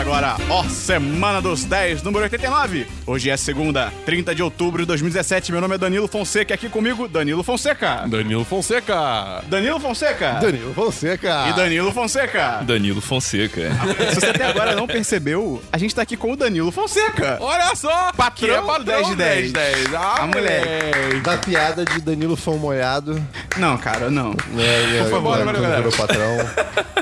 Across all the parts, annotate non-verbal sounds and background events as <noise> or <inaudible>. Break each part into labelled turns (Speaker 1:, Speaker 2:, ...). Speaker 1: Agora, ó, Semana dos 10, número 89. Hoje é segunda, 30 de outubro de 2017. Meu nome é Danilo Fonseca e aqui comigo, Danilo Fonseca.
Speaker 2: Danilo Fonseca.
Speaker 1: Danilo Fonseca.
Speaker 2: Danilo Fonseca.
Speaker 1: E Danilo Fonseca.
Speaker 3: Danilo Fonseca.
Speaker 1: Se você até agora não percebeu, a gente tá aqui com o Danilo Fonseca.
Speaker 2: Olha só.
Speaker 1: Patrão,
Speaker 2: que é patrão
Speaker 1: 10 de 10.
Speaker 2: 10. Ah,
Speaker 1: Ah, moleque.
Speaker 2: moleque.
Speaker 4: Da piada de Danilo Fão Molhado.
Speaker 1: Não, cara, não.
Speaker 4: Né, Por
Speaker 1: favor, valeu, galera.
Speaker 4: Virou patrão.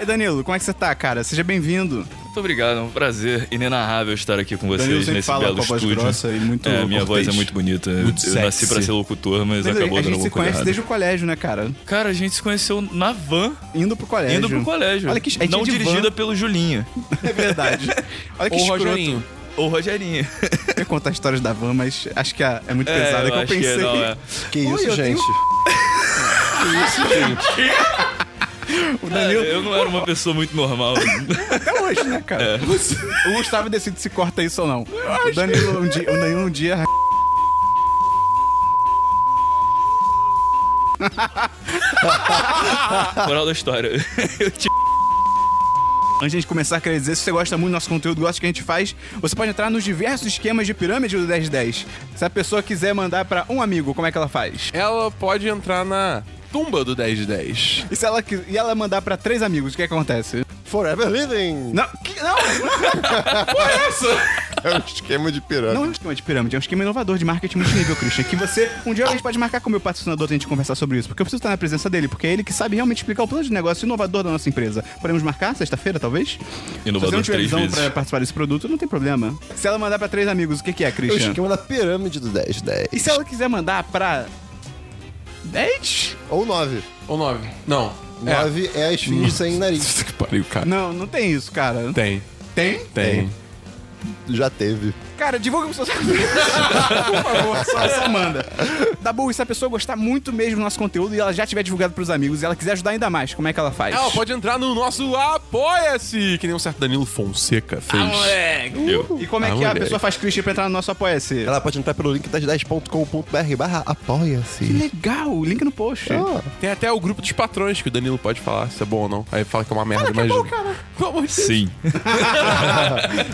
Speaker 1: E Danilo, como é que você tá, cara? Seja bem-vindo.
Speaker 3: <laughs> Muito obrigado, é um prazer inenarrável estar aqui com
Speaker 1: Danilo
Speaker 3: vocês
Speaker 1: sempre
Speaker 3: nesse
Speaker 1: fala
Speaker 3: belo
Speaker 1: com a voz
Speaker 3: estúdio.
Speaker 1: grossa e muito
Speaker 3: é, minha
Speaker 1: cortês.
Speaker 3: voz é muito bonita.
Speaker 1: Muito
Speaker 3: eu
Speaker 1: sexy.
Speaker 3: nasci pra ser locutor, mas acabou
Speaker 1: a gente
Speaker 3: dando
Speaker 1: se
Speaker 3: uma coisa
Speaker 1: conhece
Speaker 3: errada.
Speaker 1: desde o colégio, né, cara?
Speaker 3: Cara, a gente se conheceu na van,
Speaker 1: Indo pro colégio.
Speaker 3: indo pro colégio.
Speaker 1: É, Olha que a gente
Speaker 3: não
Speaker 1: é de van.
Speaker 3: dirigida pelo Julinho.
Speaker 1: É verdade. <laughs> Olha que
Speaker 2: Ou o
Speaker 1: escroto.
Speaker 2: Rogerinho.
Speaker 3: Ou
Speaker 1: <laughs>
Speaker 3: Rogerinho.
Speaker 1: Eu ia contar histórias da van, mas acho que a- é muito pesada
Speaker 3: eu
Speaker 1: que eu
Speaker 3: acho
Speaker 1: pensei.
Speaker 3: não, é.
Speaker 4: Que
Speaker 1: Oi,
Speaker 4: isso,
Speaker 1: eu tenho-
Speaker 4: gente? Que isso, gente?
Speaker 1: <laughs> O
Speaker 3: Cara,
Speaker 1: Danilo,
Speaker 3: É, eu É. não era uma pessoa muito
Speaker 1: <laughs>
Speaker 3: normal.
Speaker 1: até hoje, né, cara? O Gustavo decide se corta isso ou não. O Danilo um dia. O Danilo um dia.
Speaker 3: Moral da história. Eu te...
Speaker 1: Antes de a gente começar, queria dizer, se você gosta muito do nosso conteúdo, gosta do que a gente faz, você pode entrar nos diversos esquemas de pirâmide do 1010. Se a pessoa quiser mandar pra um amigo, como é que ela faz?
Speaker 2: Ela pode entrar na tumba do 10
Speaker 1: <laughs>
Speaker 2: de 10.
Speaker 1: E se ela, qui- e ela mandar pra três amigos, o que acontece?
Speaker 4: Forever Living.
Speaker 1: Não, que- não,
Speaker 4: É um esquema de pirâmide.
Speaker 1: não é um esquema de pirâmide, é um esquema inovador de marketing multinível, Christian. Que você, um dia a gente pode marcar com o meu patrocinador pra gente conversar sobre isso, porque eu preciso estar na presença dele, porque é ele que sabe realmente explicar o plano de negócio inovador da nossa empresa. Podemos marcar sexta-feira, talvez? Se você
Speaker 3: Inovador
Speaker 1: não tiver
Speaker 3: três
Speaker 1: visão
Speaker 3: vezes.
Speaker 1: pra participar desse produto, não tem problema. Se ela mandar pra três amigos, o que, que é,
Speaker 4: É o
Speaker 1: Christian?
Speaker 4: esquema da pirâmide do 10, 10.
Speaker 1: E se ela quiser mandar pra. 10?
Speaker 4: Ou 9.
Speaker 2: Ou 9. Não.
Speaker 4: 9 é a esfinge sem nariz.
Speaker 2: que pariu,
Speaker 3: Tá.
Speaker 2: cara.
Speaker 1: Não, não tem isso, cara.
Speaker 2: Tem.
Speaker 1: Tem?
Speaker 2: Tem.
Speaker 4: Já teve.
Speaker 1: Cara, divulga <laughs> pros seus amigos. Por favor, só, só manda. Tá bom, e se a pessoa gostar muito mesmo do nosso conteúdo e ela já tiver divulgado pros amigos e ela quiser ajudar ainda mais, como é que ela faz?
Speaker 2: Ela pode entrar no nosso Apoia-se, que nem um certo Danilo Fonseca fez.
Speaker 3: Eu.
Speaker 1: E como é
Speaker 2: Ah,
Speaker 1: que a
Speaker 2: moleque.
Speaker 1: pessoa faz Christian pra entrar no nosso apoia-se?
Speaker 4: Ela pode entrar pelo link 1010.com.br barra
Speaker 1: Que
Speaker 4: apoia-se.
Speaker 1: legal, link no post.
Speaker 4: Ah,
Speaker 2: Tem até o grupo dos patrões que o Danilo pode falar se é bom ou não. Aí fala que é uma merda, imagina. assim? Pelo amor de Deus.
Speaker 3: Sim.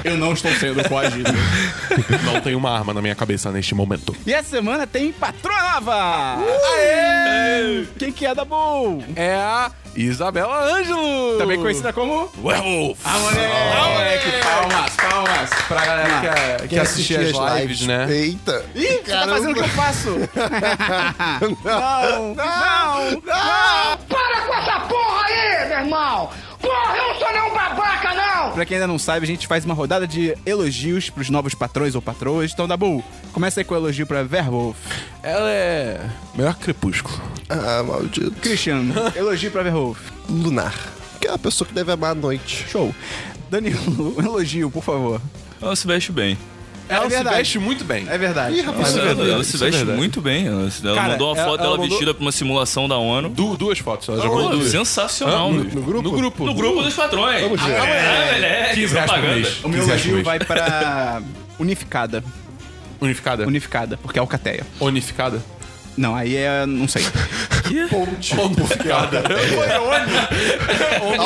Speaker 1: Eu não estou sendo coagido.
Speaker 2: <laughs> Não tem uma arma na minha cabeça neste momento.
Speaker 1: <laughs> e essa semana tem Patrona Nova! Aê! Quem que é da Bull?
Speaker 2: É a Isabela Ângelo.
Speaker 1: Também conhecida como...
Speaker 2: Werewolf. Ah,
Speaker 1: A moleque! A moleque! Palmas, palmas pra galera que é-
Speaker 2: Que, que assistia as lives, né?
Speaker 4: Eita.
Speaker 1: Ih, você tá fazendo o que eu <laughs> faço? não, não, não!
Speaker 5: Para com essa porra aí, meu irmão! Porra, eu não sou nenhum babaca, não!
Speaker 1: Pra quem ainda não sabe, a gente faz uma rodada de elogios pros novos patrões ou patroas. Então, Dabu, começa aí com o elogio pra Verwolf.
Speaker 2: Ela é. Melhor que crepúsculo.
Speaker 4: Ah, maldito.
Speaker 1: Christian,
Speaker 4: <laughs>
Speaker 1: elogio pra Verwolf.
Speaker 4: Lunar. Que é uma pessoa que deve amar a noite.
Speaker 1: Show. Danilo, <laughs> um elogio, por favor. É
Speaker 3: Ela se veste bem.
Speaker 4: É
Speaker 2: Ela se
Speaker 1: verdade.
Speaker 2: veste muito bem.
Speaker 1: É verdade.
Speaker 4: Ih, rapaz.
Speaker 3: Ela,
Speaker 2: verdade,
Speaker 3: ela se
Speaker 2: isso é
Speaker 3: veste
Speaker 2: verdade.
Speaker 3: muito bem. Ela, ela
Speaker 1: Cara,
Speaker 3: mandou uma
Speaker 1: ela-
Speaker 3: foto
Speaker 1: ela
Speaker 3: dela
Speaker 1: mandou-
Speaker 3: vestida pra uma simulação da ONU.
Speaker 2: Du- duas fotos. Ela já
Speaker 3: Pô,
Speaker 2: mandou duas.
Speaker 3: sensacional,
Speaker 2: Ah, no,
Speaker 3: meu.
Speaker 2: no grupo? No grupo.
Speaker 3: No grupo dos patrões. Vamos ver. Ah, moleque,
Speaker 2: 15 reais por
Speaker 3: propaganda.
Speaker 2: mês.
Speaker 1: o meu
Speaker 2: 15 reais por
Speaker 1: elogio
Speaker 2: mês.
Speaker 1: vai pra Unificada.
Speaker 2: Unificada.
Speaker 1: Unificada, porque é Alcateia.
Speaker 2: Unificada.
Speaker 1: Não, aí é... não sei.
Speaker 2: Unificada.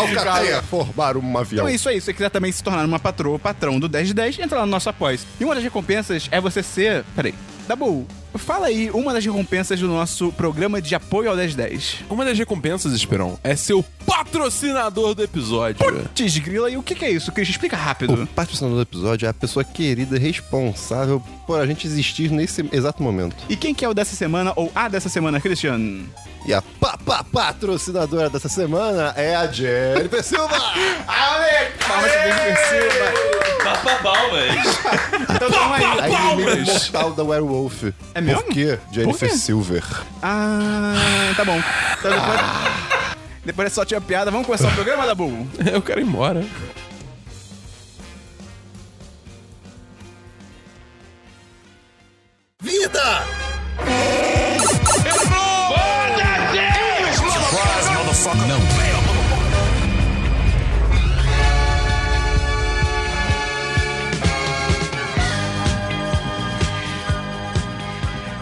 Speaker 4: Alcateia formar um avião.
Speaker 1: Então é isso aí. Se você quiser também se tornar uma patroa ou patrão do 10 de 10, entra lá no nosso após. E uma das recompensas é você ser. Peraí. Dabu, fala aí uma das recompensas do nosso programa de apoio ao 10 de 10.
Speaker 2: <laughs> Uma das recompensas, Esperon, é ser o patrocinador do episódio.
Speaker 1: Desgrila, e o que, que é isso, Cris? Explica rápido.
Speaker 4: O patrocinador do episódio é a pessoa querida, responsável por a gente existir nesse exato momento.
Speaker 1: E quem que é o dessa semana ou a dessa semana, Cristiano?
Speaker 4: E a pa, pa- patrocinadora dessa semana é a Jennifer <laughs> Silva!
Speaker 1: Palmas de Silva.
Speaker 3: Papa Palmas.
Speaker 1: Então toma aí.
Speaker 4: a inimiga mortal é da Werewolf.
Speaker 1: É mesmo?
Speaker 4: Por quê? Jennifer
Speaker 1: Por quê?
Speaker 4: <laughs> Silver.
Speaker 1: Ah, tá bom. Então depois... Depois é só tinha piada. Vamos começar o programa, Dabu?
Speaker 2: Eu quero ir embora.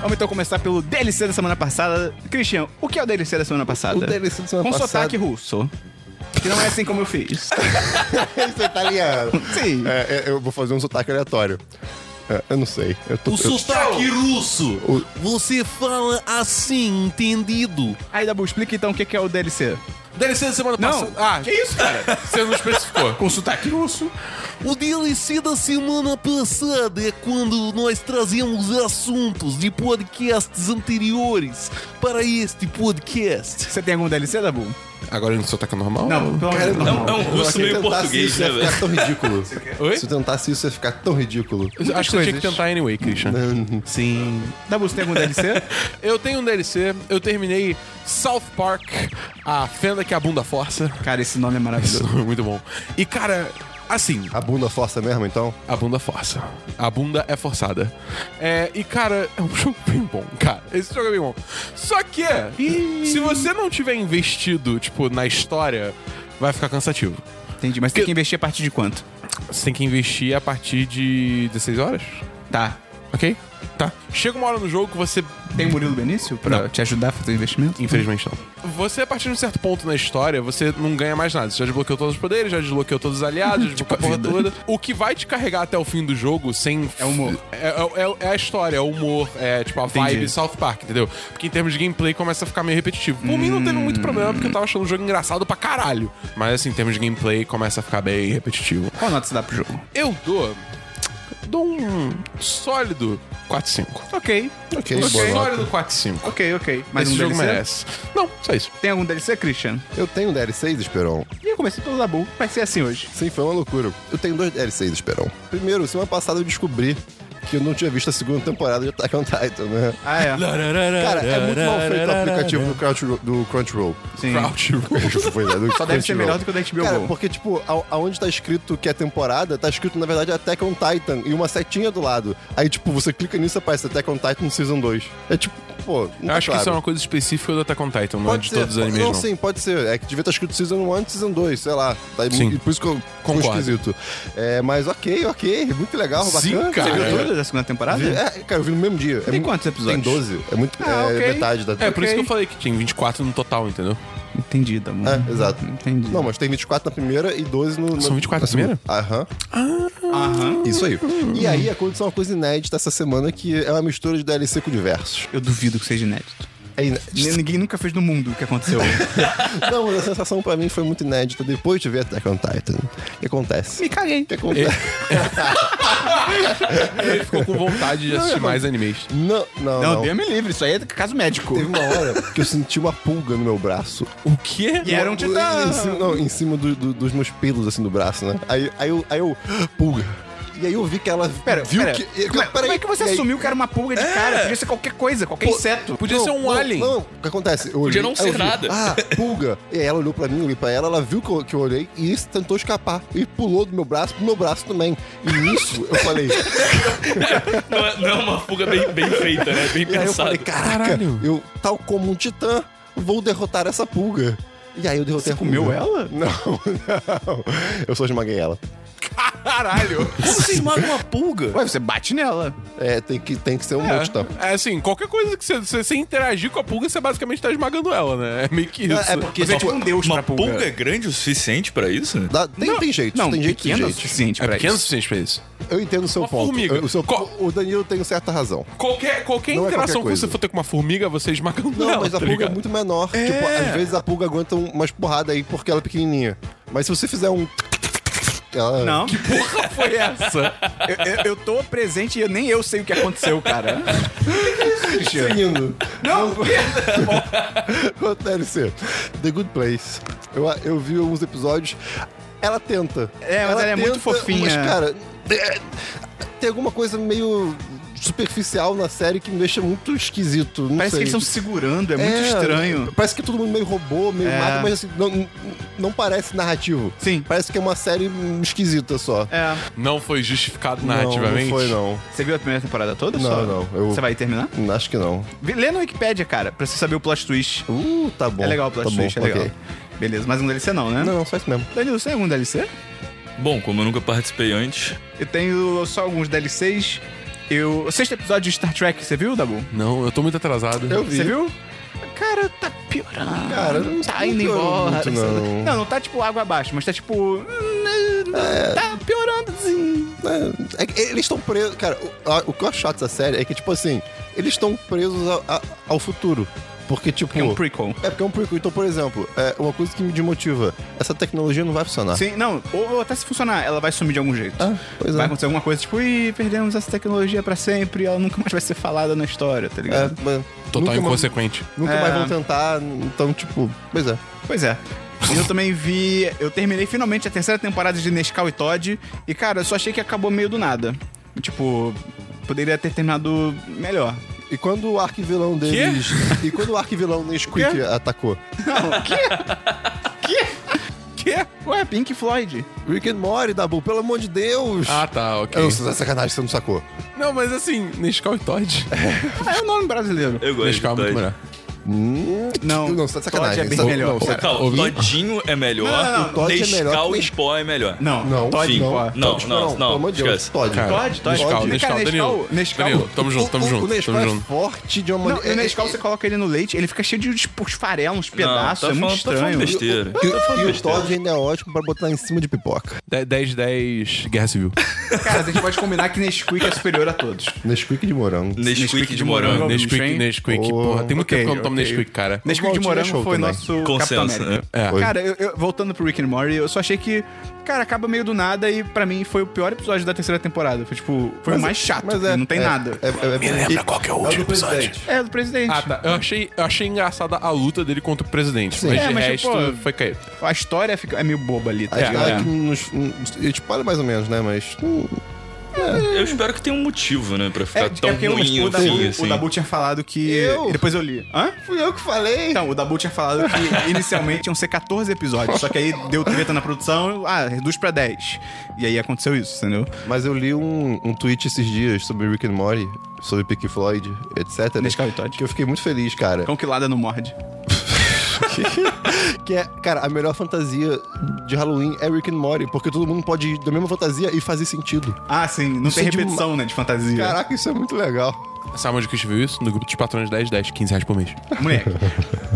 Speaker 1: Vamos então começar pelo DLC da semana passada. Christian, o que é o DLC da semana passada?
Speaker 4: O DLC da semana
Speaker 1: Com
Speaker 4: passada-
Speaker 1: sotaque russo. que não é assim como eu fiz.
Speaker 4: Isso é italiano.
Speaker 1: Sim.
Speaker 4: É, é, eu vou fazer um sotaque aleatório. É, eu não sei. Eu tô,
Speaker 6: O
Speaker 4: eu-
Speaker 6: sotaque russo. Você fala assim, entendido.
Speaker 1: Aí, Dabu, explica então o que que é o DLC.
Speaker 2: DLC da semana
Speaker 1: Não.
Speaker 2: passada. Ah,
Speaker 1: Que isso, cara?
Speaker 2: você não especificou. Com sotaque russo.
Speaker 6: O DLC da semana passada é quando nós trazemos assuntos de podcasts anteriores para este podcast.
Speaker 1: Você tem algum DLC, Dabu?
Speaker 2: Agora no sotaque normal?
Speaker 1: Não, pelo amor de Deus.
Speaker 3: É um, é um russo meio português,
Speaker 4: isso,
Speaker 3: né,
Speaker 4: ia
Speaker 3: velho?
Speaker 4: ficar tão
Speaker 3: <laughs>
Speaker 4: ridículo.
Speaker 2: Oi?
Speaker 4: Se eu tentasse isso, ia ficar tão ridículo.
Speaker 2: Eu Acho que você tinha
Speaker 1: coisas.
Speaker 2: que tentar anyway, Christian.
Speaker 6: É.
Speaker 2: Sim.
Speaker 1: Dabu, você tem algum DLC?
Speaker 2: Eu tenho um DLC, eu terminei South Park, a fenda que a bunda força. <laughs>
Speaker 1: Cara, esse nome é
Speaker 2: Isso
Speaker 1: maravilhoso.
Speaker 2: é muito bom. E, cara, assim,
Speaker 4: A bunda força mesmo, então?
Speaker 2: a bunda força. A bunda é forçada. É, e, cara, é um <laughs> jogo bem bom, cara. Esse jogo é bem bom. Só que, se você não tiver investido, tipo, na história, vai ficar cansativo.
Speaker 1: Entendi, mas tem que investir a partir de quanto?
Speaker 2: Você tem que investir a partir de 16 horas,
Speaker 1: Tá.
Speaker 2: ok? Tá. Chega uma hora no jogo que você
Speaker 1: Tem o Murilo Benício pra
Speaker 2: Não.
Speaker 1: te ajudar a fazer o investimento?
Speaker 2: Infelizmente não. Você, a partir de um certo ponto na história, você não ganha mais nada. Você já desbloqueou todos os poderes, já desbloqueou todos os <laughs> aliados, já desbloqueou Tipo a porra toda. O que vai te carregar até o fim do jogo sem.
Speaker 1: É humor.
Speaker 2: É, é- é a história, é o humor, é tipo a
Speaker 1: Entendi.
Speaker 2: vibe South Park, entendeu? Porque em termos de gameplay começa a ficar meio repetitivo. Por mim não teve muito problema, porque eu tava achando o jogo engraçado pra caralho. Mas assim, em termos de gameplay começa a ficar bem repetitivo.
Speaker 1: Qual nota você dá pro jogo?
Speaker 2: Eu dou. Dou um sólido 4-5.
Speaker 1: Ok,
Speaker 4: Ok,
Speaker 2: Um
Speaker 4: boa nota.
Speaker 2: sólido 4-5.
Speaker 1: ok, ok. Mas
Speaker 2: Mas esse
Speaker 1: um
Speaker 2: jogo
Speaker 1: DLC?
Speaker 2: merece. Não, só isso.
Speaker 1: Tem algum DLC, Christian?
Speaker 4: Eu tenho um DL6, Esperon.
Speaker 1: E eu comecei pelo Dabu. Vai ser assim hoje.
Speaker 4: Sim, foi uma loucura. Eu tenho dois DL6, Esperon. Primeiro, semana passada eu descobri que eu não tinha visto a segunda temporada de Attack on Titan, né?
Speaker 1: Ah, é.
Speaker 4: Cara, é muito mal feito o aplicativo do, Crouch, do Crunchyroll.
Speaker 1: Sim.
Speaker 2: Crouch Roll.
Speaker 4: Pois é, do
Speaker 1: Só deve ser
Speaker 4: Crunchyroll.
Speaker 1: melhor do que o da HBO
Speaker 4: Cara,
Speaker 1: Go.
Speaker 4: porque, tipo, a- aonde tá escrito que é temporada, tá escrito, na verdade, Attack on Titan e uma setinha do lado. Aí, tipo, você clica nisso e aparece Attack on Titan Season 2. É tipo, pô, não
Speaker 2: Eu
Speaker 4: tá
Speaker 2: acho que
Speaker 4: claro.
Speaker 2: isso é uma coisa específica do Attack on Titan, não é de
Speaker 4: Pode ser,
Speaker 2: todos os animes,
Speaker 4: não,
Speaker 2: não.
Speaker 4: sim, pode ser. É que devia estar escrito Season 1 e Season 2, sei lá. Tá,
Speaker 2: Sim.
Speaker 4: e Por isso que eu ficou
Speaker 2: Concordo.
Speaker 4: esquisito. É, mas ok, ok, muito legal,
Speaker 2: Sim,
Speaker 4: bacana.
Speaker 2: cara.
Speaker 1: Você viu
Speaker 2: Ah, é.
Speaker 1: todas da segunda temporada?
Speaker 4: Vi- é, cara, eu vi no mesmo dia.
Speaker 1: Tem quantos episódios?
Speaker 4: Tem 12. É muito
Speaker 1: Ah,
Speaker 4: é,
Speaker 1: ok.
Speaker 4: metade da
Speaker 2: É, por isso que eu falei que tinha 24 no total, entendeu?
Speaker 1: Entendi, Dabu.
Speaker 4: É, exato.
Speaker 1: Entendi.
Speaker 4: Não, mas tem 24 na primeira e 12 no.
Speaker 2: São
Speaker 4: na-
Speaker 2: 24
Speaker 4: na
Speaker 2: na primeira?
Speaker 4: segunda. Aham.
Speaker 1: Aham.
Speaker 4: Isso aí. E aí aconteceu uma coisa inédita essa semana que é uma mistura de DLC com diversos.
Speaker 1: Eu duvido que seja inédito.
Speaker 4: É inédito.
Speaker 1: N- Ninguém nunca fez no mundo o que
Speaker 4: <laughs>
Speaker 1: aconteceu.
Speaker 4: Não, mas a sensação pra mim foi muito inédita depois de ver Attack on Titan. O que acontece? É,
Speaker 1: Me caguei.
Speaker 4: O que acontece?
Speaker 2: Ele ficou com vontade de assistir
Speaker 4: não.
Speaker 2: mais animes.
Speaker 4: Não, não,
Speaker 1: Não,
Speaker 4: não.
Speaker 1: Deus me livre. Isso aí é caso médico.
Speaker 4: Teve um uma hora que eu senti uma pulga no meu braço.
Speaker 2: O quê?
Speaker 1: E era um
Speaker 4: Em
Speaker 1: titã.
Speaker 4: cima, não, em cima do- do- dos meus pelos, assim, do braço, né? Aí, aí, eu, aí eu... "Ah, Pulga. E aí eu vi que ela
Speaker 1: Pera,
Speaker 4: viu
Speaker 1: pera.
Speaker 4: que...
Speaker 1: Como, é, como é que você
Speaker 4: e aí- É.
Speaker 1: assumiu que era uma pulga de cara? Podia ser qualquer coisa, qualquer inseto.
Speaker 2: Podia ser um
Speaker 4: não,
Speaker 2: alien.
Speaker 4: Não, o que acontece? Eu olhei,
Speaker 3: não
Speaker 4: aí
Speaker 3: ser
Speaker 4: eu vi,
Speaker 3: nada.
Speaker 4: Ah,
Speaker 2: <laughs>
Speaker 4: pulga. E aí ela olhou pra mim, eu olhei pra ela, ela viu que eu, que eu olhei e isso tentou escapar. E pulou do meu braço pro meu braço também. E nisso eu
Speaker 2: <laughs>
Speaker 4: falei.
Speaker 3: Não é, não é uma fuga bem, bem feita, né? Bem
Speaker 4: e aí É, eu
Speaker 3: pensada.
Speaker 4: falei, caraca,
Speaker 2: Caralho.
Speaker 4: eu, tal como um titã, vou derrotar essa pulga. E aí eu derrotei a pulga.
Speaker 1: comeu ela?
Speaker 4: Não, <laughs> não. Eu só esmaguei ela.
Speaker 2: Caralho!
Speaker 1: Você esmaga uma pulga? Ué, você bate nela.
Speaker 4: É, tem que, tem que ser um monte, tá?
Speaker 2: É, é assim, qualquer coisa que você, você, você interagir com a pulga, você basicamente tá esmagando ela, né? É meio que isso.
Speaker 4: É porque
Speaker 1: Você é tipo um deus
Speaker 3: Uma
Speaker 1: pra pulga.
Speaker 3: pulga é grande o suficiente pra isso?
Speaker 4: Dá- tem, tem jeito,
Speaker 1: Não,
Speaker 4: tem jeito, tem
Speaker 1: pequeno é o
Speaker 4: jeito.
Speaker 1: suficiente
Speaker 2: É
Speaker 1: pra
Speaker 2: pequeno o
Speaker 1: isso.
Speaker 2: suficiente pra isso.
Speaker 4: Eu entendo o seu
Speaker 2: Uma
Speaker 4: ponto.
Speaker 2: formiga.
Speaker 4: Eu- o, seu-
Speaker 2: Co-
Speaker 4: o Danilo tem certa razão.
Speaker 2: Qualquer, qualquer
Speaker 4: Não é
Speaker 2: interação
Speaker 4: qualquer
Speaker 2: que você
Speaker 4: coisa.
Speaker 2: for ter com uma formiga, você esmagando
Speaker 4: Não,
Speaker 2: ela.
Speaker 4: mas
Speaker 2: tá
Speaker 4: a pulga é
Speaker 2: ligado?
Speaker 4: muito menor. Tipo, às vezes a pulga aguenta um- umas porradas aí porque ela é pequenininha. Mas se você fizer um... Ela... <laughs>
Speaker 1: Não,
Speaker 2: Foi essa.
Speaker 1: eu, eu- eu tô presente e eu- nem eu sei o que aconteceu, cara.
Speaker 4: Seguindo.
Speaker 1: Não,
Speaker 4: Outro DLC. The Good Place. Eu, eu vi alguns episódios. Ela tenta.
Speaker 1: É, mas ela é muito fofinha.
Speaker 4: Mas, cara, é- tem alguma coisa meio superficial na série que me deixa muito esquisito. Não
Speaker 1: parece que
Speaker 4: sei.
Speaker 1: eles estão se segurando, é muito
Speaker 4: É,
Speaker 1: estranho.
Speaker 4: Parece que é todo mundo meio robô, meio
Speaker 1: É.
Speaker 4: mato, mas assim, não, não parece narrativo.
Speaker 1: Sim.
Speaker 4: Parece que é uma série hum, esquisita só.
Speaker 1: É.
Speaker 2: Não foi justificado
Speaker 4: Não,
Speaker 2: narrativamente?
Speaker 4: não foi, não.
Speaker 1: Você viu a primeira temporada toda?
Speaker 4: Não,
Speaker 1: só?
Speaker 4: não, eu-
Speaker 1: Você vai terminar?
Speaker 4: Acho que não.
Speaker 1: Vê- Lê no Wikipedia, cara, pra você saber o plot twist.
Speaker 4: Uh, tá bom.
Speaker 1: é legal o plot
Speaker 4: tá bom,
Speaker 1: twist, é legal.
Speaker 4: ok.
Speaker 1: Beleza, mas um DLC não, né?
Speaker 4: Não, não, só isso mesmo.
Speaker 1: Danilo, você tem algum DLC?
Speaker 3: Bom, como eu nunca participei antes,
Speaker 1: Eu tenho só alguns DLCs. Eu. O sexto episódio de Star Trek, você viu, Dabu?
Speaker 2: Não, eu tô muito atrasado.
Speaker 4: Eu vi.
Speaker 1: Você viu? Cara, tá piorando.
Speaker 4: Cara, não
Speaker 1: tá
Speaker 4: não
Speaker 1: indo
Speaker 4: piorou
Speaker 1: embora.
Speaker 4: muito,
Speaker 1: sabe?
Speaker 4: não.
Speaker 1: não, não tá tipo água abaixo, mas tá tipo. Tá piorando assim.
Speaker 4: É, é que eles estão presos. Cara, o, a- o que eu acho chato dessa série é que, tipo assim, eles estão presos a- a- ao futuro. Porque, tipo.
Speaker 1: É um prequel.
Speaker 4: É porque é um prequel. Então, por exemplo, é uma coisa que me desmotiva: essa tecnologia não vai funcionar.
Speaker 1: Sim, não, ou, ou até se funcionar, ela vai sumir de algum jeito.
Speaker 4: Ah, pois é.
Speaker 1: Vai acontecer alguma coisa, tipo, ih, perdemos essa tecnologia pra sempre, ela nunca mais vai ser falada na história, tá
Speaker 4: É,
Speaker 1: ligado?
Speaker 4: mas
Speaker 2: Total
Speaker 4: nunca mais-
Speaker 2: inconsequente.
Speaker 4: Nunca
Speaker 1: É.
Speaker 4: mais vão tentar, então, tipo, pois é.
Speaker 1: Pois é. E eu também vi. Eu terminei finalmente a terceira temporada de Nescau e Todd. E, cara, eu só achei que acabou meio do nada. Tipo, poderia ter terminado melhor.
Speaker 4: E quando o arquivilão deles. E quando o arquivilão Nesquik
Speaker 1: Quê?
Speaker 4: atacou?
Speaker 1: Que? Ué, Pink Floyd.
Speaker 4: Rick and Morty, Dabu, pelo amor de Deus!
Speaker 2: Ah, tá, ok.
Speaker 4: Eu, você tá sacanagem, você não sacou.
Speaker 2: Não, mas assim, Nescau e <laughs> Todd.
Speaker 1: Ah, é o nome brasileiro.
Speaker 3: Eu gosto.
Speaker 2: Nescau é
Speaker 3: de
Speaker 2: muito
Speaker 3: Todd.
Speaker 2: melhor.
Speaker 1: Não.
Speaker 4: Não, você tá de sacanagem.
Speaker 1: Todd é bem
Speaker 4: Você-
Speaker 1: melhor.
Speaker 4: não, você-
Speaker 3: Calma,
Speaker 2: Ouvi?
Speaker 3: Todinho é melhor.
Speaker 1: Não, não, não,
Speaker 4: o Todd é melhor
Speaker 3: Nescau
Speaker 4: que o
Speaker 3: e Spó é melhor.
Speaker 1: Não,
Speaker 4: Não,
Speaker 1: Todd
Speaker 3: Fim.
Speaker 1: pó.
Speaker 3: Não,
Speaker 4: Todd,
Speaker 3: não, não,
Speaker 4: Tipo, Pelo amor de Deus,
Speaker 3: esquece.
Speaker 4: Todd. é
Speaker 2: Cara,
Speaker 1: Todd, Todd.
Speaker 2: Nescau,
Speaker 1: Cara,
Speaker 2: Nescau,
Speaker 1: Nescau,
Speaker 2: Danilo.
Speaker 1: Nescau.
Speaker 2: Danilo, tamo junto, tamo
Speaker 4: o,
Speaker 2: junto,
Speaker 4: O Nescau
Speaker 2: tamo
Speaker 4: é
Speaker 2: junto.
Speaker 4: forte de uma
Speaker 1: Não, e
Speaker 4: maneira.
Speaker 1: o Nescau você coloca ele no leite, ele fica cheio de tipo, uns farelos, uns pedaços,
Speaker 3: tá
Speaker 1: é muito
Speaker 3: falando- tá falando
Speaker 1: estranho.
Speaker 3: besteira.
Speaker 4: E,
Speaker 3: Tá falando
Speaker 4: e o
Speaker 3: besteira.
Speaker 4: Todd ainda é ótimo pra botar em cima de pipoca.
Speaker 2: De- 10, 10, Guerra Civil.
Speaker 1: Cara, a gente pode combinar que Nesquik é superior a todos.
Speaker 4: Nesquik de morango.
Speaker 3: Nesquik de morango.
Speaker 1: Não,
Speaker 2: Nesquik,
Speaker 1: bicho, hein?
Speaker 2: Nesquik,
Speaker 4: Oh,
Speaker 2: porra. Tem
Speaker 1: ok,
Speaker 2: muito tempo que eu não tomo
Speaker 1: ok.
Speaker 2: Nesquik, cara.
Speaker 1: Nesquik de
Speaker 4: Valtinho é
Speaker 1: morango
Speaker 4: show
Speaker 1: foi
Speaker 4: também.
Speaker 1: nosso Capitão
Speaker 3: Consenso,
Speaker 1: América.
Speaker 2: né? É.
Speaker 4: Foi.
Speaker 1: Cara, eu- eu- voltando pro Rick and Morty, eu só achei que, cara, acaba meio do nada e pra mim foi o pior episódio da terceira temporada. Foi tipo, foi o mais chato,
Speaker 4: Mas
Speaker 1: mas
Speaker 4: é.
Speaker 1: não tem
Speaker 4: é-
Speaker 1: nada.
Speaker 4: É, é, é,
Speaker 2: Me lembra qual que é o último
Speaker 4: do
Speaker 2: episódio.
Speaker 4: presidente.
Speaker 1: É, do presidente.
Speaker 2: Ah, tá. Eu achei, eu achei engraçada a luta dele contra o presidente.
Speaker 4: Sim.
Speaker 2: Mas
Speaker 1: É,
Speaker 2: de
Speaker 1: mas,
Speaker 2: resto,
Speaker 1: pô,
Speaker 2: foi caído.
Speaker 1: A história fica, é meio boba ali, tá
Speaker 4: A
Speaker 1: ligado?
Speaker 4: história
Speaker 1: É.
Speaker 4: que nos. nos- e, Tipo, olha mais ou menos, né? Mas. hum,
Speaker 3: Eu espero que tenha um motivo, né? Pra
Speaker 1: É,
Speaker 3: ficar
Speaker 1: é
Speaker 3: tão
Speaker 1: porque o-
Speaker 3: ruim
Speaker 1: o,
Speaker 3: o
Speaker 1: Dabu,
Speaker 3: fim,
Speaker 1: o
Speaker 3: assim.
Speaker 1: Dabu tinha falado que.
Speaker 4: Eu?
Speaker 1: e depois eu li. Hã?
Speaker 4: Fui eu que falei.
Speaker 1: Então, o Dabu tinha falado que
Speaker 4: <laughs>
Speaker 1: inicialmente iam ser 14 episódios, só que aí deu treta na produção, ah, reduz pra 10. E aí aconteceu isso, entendeu?
Speaker 4: Mas eu li um, um tweet esses dias sobre Rick and Morty, sobre Pink Floyd, etc.
Speaker 1: Nescau e Todd.
Speaker 4: Que eu fiquei muito feliz, cara.
Speaker 1: Cão que lada não morde.
Speaker 4: Que é, cara, a melhor fantasia de Halloween é Rick and Morty, porque todo mundo pode ir da mesma fantasia e fazer sentido.
Speaker 1: Ah, sim, não
Speaker 4: Isso
Speaker 1: tem
Speaker 4: é de
Speaker 1: repetição, né, de fantasia.
Speaker 4: Caraca, isso é muito legal.
Speaker 2: Sabe onde que viu isso? No grupo dos patrões 10, 10, 15 reais por mês.
Speaker 1: Moleque.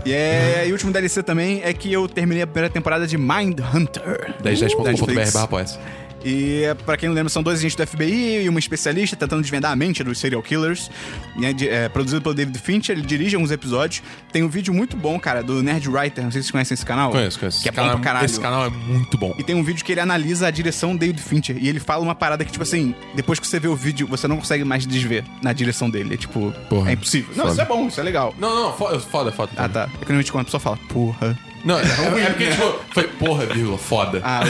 Speaker 1: E, é, e o último DLC também é que eu terminei a primeira temporada de Mind Hunter.
Speaker 2: 1010.com.br
Speaker 1: Netflix.
Speaker 2: barra poesia.
Speaker 1: E é, pra quem não lembra, são dois agentes do FBI e uma especialista tentando desvendar a mente dos serial killers. E é, de- é, produzido pelo David Fincher, ele dirige alguns episódios. Tem um vídeo muito bom, cara, do Nerd Writer. Não sei se vocês conhecem esse canal.
Speaker 2: Conheço, conheço.
Speaker 1: Que é
Speaker 2: Esse
Speaker 1: bom pra caralho.
Speaker 2: Esse canal é muito bom.
Speaker 1: E tem um vídeo que ele analisa a direção do David Fincher. E ele fala uma parada que, tipo assim, depois que você vê o vídeo, você não consegue mais desver na direção dele. É tipo,
Speaker 2: Porra.
Speaker 1: é impossível. Não, isso é bom, isso é legal.
Speaker 2: Não, não, foda, foda. foda.
Speaker 1: Ah, tá. É que nem eu te conto, a pessoa fala, porra.
Speaker 2: Não, é, é porque, tipo, foi porra, vírgula, foda.
Speaker 1: né? Ah,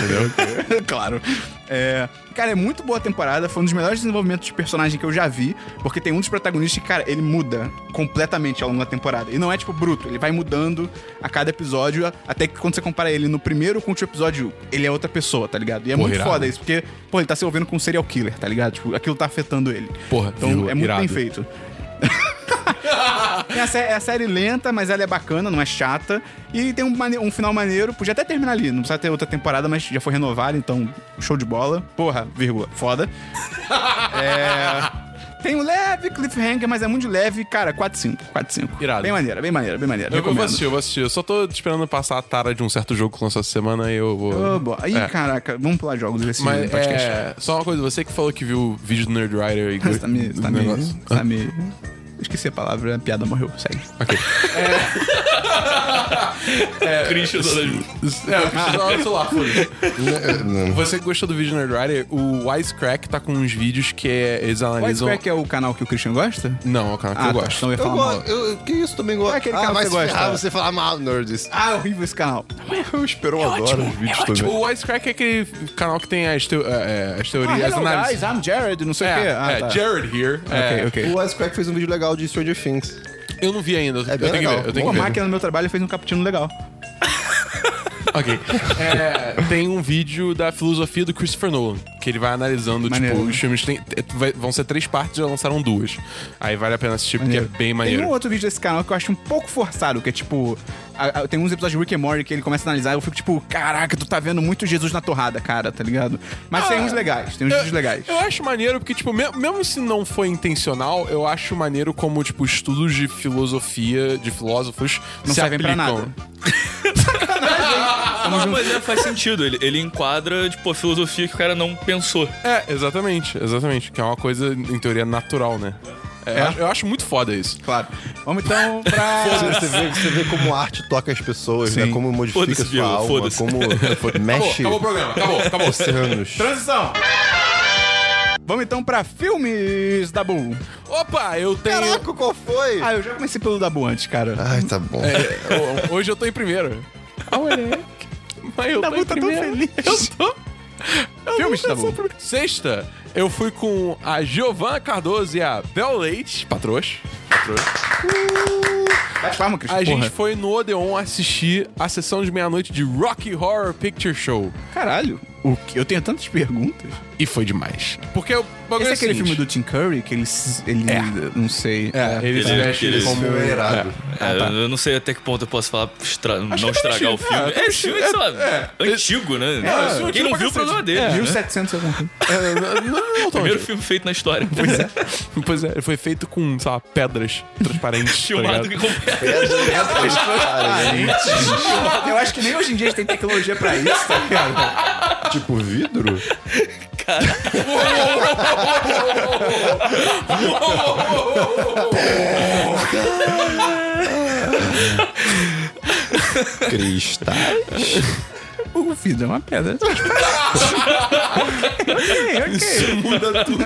Speaker 1: ok. <laughs> claro. É, cara, é muito boa a temporada. Foi um dos melhores desenvolvimentos de personagem que eu já vi. Porque tem um dos protagonistas que, cara, ele muda completamente ao longo da temporada. E não é, tipo, bruto. Ele vai mudando a cada episódio. a- Até que quando você compara ele no primeiro com o último episódio, ele é outra pessoa, tá ligado? E é
Speaker 2: Porra,
Speaker 1: muito
Speaker 2: irado.
Speaker 1: foda isso. Porque, pô, ele tá se envolvendo com um serial killer, tá ligado? Tipo, aquilo tá afetando ele.
Speaker 2: Porra,
Speaker 1: Então
Speaker 2: vírgula,
Speaker 1: é muito
Speaker 2: irado.
Speaker 1: bem feito. <laughs> É a, sé- é a série lenta, mas ela é bacana, não é chata. E tem um, mane- um final maneiro. Podia até terminar ali. Não precisa ter outra temporada, mas já foi renovada, então show de bola. Porra, vírgula,
Speaker 2: <laughs>
Speaker 1: foda. É, Tem um leve cliffhanger, mas é muito de leve. Cara, 4-5, 4-5.
Speaker 2: Irado.
Speaker 1: Bem maneira, bem maneira, bem maneira.
Speaker 2: Eu, eu vou
Speaker 1: Recomendo.
Speaker 2: assistir, eu vou assistir. Eu só tô esperando passar a tara de um certo jogo que lançou essa semana e eu vou.
Speaker 1: Ô, boa. Ih,
Speaker 2: É.
Speaker 1: caraca, vamos pular jogos desse
Speaker 2: Mas
Speaker 1: podcast.
Speaker 2: é, só uma coisa, você que falou que viu o vídeo do Nerd Rider e
Speaker 1: Você tá me...
Speaker 2: do
Speaker 1: Tá me,
Speaker 2: negócio.
Speaker 1: tá me... Esqueci a palavra, a piada morreu. Segue.
Speaker 3: Christian Donadio.
Speaker 2: <laughs> É, eu preciso falar no celular, foda-se. Você que gostou do vídeo do Nerd Rider, o Wisecrack tá com uns vídeos que é- eles analisam.
Speaker 1: Wisecrack é o canal que o Christian gosta?
Speaker 2: Não, é o canal que eu
Speaker 1: tá,
Speaker 2: gosto.
Speaker 1: Então eu ia
Speaker 4: Eu
Speaker 1: falar mal.
Speaker 4: gosto. eu- Que isso também gosto.
Speaker 1: É aquele cara
Speaker 4: ah,
Speaker 1: que
Speaker 4: vai
Speaker 1: você
Speaker 4: se ferrar,
Speaker 1: gosta.
Speaker 4: você falar mal, nerds.
Speaker 1: Ah, horrível esse canal.
Speaker 4: Eu
Speaker 2: É
Speaker 4: espero agora
Speaker 1: um
Speaker 4: os vídeos também.
Speaker 2: O Wisecrack é aquele canal que tem as, teo- é, é, as
Speaker 1: Ah,
Speaker 2: teorias, as
Speaker 1: hello
Speaker 2: análises.
Speaker 1: guys, I'm Jared, não sei o
Speaker 2: É,
Speaker 1: quê. Ah,
Speaker 2: é,
Speaker 1: tá.
Speaker 2: Jared here. É,
Speaker 1: Ok, ok.
Speaker 4: O Wes Crack fez um vídeo legal de Stranger Things.
Speaker 2: Eu não vi ainda, eu
Speaker 4: bem
Speaker 1: É
Speaker 2: tenho que
Speaker 4: legal.
Speaker 2: ver, eu tenho
Speaker 1: Pô, a
Speaker 2: que ver.
Speaker 1: é máquina no meu trabalho fez um cappuccino legal.
Speaker 2: Ok. É, tem um vídeo da filosofia do Christopher Nolan, que ele vai analisando,
Speaker 1: Maneiro.
Speaker 2: tipo, os filmes tem- é, vai- vão ser três partes, já lançaram duas. Aí vale a pena assistir, porque é bem maneiro.
Speaker 1: Tem um outro vídeo desse canal que eu acho um pouco forçado, que é tipo. a- a- tem uns episódios de Rick and Morty que ele começa a analisar e eu fico tipo, caraca, tu tá vendo muito Jesus na torrada, cara, tá ligado? Mas tem uns legais, tem uns vídeos legais.
Speaker 2: Eu acho maneiro porque, tipo, me- mesmo se não foi intencional, eu acho maneiro como, tipo, estudos de filosofia, de filósofos,
Speaker 1: Não
Speaker 2: se
Speaker 1: servem pra
Speaker 2: aplicam.
Speaker 1: nada.
Speaker 3: Ah, não, mas é, faz sentido. Ele, ele enquadra, tipo, a filosofia que o cara não pensou.
Speaker 2: É, exatamente, exatamente. Que é uma coisa, em teoria, natural, né? É, eu acho- Eu acho muito foda isso.
Speaker 1: Claro. Vamos <laughs> então pra.
Speaker 2: Ah.
Speaker 4: Você vê, você vê como a arte toca as pessoas,
Speaker 1: Sim.
Speaker 4: né? Como modifica
Speaker 3: Foda-se,
Speaker 4: sua
Speaker 3: Diego,
Speaker 4: alma,
Speaker 3: foda-se.
Speaker 2: <laughs>
Speaker 4: como mexe
Speaker 2: Acabou o programa,
Speaker 1: <laughs>
Speaker 2: acabou, acabou.
Speaker 4: oceanos.
Speaker 1: Transição! Vamos então pra filmes, Dabu.
Speaker 2: Opa, eu tenho.
Speaker 4: Caraca, qual foi?
Speaker 1: Ah, eu já comecei pelo Dabu antes, cara.
Speaker 4: Ai, tá bom.
Speaker 2: É, ho- hoje eu tô em primeiro. Ah, moleque. Mas eu
Speaker 1: Dabu
Speaker 2: tô em
Speaker 1: tá tão
Speaker 2: primeiro.
Speaker 1: feliz.
Speaker 2: Eu tô. Eu
Speaker 1: Filmes,
Speaker 2: tô
Speaker 1: Dabu.
Speaker 2: pensando primeiro. Sexta, eu fui com a Giovanna Cardoso e a Bel Leite, patroas.
Speaker 1: Bate palma, Cris.
Speaker 2: A
Speaker 1: Ah. porra.
Speaker 2: gente foi no Odeon assistir a sessão de meia-noite de Rocky Horror Picture Show.
Speaker 1: Caralho, o que? Eu tenho tantas perguntas.
Speaker 2: E foi demais. Porque o bagulho
Speaker 1: Esse é
Speaker 2: o
Speaker 1: aquele
Speaker 2: seguinte.
Speaker 1: filme do Tim Curry que ele. se- ele
Speaker 2: É.
Speaker 1: Não sei.
Speaker 2: É, ele se
Speaker 1: né?
Speaker 3: Ele-
Speaker 2: veste
Speaker 3: ele-
Speaker 2: como...
Speaker 4: Meu, é irado.
Speaker 3: É, Eu não sei até que ponto eu posso falar pra estra-
Speaker 2: que
Speaker 3: não
Speaker 2: é
Speaker 3: estragar
Speaker 2: parecido.
Speaker 3: o
Speaker 2: É,
Speaker 3: filme. É, esse filme, sei lá, antigo,
Speaker 2: filme
Speaker 3: né? Quem
Speaker 2: antigo
Speaker 3: não
Speaker 2: pra
Speaker 3: viu o problema
Speaker 2: cacete.
Speaker 3: dele,
Speaker 2: É.
Speaker 3: né?
Speaker 1: 1700 e alguma coisa.
Speaker 2: É, não, não, não,
Speaker 3: Primeiro
Speaker 2: Primeiro
Speaker 3: filme feito na história. <laughs>
Speaker 2: Pois é, ele foi feito com, sei lá, pedras transparentes.
Speaker 1: <laughs>
Speaker 2: tá
Speaker 3: Filmado
Speaker 2: ligado?
Speaker 3: que completo.
Speaker 1: <laughs> Eu acho que nem hoje em dia a gente tem tecnologia pra isso, tá ligado?
Speaker 4: Tipo
Speaker 3: <laughs>
Speaker 4: vidro? <laughs> Cristal.
Speaker 1: O vidro é uma <laughs> pedra. ok, ok.
Speaker 4: Muda tudo.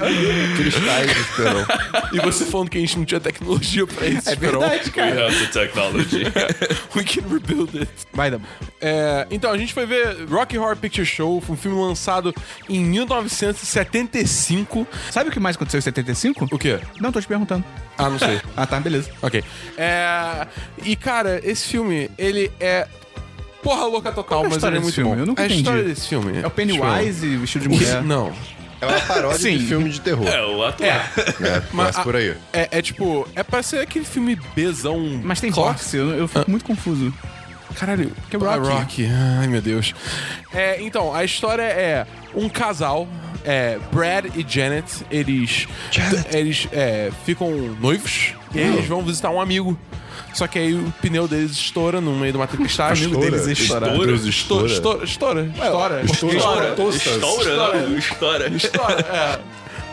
Speaker 4: Cristais, esperão.
Speaker 2: E você falando que a gente não tinha tecnologia pra isso.
Speaker 1: É
Speaker 2: Esperon.
Speaker 1: verdade,
Speaker 3: We
Speaker 1: cara.
Speaker 3: have the technology.
Speaker 2: <laughs> We can rebuild it.
Speaker 1: Vai, Dabu.
Speaker 2: É, então, a gente foi ver Rocky Horror Picture Show, foi um filme lançado em 1975.
Speaker 1: Sabe o que mais aconteceu em 75?
Speaker 2: O quê?
Speaker 1: Não, tô te perguntando.
Speaker 2: Ah, não
Speaker 1: <laughs>
Speaker 2: sei.
Speaker 1: Ah, tá, beleza.
Speaker 2: ok. É, e, cara, esse filme, ele é porra louca total,
Speaker 1: Qual é a
Speaker 2: mas ele
Speaker 1: história
Speaker 2: é
Speaker 1: desse
Speaker 2: muito
Speaker 1: filme?
Speaker 2: bom.
Speaker 1: Eu nunca
Speaker 2: a
Speaker 1: entendi.
Speaker 2: história desse filme.
Speaker 1: É o Pennywise vestido de mulher.
Speaker 2: Não.
Speaker 4: É uma paródia
Speaker 1: Sim.
Speaker 4: de filme de terror.
Speaker 3: <laughs> É, o ator.
Speaker 4: É, mas por aí.
Speaker 2: É, é tipo, é pra ser aquele filme Bzão.
Speaker 1: Mas tem
Speaker 2: clássico.
Speaker 1: boxe, eu, eu
Speaker 2: Ah.
Speaker 1: fico muito confuso.
Speaker 2: Caralho, que
Speaker 1: Rocky.
Speaker 2: Rock. Ai, meu Deus. É, então, a história é um casal, é, Brad e Janet, eles, t- eles é, ficam noivos e aí eles vão visitar um amigo. Só que aí o pneu deles estoura no meio de uma tempestade.
Speaker 1: amigo deles estourado.
Speaker 4: Estoura.
Speaker 2: Estoura, estoura, estoura, estoura,
Speaker 4: Estoura.
Speaker 3: Estoura,
Speaker 4: Estoura.
Speaker 3: estoura, né? estoura.
Speaker 2: estoura, é.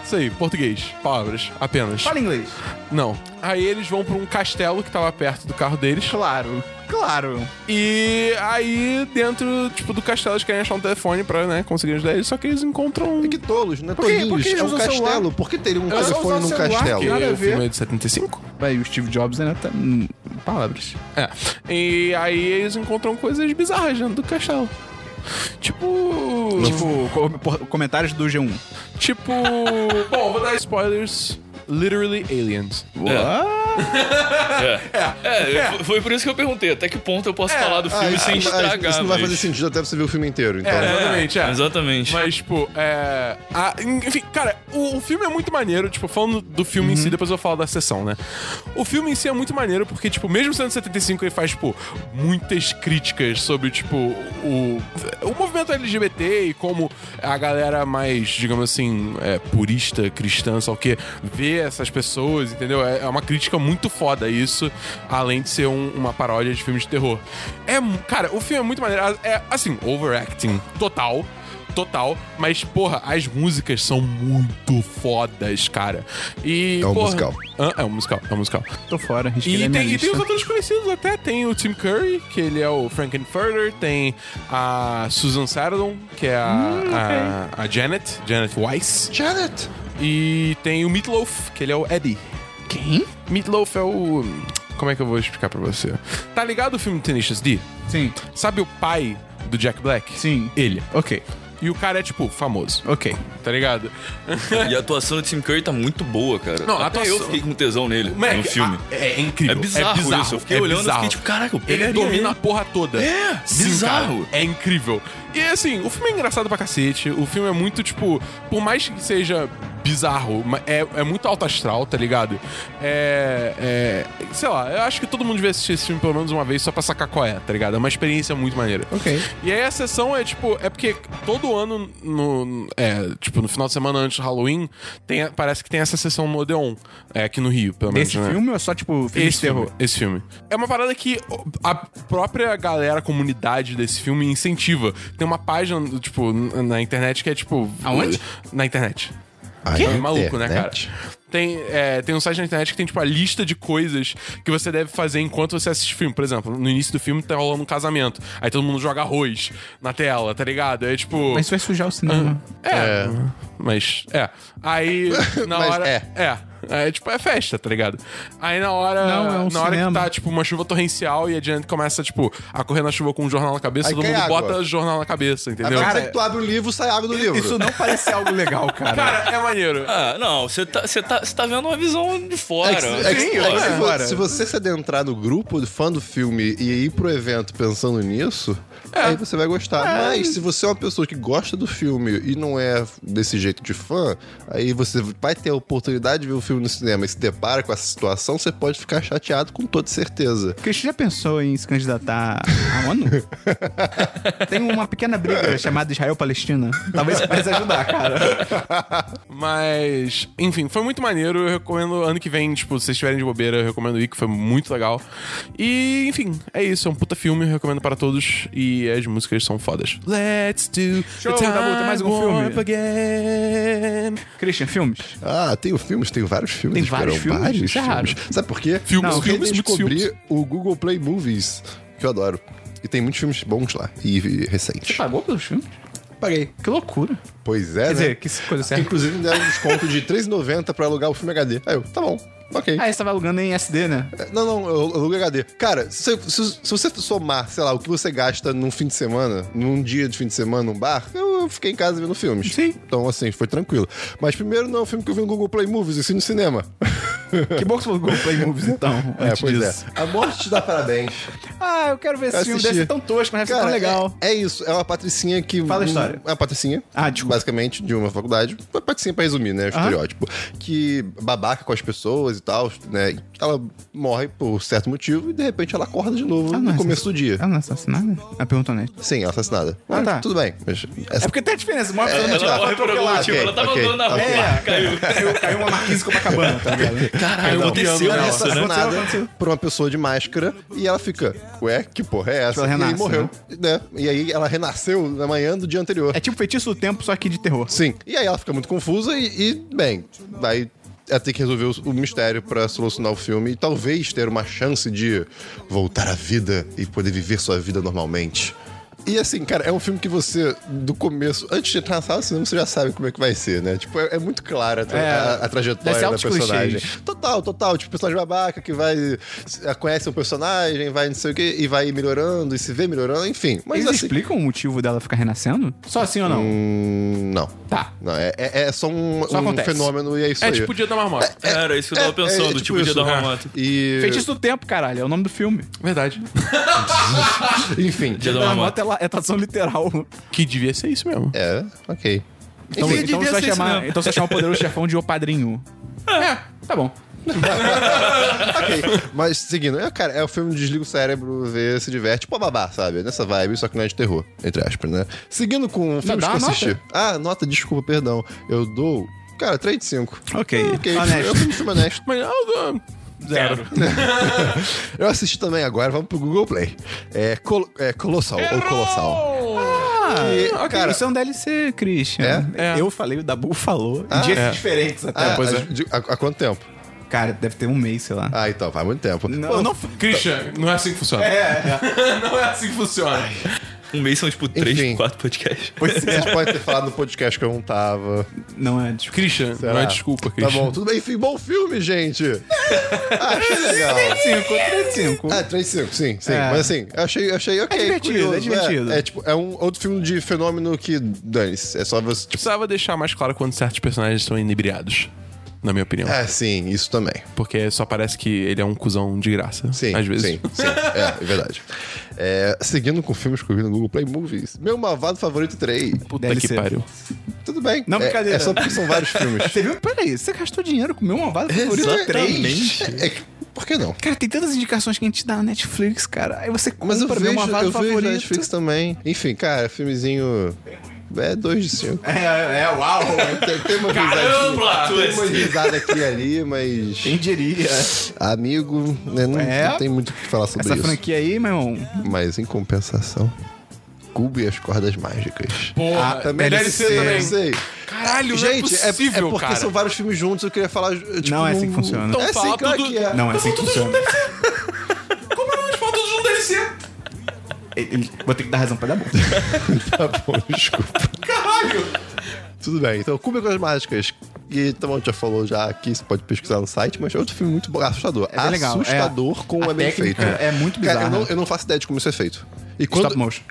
Speaker 2: Isso aí, português, palavras, apenas.
Speaker 1: Fala inglês.
Speaker 2: Não. Aí eles vão pra um castelo que tava perto do carro deles.
Speaker 1: Claro, claro.
Speaker 2: E aí, dentro, tipo, do castelo, eles querem achar um telefone pra, né, conseguir ajudar eles, só que eles encontram...
Speaker 4: Que tolos, né?
Speaker 1: quê?
Speaker 4: Tolinhos.
Speaker 1: Por que eles
Speaker 4: é um
Speaker 1: usam celular?
Speaker 4: castelo. Por que teria um
Speaker 1: Eu só
Speaker 4: telefone
Speaker 1: usava
Speaker 4: num
Speaker 1: celular,
Speaker 4: castelo?
Speaker 1: que- Nada a
Speaker 2: o filme
Speaker 1: ver.
Speaker 2: é de 75?
Speaker 1: Vai, o Steve Jobs ainda tá. hum, Palavras.
Speaker 2: É. E aí eles encontram coisas bizarras dentro do castelo. Tipo...
Speaker 1: Tipo, co- por- comentários do G1.
Speaker 2: Tipo... Bom, vou dar spoilers. Literally aliens.
Speaker 3: É, f- foi por isso que eu perguntei. Até que ponto eu posso falar do
Speaker 4: Ah,
Speaker 3: filme sem
Speaker 4: isso- ah,
Speaker 3: estragar?
Speaker 4: Isso não vai
Speaker 3: mas-
Speaker 4: fazer sentido até você ver o filme inteiro. Então,
Speaker 2: É, exatamente, é.
Speaker 3: Exatamente.
Speaker 2: Mas, tipo, é. a- enfim, cara, o, o filme é muito maneiro. Tipo, falando do filme em si, depois eu falo da sessão, né? O filme em si é muito maneiro porque, tipo, mesmo sendo 75, ele faz, tipo, muitas críticas sobre, tipo, o, o movimento LGBT e como a galera mais, digamos assim, é, purista, cristã, só que vê essas pessoas, entendeu? É, é uma crítica muito foda isso, além de ser um- uma paródia de filme de terror. É, mu- cara, o filme é muito maneiro. É, assim, overacting total total, mas porra, as músicas são muito fodas, cara. E
Speaker 4: É um
Speaker 2: porra-
Speaker 4: musical.
Speaker 2: Hã? é um musical, é um musical.
Speaker 1: Tô fora, risquei
Speaker 2: E
Speaker 1: da minha
Speaker 2: tem, e tem
Speaker 1: lista.
Speaker 2: os atores conhecidos até, tem o Tim Curry, que ele é o Frankenfurter, tem a Susan Sarandon, que é a, a, a Janet, Janet Weiss,
Speaker 4: Janet!
Speaker 2: e tem o Meatloaf, que ele é o Eddie.
Speaker 1: Quem?
Speaker 2: Meatloaf é o... Como é que eu vou explicar pra você? Tá ligado o filme Tenacious D?
Speaker 1: Sim.
Speaker 2: Sabe o pai do Jack Black?
Speaker 1: Sim.
Speaker 2: Ele.
Speaker 1: Ok.
Speaker 2: E o cara é, tipo, famoso.
Speaker 1: Ok.
Speaker 2: Tá ligado?
Speaker 3: <laughs> E a atuação do Tim Curry tá muito boa, cara.
Speaker 2: Não, a
Speaker 3: Até
Speaker 2: atuação-
Speaker 3: eu fiquei com tesão nele
Speaker 2: Mac,
Speaker 3: no um filme.
Speaker 2: a- é incrível.
Speaker 3: É bizarro isso. Eu fiquei olhando e fiquei tipo, caraca, eu
Speaker 2: Ele
Speaker 3: pegaria
Speaker 2: domina
Speaker 3: ele.
Speaker 2: a porra toda.
Speaker 3: É, bizarro.
Speaker 2: cara, é incrível. E assim, o filme é engraçado pra cacete. O filme é muito, tipo, por mais que seja bizarro, ma- é, é muito alto astral, tá ligado? É, é- Sei lá, eu acho que todo mundo devia assistir esse filme pelo menos uma vez só pra sacar qual é, tá ligado? É uma experiência muito maneira.
Speaker 1: Ok.
Speaker 2: E aí a sessão é tipo, é porque todo ano, no, é, tipo, no final de semana antes do Halloween, tem, a- parece que tem essa sessão no Odeon, é, aqui no Rio, pelo menos.
Speaker 1: Esse
Speaker 2: né?
Speaker 1: filme ou é só, tipo, filme
Speaker 2: Esse
Speaker 1: de terror?
Speaker 2: filme, esse filme. É uma parada que a própria galera, a comunidade desse filme incentiva. Tem uma página, tipo, na internet que é tipo.
Speaker 1: Aonde?
Speaker 2: Na internet.
Speaker 4: Ah,
Speaker 2: Que?
Speaker 4: é
Speaker 2: Maluco, né, cara?
Speaker 4: internet?
Speaker 2: Tem, é, tem um site na internet que tem, tipo, a lista de coisas que você deve fazer enquanto você assiste filme. Por exemplo, no início do filme tá rolando um casamento. Aí todo mundo joga arroz na tela, tá ligado? É tipo.
Speaker 1: Mas isso vai sujar o cinema.
Speaker 2: É. Mas, é.
Speaker 4: <laughs>
Speaker 2: Aí, na
Speaker 4: Mas
Speaker 2: hora.
Speaker 4: é.
Speaker 2: É. É, tipo, é festa, tá ligado? Aí na hora.
Speaker 1: Não, é um
Speaker 2: na hora que
Speaker 1: cinema.
Speaker 2: tá, tipo, uma chuva torrencial e a Janet começa, tipo, a correr na chuva com um jornal na cabeça,
Speaker 4: Aí
Speaker 2: todo
Speaker 4: cai
Speaker 2: mundo
Speaker 4: água.
Speaker 2: bota jornal na cabeça, entendeu?
Speaker 4: Agora que tu abre o livro, sai água do livro.
Speaker 1: Isso não parece algo legal, cara.
Speaker 2: cara, é maneiro.
Speaker 3: Ah, não, você tá, você tá, você tá vendo uma visão de
Speaker 4: É
Speaker 3: fora.
Speaker 4: que, é que-
Speaker 3: Sim,
Speaker 4: é que
Speaker 3: ó.
Speaker 4: se, vo-
Speaker 1: Agora.
Speaker 4: se você se adentrar no grupo de fã do filme e ir pro evento pensando nisso,
Speaker 1: É.
Speaker 4: aí você vai gostar. Mas se você é uma pessoa que gosta do filme e não é desse jeito de fã, aí você vai ter a oportunidade de ver o filme no cinema e se depara com essa situação, você pode ficar chateado com toda certeza.
Speaker 1: Cristian já pensou em se candidatar à ONU? Tem uma pequena briga chamada Israel-Palestina. Talvez isso possa ajudar, cara.
Speaker 2: Mas, enfim, foi muito maneiro. Eu recomendo ano que vem, tipo, se vocês estiverem de bobeira, eu recomendo ir, que foi muito legal. E, enfim, é isso. É um puta filme, eu recomendo para todos. E as músicas são fodas. Let's do
Speaker 1: Show,
Speaker 2: the time
Speaker 1: Dabu, tem mais algum filme?
Speaker 2: warp again.
Speaker 1: Christian, filmes?
Speaker 4: Ah, tem o filmes, tem vários filmes.
Speaker 1: Tem
Speaker 4: Esperão,
Speaker 1: vários filmes?
Speaker 4: vários
Speaker 1: Isso é raro.
Speaker 4: filmes. Sabe por quê?
Speaker 2: Filmes,
Speaker 4: Porque
Speaker 2: filmes,
Speaker 4: eu
Speaker 2: muitos
Speaker 4: descobri
Speaker 2: filmes.
Speaker 4: o Google Play Movies, que eu adoro. E tem muitos filmes bons lá, e, e recentes.
Speaker 1: Pagou pelos filmes?
Speaker 4: Paguei.
Speaker 1: Que loucura.
Speaker 4: Pois é,
Speaker 1: Quer
Speaker 4: né?
Speaker 1: dizer, que coisa
Speaker 4: Que,
Speaker 1: certa.
Speaker 4: <laughs> Inclusive me deram um desconto de R$3,90 pra alugar o filme HD. Aí eu, tá bom, ok. É,
Speaker 1: Ah, você tava alugando em SD, né?
Speaker 4: Não, não, eu alugo HD. Cara, se, se- se você somar, sei lá, o que você gasta num fim de semana, num dia de fim de semana, num bar, eu, eu fiquei em casa vendo filmes.
Speaker 1: Sim.
Speaker 4: Então, assim, foi tranquilo. Mas primeiro não é um filme que eu vi no Google Play Movies, e sim no cinema. <laughs>
Speaker 1: Que bom que você falou Google Play Movies, então.
Speaker 4: É,
Speaker 1: antes
Speaker 4: pois
Speaker 1: disso.
Speaker 4: é. A morte te dá parabéns.
Speaker 1: Ah, eu quero ver esse
Speaker 4: Eu
Speaker 1: filme.
Speaker 4: assisti.
Speaker 1: Deve ser tão tosco, mas deve ser tão legal.
Speaker 4: É, é isso, é uma patricinha que.
Speaker 1: Fala a história.
Speaker 4: É uma patricinha.
Speaker 1: Ah, desculpa.
Speaker 4: Basicamente, de uma faculdade. Uma patricinha pra resumir, né? O estereótipo. Que babaca com as pessoas e tal, né? Ela morre por certo motivo e de repente ela acorda de novo
Speaker 1: não
Speaker 4: no
Speaker 1: é
Speaker 4: começo do dia.
Speaker 1: Ela não é assassinada? É pergunta honesta.
Speaker 4: Sim, ela é assassinada.
Speaker 1: Ah, tá.
Speaker 4: Tudo bem, mas.
Speaker 1: É porque tem a diferença. Uma pessoa
Speaker 3: Ela
Speaker 1: foi
Speaker 3: morre por algum
Speaker 1: atropelada.
Speaker 3: motivo.
Speaker 4: ok,
Speaker 3: Ela tava
Speaker 4: ok,
Speaker 3: andando na rua,
Speaker 4: ok.
Speaker 3: lá, É. caiu. um
Speaker 1: Caiu, caiu uma marquise Copacabana, tá ligado?
Speaker 3: Caralho, aconteceu
Speaker 4: Ela é
Speaker 3: essa, né?
Speaker 4: assassinada
Speaker 1: Aconteceu, aconteceu.
Speaker 4: por uma pessoa de máscara e ela fica, ué, que porra é essa?
Speaker 1: Tipo, Ela
Speaker 4: e aí
Speaker 1: renasce,
Speaker 4: morreu. Né? E aí ela renasceu na manhã do dia anterior.
Speaker 1: É tipo feitiço do tempo, só que de terror.
Speaker 4: Sim. E aí ela fica muito confusa e, e, bem, daí ela tem que resolver o, o mistério pra solucionar o filme e talvez ter uma chance de voltar à vida e poder viver sua vida normalmente. E assim, cara, é um filme que você, do começo, antes de entrar na sala de cinema, você já sabe como é que vai ser, né? Tipo, é, é muito clara a, tra-
Speaker 1: É,
Speaker 4: a- a
Speaker 1: deve ser
Speaker 4: trajetória da
Speaker 1: altos
Speaker 4: personagem.
Speaker 1: clichês.
Speaker 4: Total, total. Tipo, personagem babaca que vai. conhece um personagem, vai não sei o quê, e vai melhorando, e se vê melhorando, enfim. Mas
Speaker 1: Eles
Speaker 4: assim.
Speaker 1: explicam o motivo dela ficar renascendo? Só assim ou não?
Speaker 4: Hum, não.
Speaker 1: Tá.
Speaker 4: Não, é, é, é só um,
Speaker 2: Só
Speaker 4: um
Speaker 2: acontece.
Speaker 4: fenômeno e é isso
Speaker 2: É
Speaker 4: aí.
Speaker 2: tipo o dia da marmota.
Speaker 3: Era isso que eu tava
Speaker 4: É, é,
Speaker 3: pensando,
Speaker 4: tipo
Speaker 3: tipo, o dia
Speaker 4: isso,
Speaker 3: da
Speaker 4: né? <laughs>
Speaker 3: marmota.
Speaker 4: E,
Speaker 1: Feitiço do tempo, caralho, é o nome do filme.
Speaker 2: Verdade.
Speaker 4: enfim.
Speaker 3: Dia da
Speaker 1: A
Speaker 3: marmota.
Speaker 1: nota é la- é tradução literal.
Speaker 2: Que devia ser isso mesmo.
Speaker 4: É, ok.
Speaker 1: Então,
Speaker 3: devia
Speaker 1: então, você, vai
Speaker 3: ser isso
Speaker 1: chamar,
Speaker 3: mesmo.
Speaker 1: então você vai chamar o poderoso chefão de O Padrinho. É, tá bom.
Speaker 4: Ok. Mas seguindo, é, cara, é o filme de desliga o cérebro, vê, se diverte, tipo a babá, sabe? Nessa vibe, só que não é de terror, entre aspas, né? Seguindo com filmes
Speaker 1: dá
Speaker 4: que eu
Speaker 1: uma
Speaker 4: assisti.
Speaker 1: nota.
Speaker 4: Ah, nota, desculpa, perdão. Eu dou. Cara, 3 de 5.
Speaker 1: Ok, honesto.
Speaker 4: Eu fui um filme honesto.
Speaker 2: Mas ah, eu
Speaker 3: Zero.
Speaker 4: Eu assisti também agora, vamos pro Google Play. É, Col- é Colossal, ou Colossal. E,
Speaker 1: Ah, ok,
Speaker 4: cara-
Speaker 1: isso é um DLC, Christian.
Speaker 2: É? É.
Speaker 1: Eu falei, o Dabu falou. em dias
Speaker 2: é.
Speaker 1: diferentes até.
Speaker 4: Ah,
Speaker 2: pois
Speaker 4: a-
Speaker 2: é.
Speaker 4: de- há- há quanto tempo?
Speaker 1: Cara, deve ter um mês, sei lá.
Speaker 4: Ah, então, faz muito tempo.
Speaker 1: Não,
Speaker 4: Pô,
Speaker 1: não-
Speaker 2: Christian, <laughs> não é assim que funciona.
Speaker 1: é, é.
Speaker 2: Não é assim que funciona.
Speaker 3: Um mês são, tipo,
Speaker 4: Enfim.
Speaker 3: três, quatro podcasts.
Speaker 4: Vocês podem ter falado no podcast que eu não tava.
Speaker 1: é. Não é desculpa.
Speaker 2: Christian,
Speaker 4: Será?
Speaker 2: não é desculpa,
Speaker 4: Tá
Speaker 2: Christian.
Speaker 4: bom, tudo bem. Enfim, bom filme, gente. Achei legal.
Speaker 1: 3, 5.
Speaker 4: Ah, 3 5, sim, sim.
Speaker 1: É.
Speaker 4: Mas assim, eu achei, eu achei ok.
Speaker 1: É divertido,
Speaker 4: curioso,
Speaker 1: é divertido.
Speaker 4: É, é tipo, é um outro filme de fenômeno que dane-se. É só você, tipo.
Speaker 2: Precisava deixar mais claro quando certos personagens são inebriados, na minha opinião.
Speaker 4: Ah, sim, isso também.
Speaker 2: Porque só parece que ele é um cuzão de graça.
Speaker 4: Sim,
Speaker 2: às vezes.
Speaker 4: sim, sim. É, é verdade. É, seguindo com filmes que eu vi no Google Play Movies. Meu Mavado Favorito 3.
Speaker 2: Puta
Speaker 1: Deve
Speaker 2: que
Speaker 1: ser.
Speaker 2: pariu. <laughs>
Speaker 4: Tudo bem.
Speaker 1: Não,
Speaker 4: é,
Speaker 1: brincadeira.
Speaker 4: É só porque são vários <laughs> filmes.
Speaker 1: <laughs> Você viu? um, Peraí, você gastou dinheiro com o meu malvado favorito 3?
Speaker 3: Exatamente.
Speaker 4: É, é que- por que não?
Speaker 1: Cara, tem tantas indicações que a gente dá na Netflix, cara. Aí você
Speaker 4: Mas
Speaker 1: compra
Speaker 4: eu
Speaker 1: meu
Speaker 4: vejo,
Speaker 1: malvado
Speaker 4: eu vejo
Speaker 1: favorito.
Speaker 4: Netflix também. Enfim, cara, filmezinho... É 2 de 5.
Speaker 1: É, é,
Speaker 4: <laughs>
Speaker 1: uau.
Speaker 4: Tem, tem uma risadinha.
Speaker 3: Caramba,
Speaker 4: Tem uma
Speaker 3: Arthur!
Speaker 4: risada aqui e ali, mas...
Speaker 1: Quem diria?
Speaker 4: Amigo, né, não,
Speaker 1: É.
Speaker 4: não tem muito o que falar sobre
Speaker 1: Essa
Speaker 4: isso.
Speaker 1: franquia aí, meu irmão.
Speaker 4: Mas em compensação, Cubo e as cordas mágicas.
Speaker 2: Porra, Ah,
Speaker 4: DLC,
Speaker 2: também. é
Speaker 4: Sei.
Speaker 2: Caralho,
Speaker 4: Gente,
Speaker 2: não é
Speaker 4: é,
Speaker 2: possível,
Speaker 4: é porque
Speaker 2: cara.
Speaker 4: são vários filmes juntos, eu queria falar. eh, Tipo,
Speaker 1: Não é assim que
Speaker 4: num-
Speaker 1: funciona. Então
Speaker 4: É assim,
Speaker 2: fala
Speaker 4: claro
Speaker 2: tudo-
Speaker 4: que é.
Speaker 1: Não é assim que funciona.
Speaker 2: Como não? Tipo, todos um DLC.
Speaker 1: Ele- ele- Vou ter que dar razão pra dar bom.
Speaker 4: <laughs> Tá bom, desculpa.
Speaker 2: Caralho.
Speaker 4: Tudo bem, então Cubo e as cordas mágicas. E também já falou já aqui, você pode pesquisar no site, mas é outro filme muito bom, assustador.
Speaker 1: É bem legal, é.
Speaker 4: assustador com
Speaker 1: A
Speaker 4: é bem feito.
Speaker 1: técnica é muito
Speaker 4: Cara, eu
Speaker 1: bizarra.
Speaker 4: não, eu não faço ideia de como isso é feito. E quando...
Speaker 1: Stop motion.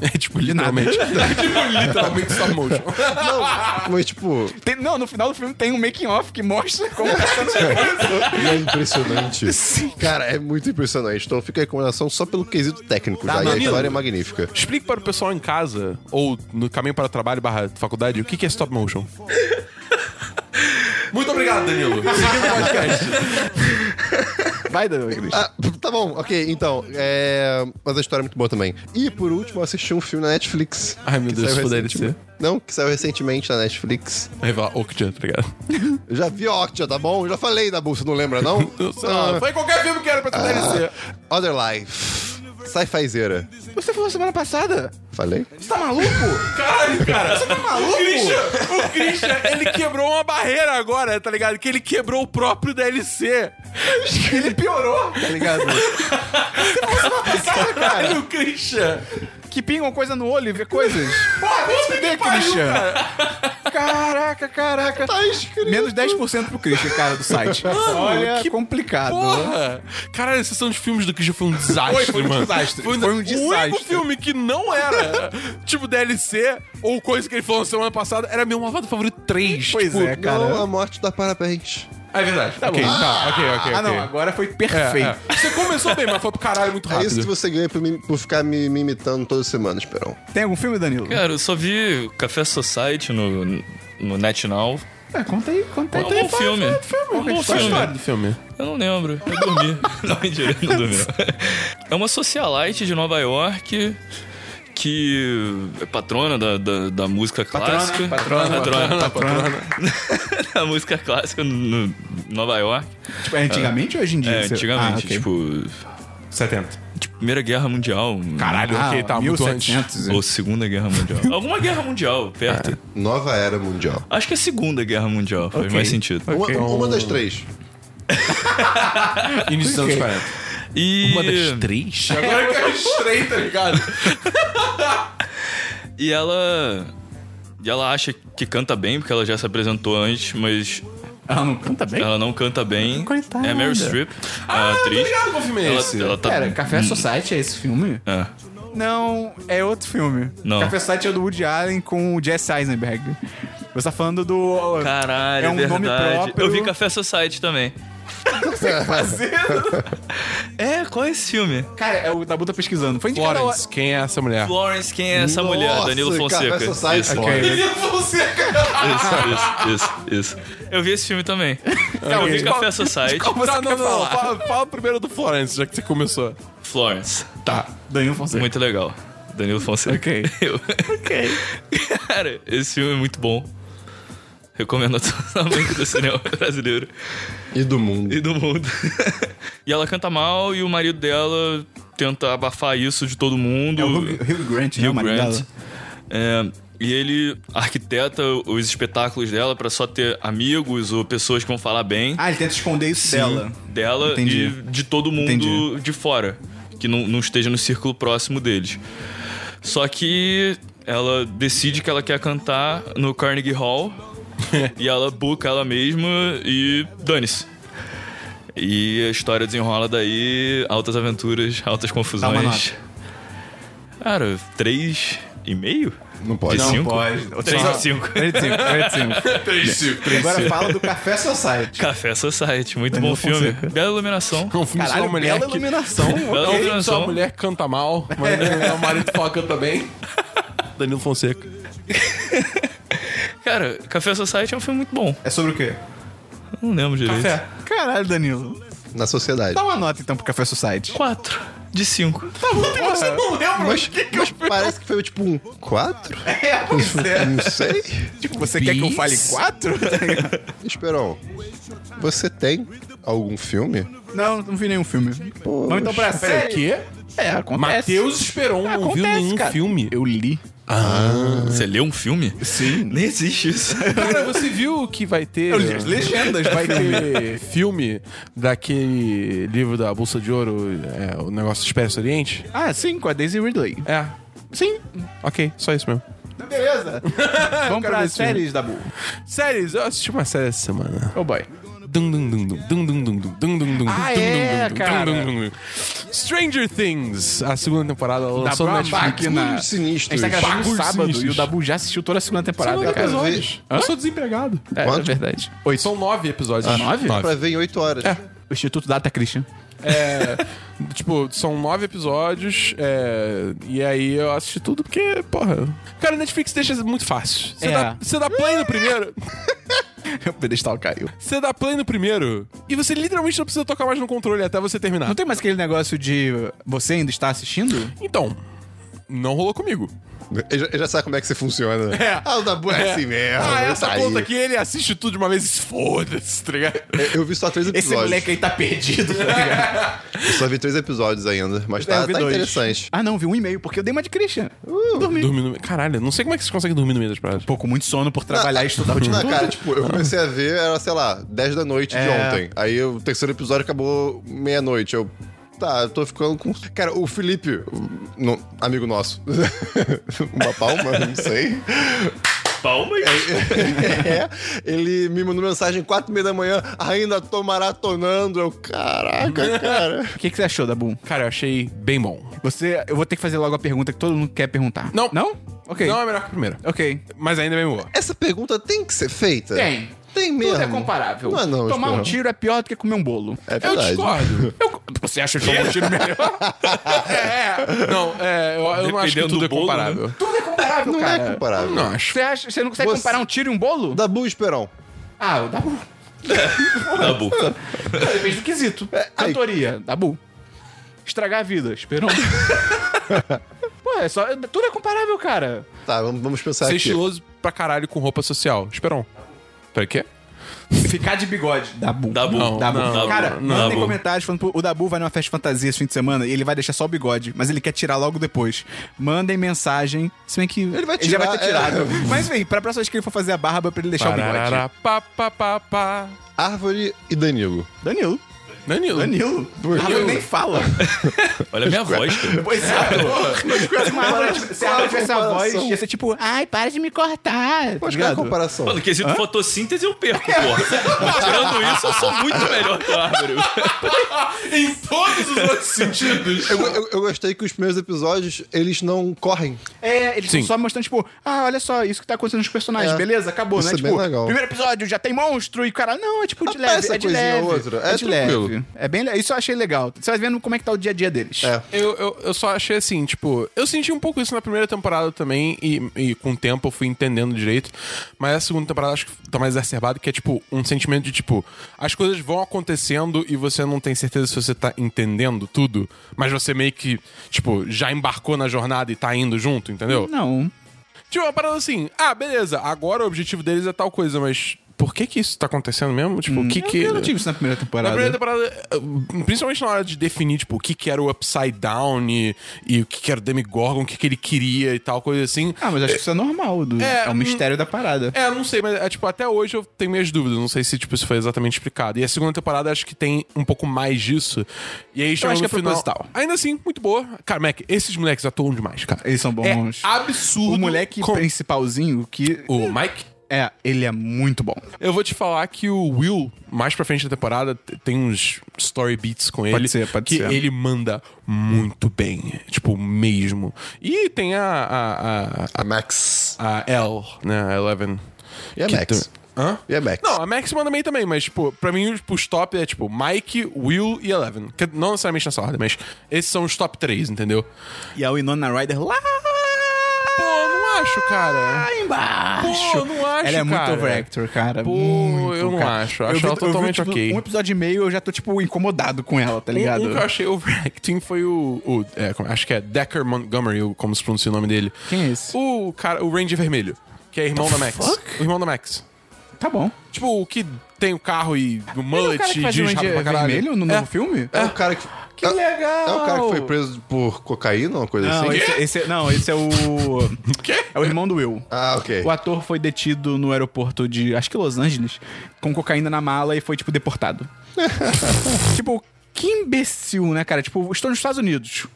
Speaker 2: É tipo,
Speaker 1: nada.
Speaker 2: literalmente. <laughs> É tipo, literalmente stop motion.
Speaker 4: Não, <laughs> mas tipo,
Speaker 1: Tem- não, no final do filme tem um making off que mostra
Speaker 4: <laughs>
Speaker 1: como tá sendo feito.
Speaker 4: E é impressionante.
Speaker 1: Sim.
Speaker 4: Cara, é muito impressionante. Então fica a recomendação só pelo quesito técnico.
Speaker 2: Tá,
Speaker 4: já. E a
Speaker 2: maneiro.
Speaker 4: história é magnífica.
Speaker 2: Explique para o pessoal em casa, ou no caminho para o trabalho barra faculdade, o que que é stop
Speaker 4: <laughs>
Speaker 2: motion. Muito obrigado, Danilo.
Speaker 1: Vai, Daniel Cris.
Speaker 4: Ah, tá bom, ok, então. é, Mas a história é muito boa também. E por último, eu assisti um filme na Netflix.
Speaker 2: Ai, meu
Speaker 4: que
Speaker 2: Deus,
Speaker 4: saiu
Speaker 2: isso foi
Speaker 4: recentemente-
Speaker 2: DLC?
Speaker 4: Não, que saiu recentemente na Netflix.
Speaker 2: Aí vai lá, Okja, obrigado.
Speaker 4: Eu já vi Octia, tá bom? Eu já falei da bolsa, não lembra, não? Ah,
Speaker 2: Foi qualquer filme que era pra ser DLC.
Speaker 4: Other Life. Sci-Fizeira.
Speaker 1: Você falou semana passada?
Speaker 4: Falei?
Speaker 1: Você tá maluco?
Speaker 2: <laughs> Caralho, cara.
Speaker 1: Tá maluco?
Speaker 2: Christian, o Christian, ele quebrou uma barreira agora, tá ligado? Que ele quebrou o próprio DLC.
Speaker 1: Ele piorou, tá ligado?
Speaker 2: Caralho, Christian.
Speaker 1: que pingam coisa no olho e vê
Speaker 2: <laughs>
Speaker 1: coisas. Porra, vai se fuder,
Speaker 2: pariu,
Speaker 1: Christian. Caraca, caraca.
Speaker 4: Tá escrito.
Speaker 1: Menos 10% pro Christian, cara, do
Speaker 2: <laughs>
Speaker 1: site. Olha, que complicado.
Speaker 2: Porra! é? Caralho, a sessão de filmes do Christian foi um desastre,
Speaker 1: Foi, foi um
Speaker 2: mano.
Speaker 1: desastre.
Speaker 2: Foi um,
Speaker 1: Foi um
Speaker 2: O único
Speaker 1: desastre.
Speaker 2: filme que não era, tipo, DLC ou coisa que ele falou na semana passada, era meu malvado favorito 3.
Speaker 1: Pois
Speaker 2: tipo,
Speaker 1: é, cara.
Speaker 4: Não, a morte dá parabéns.
Speaker 2: Ah, É verdade. Tá ok, tá, ok, ok.
Speaker 1: Ah,
Speaker 2: ok.
Speaker 1: não, agora foi
Speaker 2: É,
Speaker 1: perfeito.
Speaker 2: é. Você começou bem, mas foi pro caralho muito
Speaker 4: É isso que
Speaker 2: rápido.
Speaker 4: você ganha por, mim- por ficar me, me imitando toda semana, Esperão.
Speaker 2: é.
Speaker 1: Tem algum filme, Danilo?
Speaker 3: Cara, eu só vi Café Society no, no NetNow.
Speaker 1: É, conta aí, conta aí.
Speaker 3: É um bom
Speaker 1: Fala,
Speaker 3: filme.
Speaker 1: fala do filme.
Speaker 3: É um bom
Speaker 1: Qual a
Speaker 3: filme.
Speaker 1: história?
Speaker 2: do filme.
Speaker 3: Eu não lembro. Eu dormi. não, mentira, eu não dormi. É uma socialite de Nova York que é patrona da, da, da música clássica.
Speaker 1: patrona,
Speaker 3: patrona,
Speaker 1: patrona.
Speaker 3: <laughs> da música clássica no Nova York.
Speaker 1: Tipo, é antigamente ou hoje em dia?
Speaker 3: É,
Speaker 1: Você-
Speaker 3: antigamente,
Speaker 1: Ah, ok.
Speaker 3: tipo,
Speaker 2: 70.
Speaker 3: Primeira Guerra Mundial.
Speaker 2: Caralho,
Speaker 1: Ah,
Speaker 2: ok, tá muito antes.
Speaker 1: 1700, é.
Speaker 3: Ou Segunda Guerra Mundial. Alguma guerra mundial, perto.
Speaker 4: Nova Era Mundial.
Speaker 3: Acho que é Segunda Guerra Mundial, faz
Speaker 1: Ok.
Speaker 3: mais sentido.
Speaker 4: Uma,
Speaker 1: Ok.
Speaker 4: uma das três.
Speaker 2: Início dos anos 40.
Speaker 3: E...
Speaker 2: Uma das três? Agora que eu estrei, tá ligado?
Speaker 3: E ela. E ela acha que canta bem, porque ela já se apresentou antes, mas
Speaker 1: Ela Ah, não canta bem?
Speaker 3: ela não canta bem.
Speaker 1: Coitada.
Speaker 3: É Meryl Streep, a
Speaker 2: Ah, tô
Speaker 3: atriz.
Speaker 2: ligado qual filme é esse.
Speaker 3: Ela, ela tá.
Speaker 1: Pera, Café Society é esse filme?
Speaker 3: É.
Speaker 1: Não, é outro filme.
Speaker 3: Não.
Speaker 1: Café Society é do Woody Allen com o Jesse Eisenberg. Você tá falando do...
Speaker 3: Caralho,
Speaker 1: É um
Speaker 3: é
Speaker 1: nome
Speaker 3: verdade.
Speaker 1: próprio.
Speaker 3: Eu vi Café Society também.
Speaker 1: tá
Speaker 3: <laughs> É, qual é esse filme?
Speaker 1: Cara, é o Dabu tá pesquisando. Foi indicado ao...
Speaker 2: Florence, quem é essa mulher?
Speaker 3: Florence, quem é essa
Speaker 4: Nossa,
Speaker 3: mulher? Danilo
Speaker 4: Café
Speaker 3: Fonseca.
Speaker 4: Society,
Speaker 3: Isso,
Speaker 4: ok.
Speaker 1: é
Speaker 3: isso, isso, isso, isso. Eu vi esse filme também. Eu vi
Speaker 1: qual-
Speaker 3: Café Society,
Speaker 1: Qual você
Speaker 2: Tá,
Speaker 1: quer falar?
Speaker 2: Fala, fala primeiro do Florence, já que você começou.
Speaker 3: Florence.
Speaker 1: Tá, Danilo Fonseca.
Speaker 3: Muito legal. Danilo Fonseca.
Speaker 1: Ok.
Speaker 3: Eu... Ok. <laughs> Cara, esse filme é muito bom. Recomendo a todos banca do cinema <laughs> brasileiro
Speaker 4: E do mundo.
Speaker 3: e do mundo. <laughs> e ela canta mal e o marido dela tenta abafar isso de todo mundo.
Speaker 1: É o Hugh Hugh Grant, né,
Speaker 3: Hugh
Speaker 1: o marido
Speaker 3: Grant.
Speaker 1: dela?
Speaker 3: É, e ele arquiteta os espetáculos dela pra só ter amigos ou pessoas que vão falar bem
Speaker 1: Ah, ele tenta esconder isso dela.
Speaker 3: dela
Speaker 1: Entendi.
Speaker 3: e de todo mundo
Speaker 1: Entendi.
Speaker 3: de fora. Que não, não esteja no círculo próximo deles. Só que ela decide que ela quer cantar no Carnegie
Speaker 1: <laughs>
Speaker 3: Hall e ela buca ela mesma e dane-se. E a história desenrola daí, altas aventuras, altas confusões.
Speaker 1: Dá uma nota.
Speaker 3: Cara, três e meio?
Speaker 4: Não pode.
Speaker 3: De
Speaker 4: Não
Speaker 3: cinco?
Speaker 1: pode.
Speaker 3: Três
Speaker 1: Só-
Speaker 3: de
Speaker 1: <laughs>
Speaker 3: cinco.
Speaker 1: 3 de 5, 3 de <laughs> 5.
Speaker 2: 3 de 5, 3 de 5.
Speaker 1: Agora fala do Café Society.
Speaker 3: Café Society, muito bom
Speaker 1: Danilo
Speaker 3: filme.
Speaker 1: Fonseca.
Speaker 3: Bela iluminação.
Speaker 2: É um filme sobre
Speaker 1: Caralho,
Speaker 2: uma mulher
Speaker 1: bela
Speaker 2: que...
Speaker 1: iluminação.
Speaker 2: É um
Speaker 3: Bela
Speaker 2: filme sobre
Speaker 3: iluminação.
Speaker 2: uma mulher que canta mal, mas
Speaker 1: É.
Speaker 2: né, o marido fala que canta <laughs> bem.
Speaker 6: Danilo Fonseca.
Speaker 3: Cara, Café Society é um filme muito bom.
Speaker 1: É sobre o quê?
Speaker 3: Não lembro direito.
Speaker 1: É. Caralho, Danilo.
Speaker 4: Na sociedade.
Speaker 1: Dá uma nota então pro Café Society.
Speaker 3: Quatro de cinco.
Speaker 1: é
Speaker 2: Você não lembra
Speaker 4: Mas,
Speaker 2: o que que
Speaker 4: mas parece que foi tipo um 4?
Speaker 1: <laughs> É, pois é.
Speaker 4: Não sei.
Speaker 1: Tipo, você quer que eu fale 4?
Speaker 4: Esperão, você tem algum filme?
Speaker 1: <laughs> não, não vi nenhum filme. Vamos então pra
Speaker 2: Peraí, o
Speaker 1: série.
Speaker 2: quê?
Speaker 1: É, acontece.
Speaker 2: Matheus Esperon não viu
Speaker 1: Acontece,
Speaker 2: nenhum
Speaker 1: cara.
Speaker 2: filme.
Speaker 1: Eu li.
Speaker 3: Você leu um filme?
Speaker 1: Sim.
Speaker 3: Nem existe isso.
Speaker 2: Cara, você viu que vai ter...
Speaker 1: Eu li as legendas, <laughs> vai ter.
Speaker 2: Aquele filme daquele livro da Bolsa de Ouro, é, o negócio do Expresso Oriente?
Speaker 1: Ah, sim, com a Daisy Ridley.
Speaker 2: É. Sim. Ok, só isso mesmo.
Speaker 1: Beleza. Vamos
Speaker 2: ver
Speaker 1: pra
Speaker 2: esse filme.
Speaker 1: séries da Bull.
Speaker 2: Séries, eu assisti uma série essa semana.
Speaker 1: Oh boy.
Speaker 2: Dum, dum, dum, dum, dum, dum, dum, dum, dum, dum, dum,
Speaker 1: Ah,
Speaker 2: dum,
Speaker 1: é,
Speaker 2: dum, dum,
Speaker 1: cara.
Speaker 2: dum, dum, dum. Stranger Things, a segunda temporada ela lançou
Speaker 1: Dabu é
Speaker 2: no
Speaker 1: uma
Speaker 2: Netflix.
Speaker 1: máquina.
Speaker 4: Muito
Speaker 1: A
Speaker 4: sinistro.
Speaker 1: gente tá
Speaker 4: isso.
Speaker 1: gravando no
Speaker 2: Bagulho
Speaker 1: sábado
Speaker 2: sinistro.
Speaker 1: e o Dabu já assistiu toda a segunda
Speaker 2: São
Speaker 1: temporada,
Speaker 2: nove
Speaker 1: cara.
Speaker 2: episódios.
Speaker 1: Hã?
Speaker 2: Eu sou desempregado.
Speaker 1: É, é
Speaker 4: Quanto?
Speaker 1: verdade. Oito.
Speaker 2: São nove episódios.
Speaker 1: Ah, nove?
Speaker 4: Pra ver em 8 horas.
Speaker 1: O Instituto Data Christian.
Speaker 2: É, <laughs> tipo, são nove episódios. é, e aí eu assisti tudo porque, porra. Cara, o Netflix deixa muito fácil. Você
Speaker 1: É.
Speaker 2: dá, você dá play no primeiro.
Speaker 1: o pedestal caiu.
Speaker 2: Você dá play no primeiro. E você literalmente não precisa tocar mais no controle até você terminar.
Speaker 1: Não tem mais aquele negócio de você ainda está assistindo?
Speaker 2: Então, não rolou comigo.
Speaker 4: Eu já, eu já sabe como é que você funciona.
Speaker 2: É.
Speaker 4: Ah, o Dabu é, assim mesmo.
Speaker 2: Ah,
Speaker 4: eu
Speaker 2: essa
Speaker 4: saí.
Speaker 2: conta aqui, ele assiste tudo de uma vez e se foda-se, tá ligado?
Speaker 4: Eu- Eu vi só três
Speaker 1: Esse
Speaker 4: episódios.
Speaker 1: moleque aí tá perdido.
Speaker 4: Eu só vi três episódios ainda, mas
Speaker 1: É, eu
Speaker 4: tá,
Speaker 1: vi
Speaker 4: tá
Speaker 1: dois.
Speaker 4: interessante.
Speaker 1: ah, não, vi um e-mail, porque eu dei uma de Christian. Uh, dormi.
Speaker 2: Dormir no meio. Caralho, eu não sei como é que vocês conseguem dormir no meio das paradas.
Speaker 1: Pô, com muito sono por trabalhar e estudar o dia
Speaker 4: Não,
Speaker 1: todo.
Speaker 4: cara, tipo, eu comecei a ver, era, sei lá, 10 da noite de
Speaker 1: É.
Speaker 4: ontem. Aí o terceiro episódio acabou meia-noite. Eu. Tá, eu tô ficando com. Cara, o Felipe, um- no- amigo nosso. <laughs> Uma palma, não
Speaker 1: <laughs>
Speaker 4: sei.
Speaker 3: <laughs> Palmas.
Speaker 4: É, ele me mandou mensagem quatro e meia da manhã, ainda tô maratonando. Eu,
Speaker 1: Uhum.
Speaker 4: caraca, cara.
Speaker 1: O que, que você achou, Dabu?
Speaker 2: Cara, eu achei bem bom.
Speaker 1: Você. Eu vou ter que fazer logo a pergunta que todo mundo quer perguntar.
Speaker 2: Não.
Speaker 1: Não? Ok.
Speaker 2: Não é melhor que a primeira.
Speaker 1: Ok.
Speaker 2: Mas ainda é bem boa.
Speaker 4: Essa pergunta tem que ser feita?
Speaker 1: Tem.
Speaker 4: Tem mesmo.
Speaker 1: Tudo é comparável.
Speaker 4: Não, é não,
Speaker 1: Tomar um
Speaker 4: Esperão.
Speaker 1: tiro é pior do que comer um bolo.
Speaker 4: É
Speaker 2: Eu
Speaker 4: verdade.
Speaker 2: discordo.
Speaker 1: Eu- Você acha que tomar um tiro melhor?
Speaker 2: É, não, é, eu, eu não acho que
Speaker 3: Dependendo
Speaker 2: tudo
Speaker 3: do
Speaker 2: é
Speaker 3: bolo, né?
Speaker 2: comparável.
Speaker 1: Tudo é comparável,
Speaker 4: Não
Speaker 1: cara.
Speaker 4: é comparável.
Speaker 2: Não acho.
Speaker 1: Você, acha, você não consegue
Speaker 4: Você-
Speaker 1: comparar um tiro e um bolo?
Speaker 4: Dabu e Esperão.
Speaker 1: Ah, o Dabu.
Speaker 3: Dabu.
Speaker 1: Depende do quesito.
Speaker 4: É,
Speaker 1: Cantoria, Dabu. Estragar a vida,
Speaker 4: <laughs>
Speaker 1: Esperão. Pô, é só. Tudo é comparável, cara.
Speaker 4: Tá, vamos, vamos pensar
Speaker 2: Ser
Speaker 4: aqui.
Speaker 2: estiloso pra caralho com roupa social. Esperão. Peraí, quê?
Speaker 1: Ficar de bigode, Dabu.
Speaker 3: Dabu.
Speaker 2: Não,
Speaker 1: Dabu.
Speaker 2: não,
Speaker 1: cara,
Speaker 2: não,
Speaker 1: mandem
Speaker 3: Dabu.
Speaker 1: comentários falando pro, o Dabu vai numa festa de fantasia esse fim de semana e ele vai deixar só o bigode, mas ele quer tirar logo depois. Mandem mensagem, se bem que ele,
Speaker 4: vai
Speaker 1: já
Speaker 4: tirar,
Speaker 1: vai ter
Speaker 4: é.
Speaker 1: tirado. Mas vem, pra próxima vez que ele for fazer a barba pra ele deixar o bigode.
Speaker 2: Parará, pá, pá, pá, pá.
Speaker 4: Árvore e Danilo.
Speaker 1: Danilo.
Speaker 2: Danilo.
Speaker 1: Danilo. Danilo nem fala.
Speaker 3: Olha a minha voz, cara.
Speaker 1: Pois é, assim, pô. Se a Árvore tivesse a voz,
Speaker 4: comparação.
Speaker 1: ia ser tipo, ai, para de me cortar. Tá
Speaker 4: Mas qual é a
Speaker 1: ligado?
Speaker 4: comparação?
Speaker 3: Mano, quesito fotossíntese eu perco, porra. Tirando isso, eu sou muito melhor que o árvore.
Speaker 1: Ah,
Speaker 2: Em todos os
Speaker 1: <laughs>
Speaker 2: outros sentidos.
Speaker 4: Eu, eu- eu gostei que os primeiros episódios, eles não correm.
Speaker 1: É, eles
Speaker 2: Sim.
Speaker 1: estão só mostrando, tipo, ah, olha só, isso que tá acontecendo nos personagens,
Speaker 4: É.
Speaker 1: beleza? Acabou,
Speaker 4: Isso
Speaker 1: né?
Speaker 4: é bem
Speaker 1: tipo,
Speaker 4: legal.
Speaker 1: primeiro episódio já tem monstro e cara, não, é tipo de
Speaker 4: Ah,
Speaker 1: leve,
Speaker 4: essa
Speaker 1: é de
Speaker 4: coisinha
Speaker 1: leve.
Speaker 4: ou outra,
Speaker 1: É,
Speaker 4: é
Speaker 1: de
Speaker 4: tranquilo.
Speaker 1: leve. É bem, le- isso eu achei legal. Você vai vendo como é que tá o dia a dia deles.
Speaker 4: É.
Speaker 2: Eu, eu, eu só achei assim, tipo, eu senti um pouco isso na primeira temporada também, e, e com o tempo eu fui entendendo direito. Mas a segunda temporada acho que tá mais exacerbado, que é tipo um sentimento de tipo, as coisas vão acontecendo e você não tem certeza se você tá entendendo tudo, mas você meio que, tipo, já embarcou na jornada e tá indo junto, entendeu?
Speaker 1: Não.
Speaker 2: Tipo, uma parada assim, ah, beleza, agora o objetivo deles é tal coisa, mas por que que isso tá acontecendo mesmo? Tipo, o que que...
Speaker 1: Hum. Eu não tive isso na primeira
Speaker 2: Na
Speaker 1: temporada.
Speaker 2: primeira temporada, eh, principalmente na hora de definir, tipo, o que que era o Upside Down e, e o que que era o Demigorgon, o que que ele queria e tal, coisa assim.
Speaker 1: Ah, mas acho que isso é normal. Do...
Speaker 2: É,
Speaker 1: É, o
Speaker 2: hum.
Speaker 1: mistério da parada.
Speaker 2: É, não sei, mas é, tipo, até hoje eu tenho minhas dúvidas. Não sei se tipo, isso foi exatamente explicado. E a segunda temporada acho que tem um pouco mais disso. E aí chega
Speaker 1: acho que
Speaker 2: no
Speaker 1: é
Speaker 2: final.
Speaker 1: proposital.
Speaker 2: Ainda assim, muito boa. Cara, Mac, esses moleques atuam demais, cara.
Speaker 1: Eles são
Speaker 2: É
Speaker 1: bons.
Speaker 2: absurdo.
Speaker 1: O moleque
Speaker 2: com-
Speaker 1: principalzinho que.
Speaker 2: O Mike?
Speaker 1: É, ele é muito bom.
Speaker 2: Eu vou te falar que o Will, mais pra frente da temporada, t- tem uns story beats com ele.
Speaker 1: ser, pode
Speaker 2: que
Speaker 1: ser.
Speaker 2: ele manda muito bem. Tipo, mesmo. E tem a. a, a
Speaker 4: A Max.
Speaker 2: a L, né? A Eleven.
Speaker 4: E a
Speaker 2: Que
Speaker 4: Max.
Speaker 2: tam- Hã?
Speaker 1: é
Speaker 4: E a Max.
Speaker 2: Não, a Max manda bem também, mas, tipo, pra mim tipo, os top é, tipo, Mike, Will e Eleven. Que não necessariamente nessa ordem, mas esses são os top 3, entendeu?
Speaker 1: E a Winona Ryder lá
Speaker 2: Pô, não acho, cara.
Speaker 1: embaixo.
Speaker 2: Pô, eu não acho,
Speaker 1: Ela é muito
Speaker 2: cara.
Speaker 1: overactor, cara.
Speaker 2: Pô,
Speaker 1: muito,
Speaker 2: eu não
Speaker 1: cara.
Speaker 2: acho. Eu acho ela
Speaker 1: vi-
Speaker 2: totalmente
Speaker 1: tipo,
Speaker 2: ok.
Speaker 1: Um episódio e meio eu já tô, tipo, incomodado com ela, tá ligado?
Speaker 2: Um, um que eu achei overacting foi o. o- é, como- acho que é Decker Montgomery, ou como se pronuncia o nome dele.
Speaker 1: Quem é esse?
Speaker 2: O cara, o Ranger Vermelho, que é irmão da Max.
Speaker 1: fuck?
Speaker 2: O irmão da Max.
Speaker 1: Tá bom.
Speaker 2: Tipo, o que tem o carro e o mullet e
Speaker 1: é o
Speaker 2: diz rápido pra caralho.
Speaker 1: vermelho no novo
Speaker 2: É.
Speaker 1: filme?
Speaker 4: É o cara que.
Speaker 1: Que
Speaker 4: é,
Speaker 1: legal!
Speaker 4: É o cara que foi preso por cocaína, uma coisa
Speaker 1: Não,
Speaker 4: assim?
Speaker 1: esse, esse- não, esse é o.
Speaker 2: Quê?
Speaker 1: É o irmão do Will.
Speaker 4: Ah, ok.
Speaker 1: O ator foi detido no aeroporto de, acho que Los Angeles, com cocaína na mala e foi, tipo, deportado. tipo, que imbecil, né, cara? Tipo, estou nos Estados Unidos.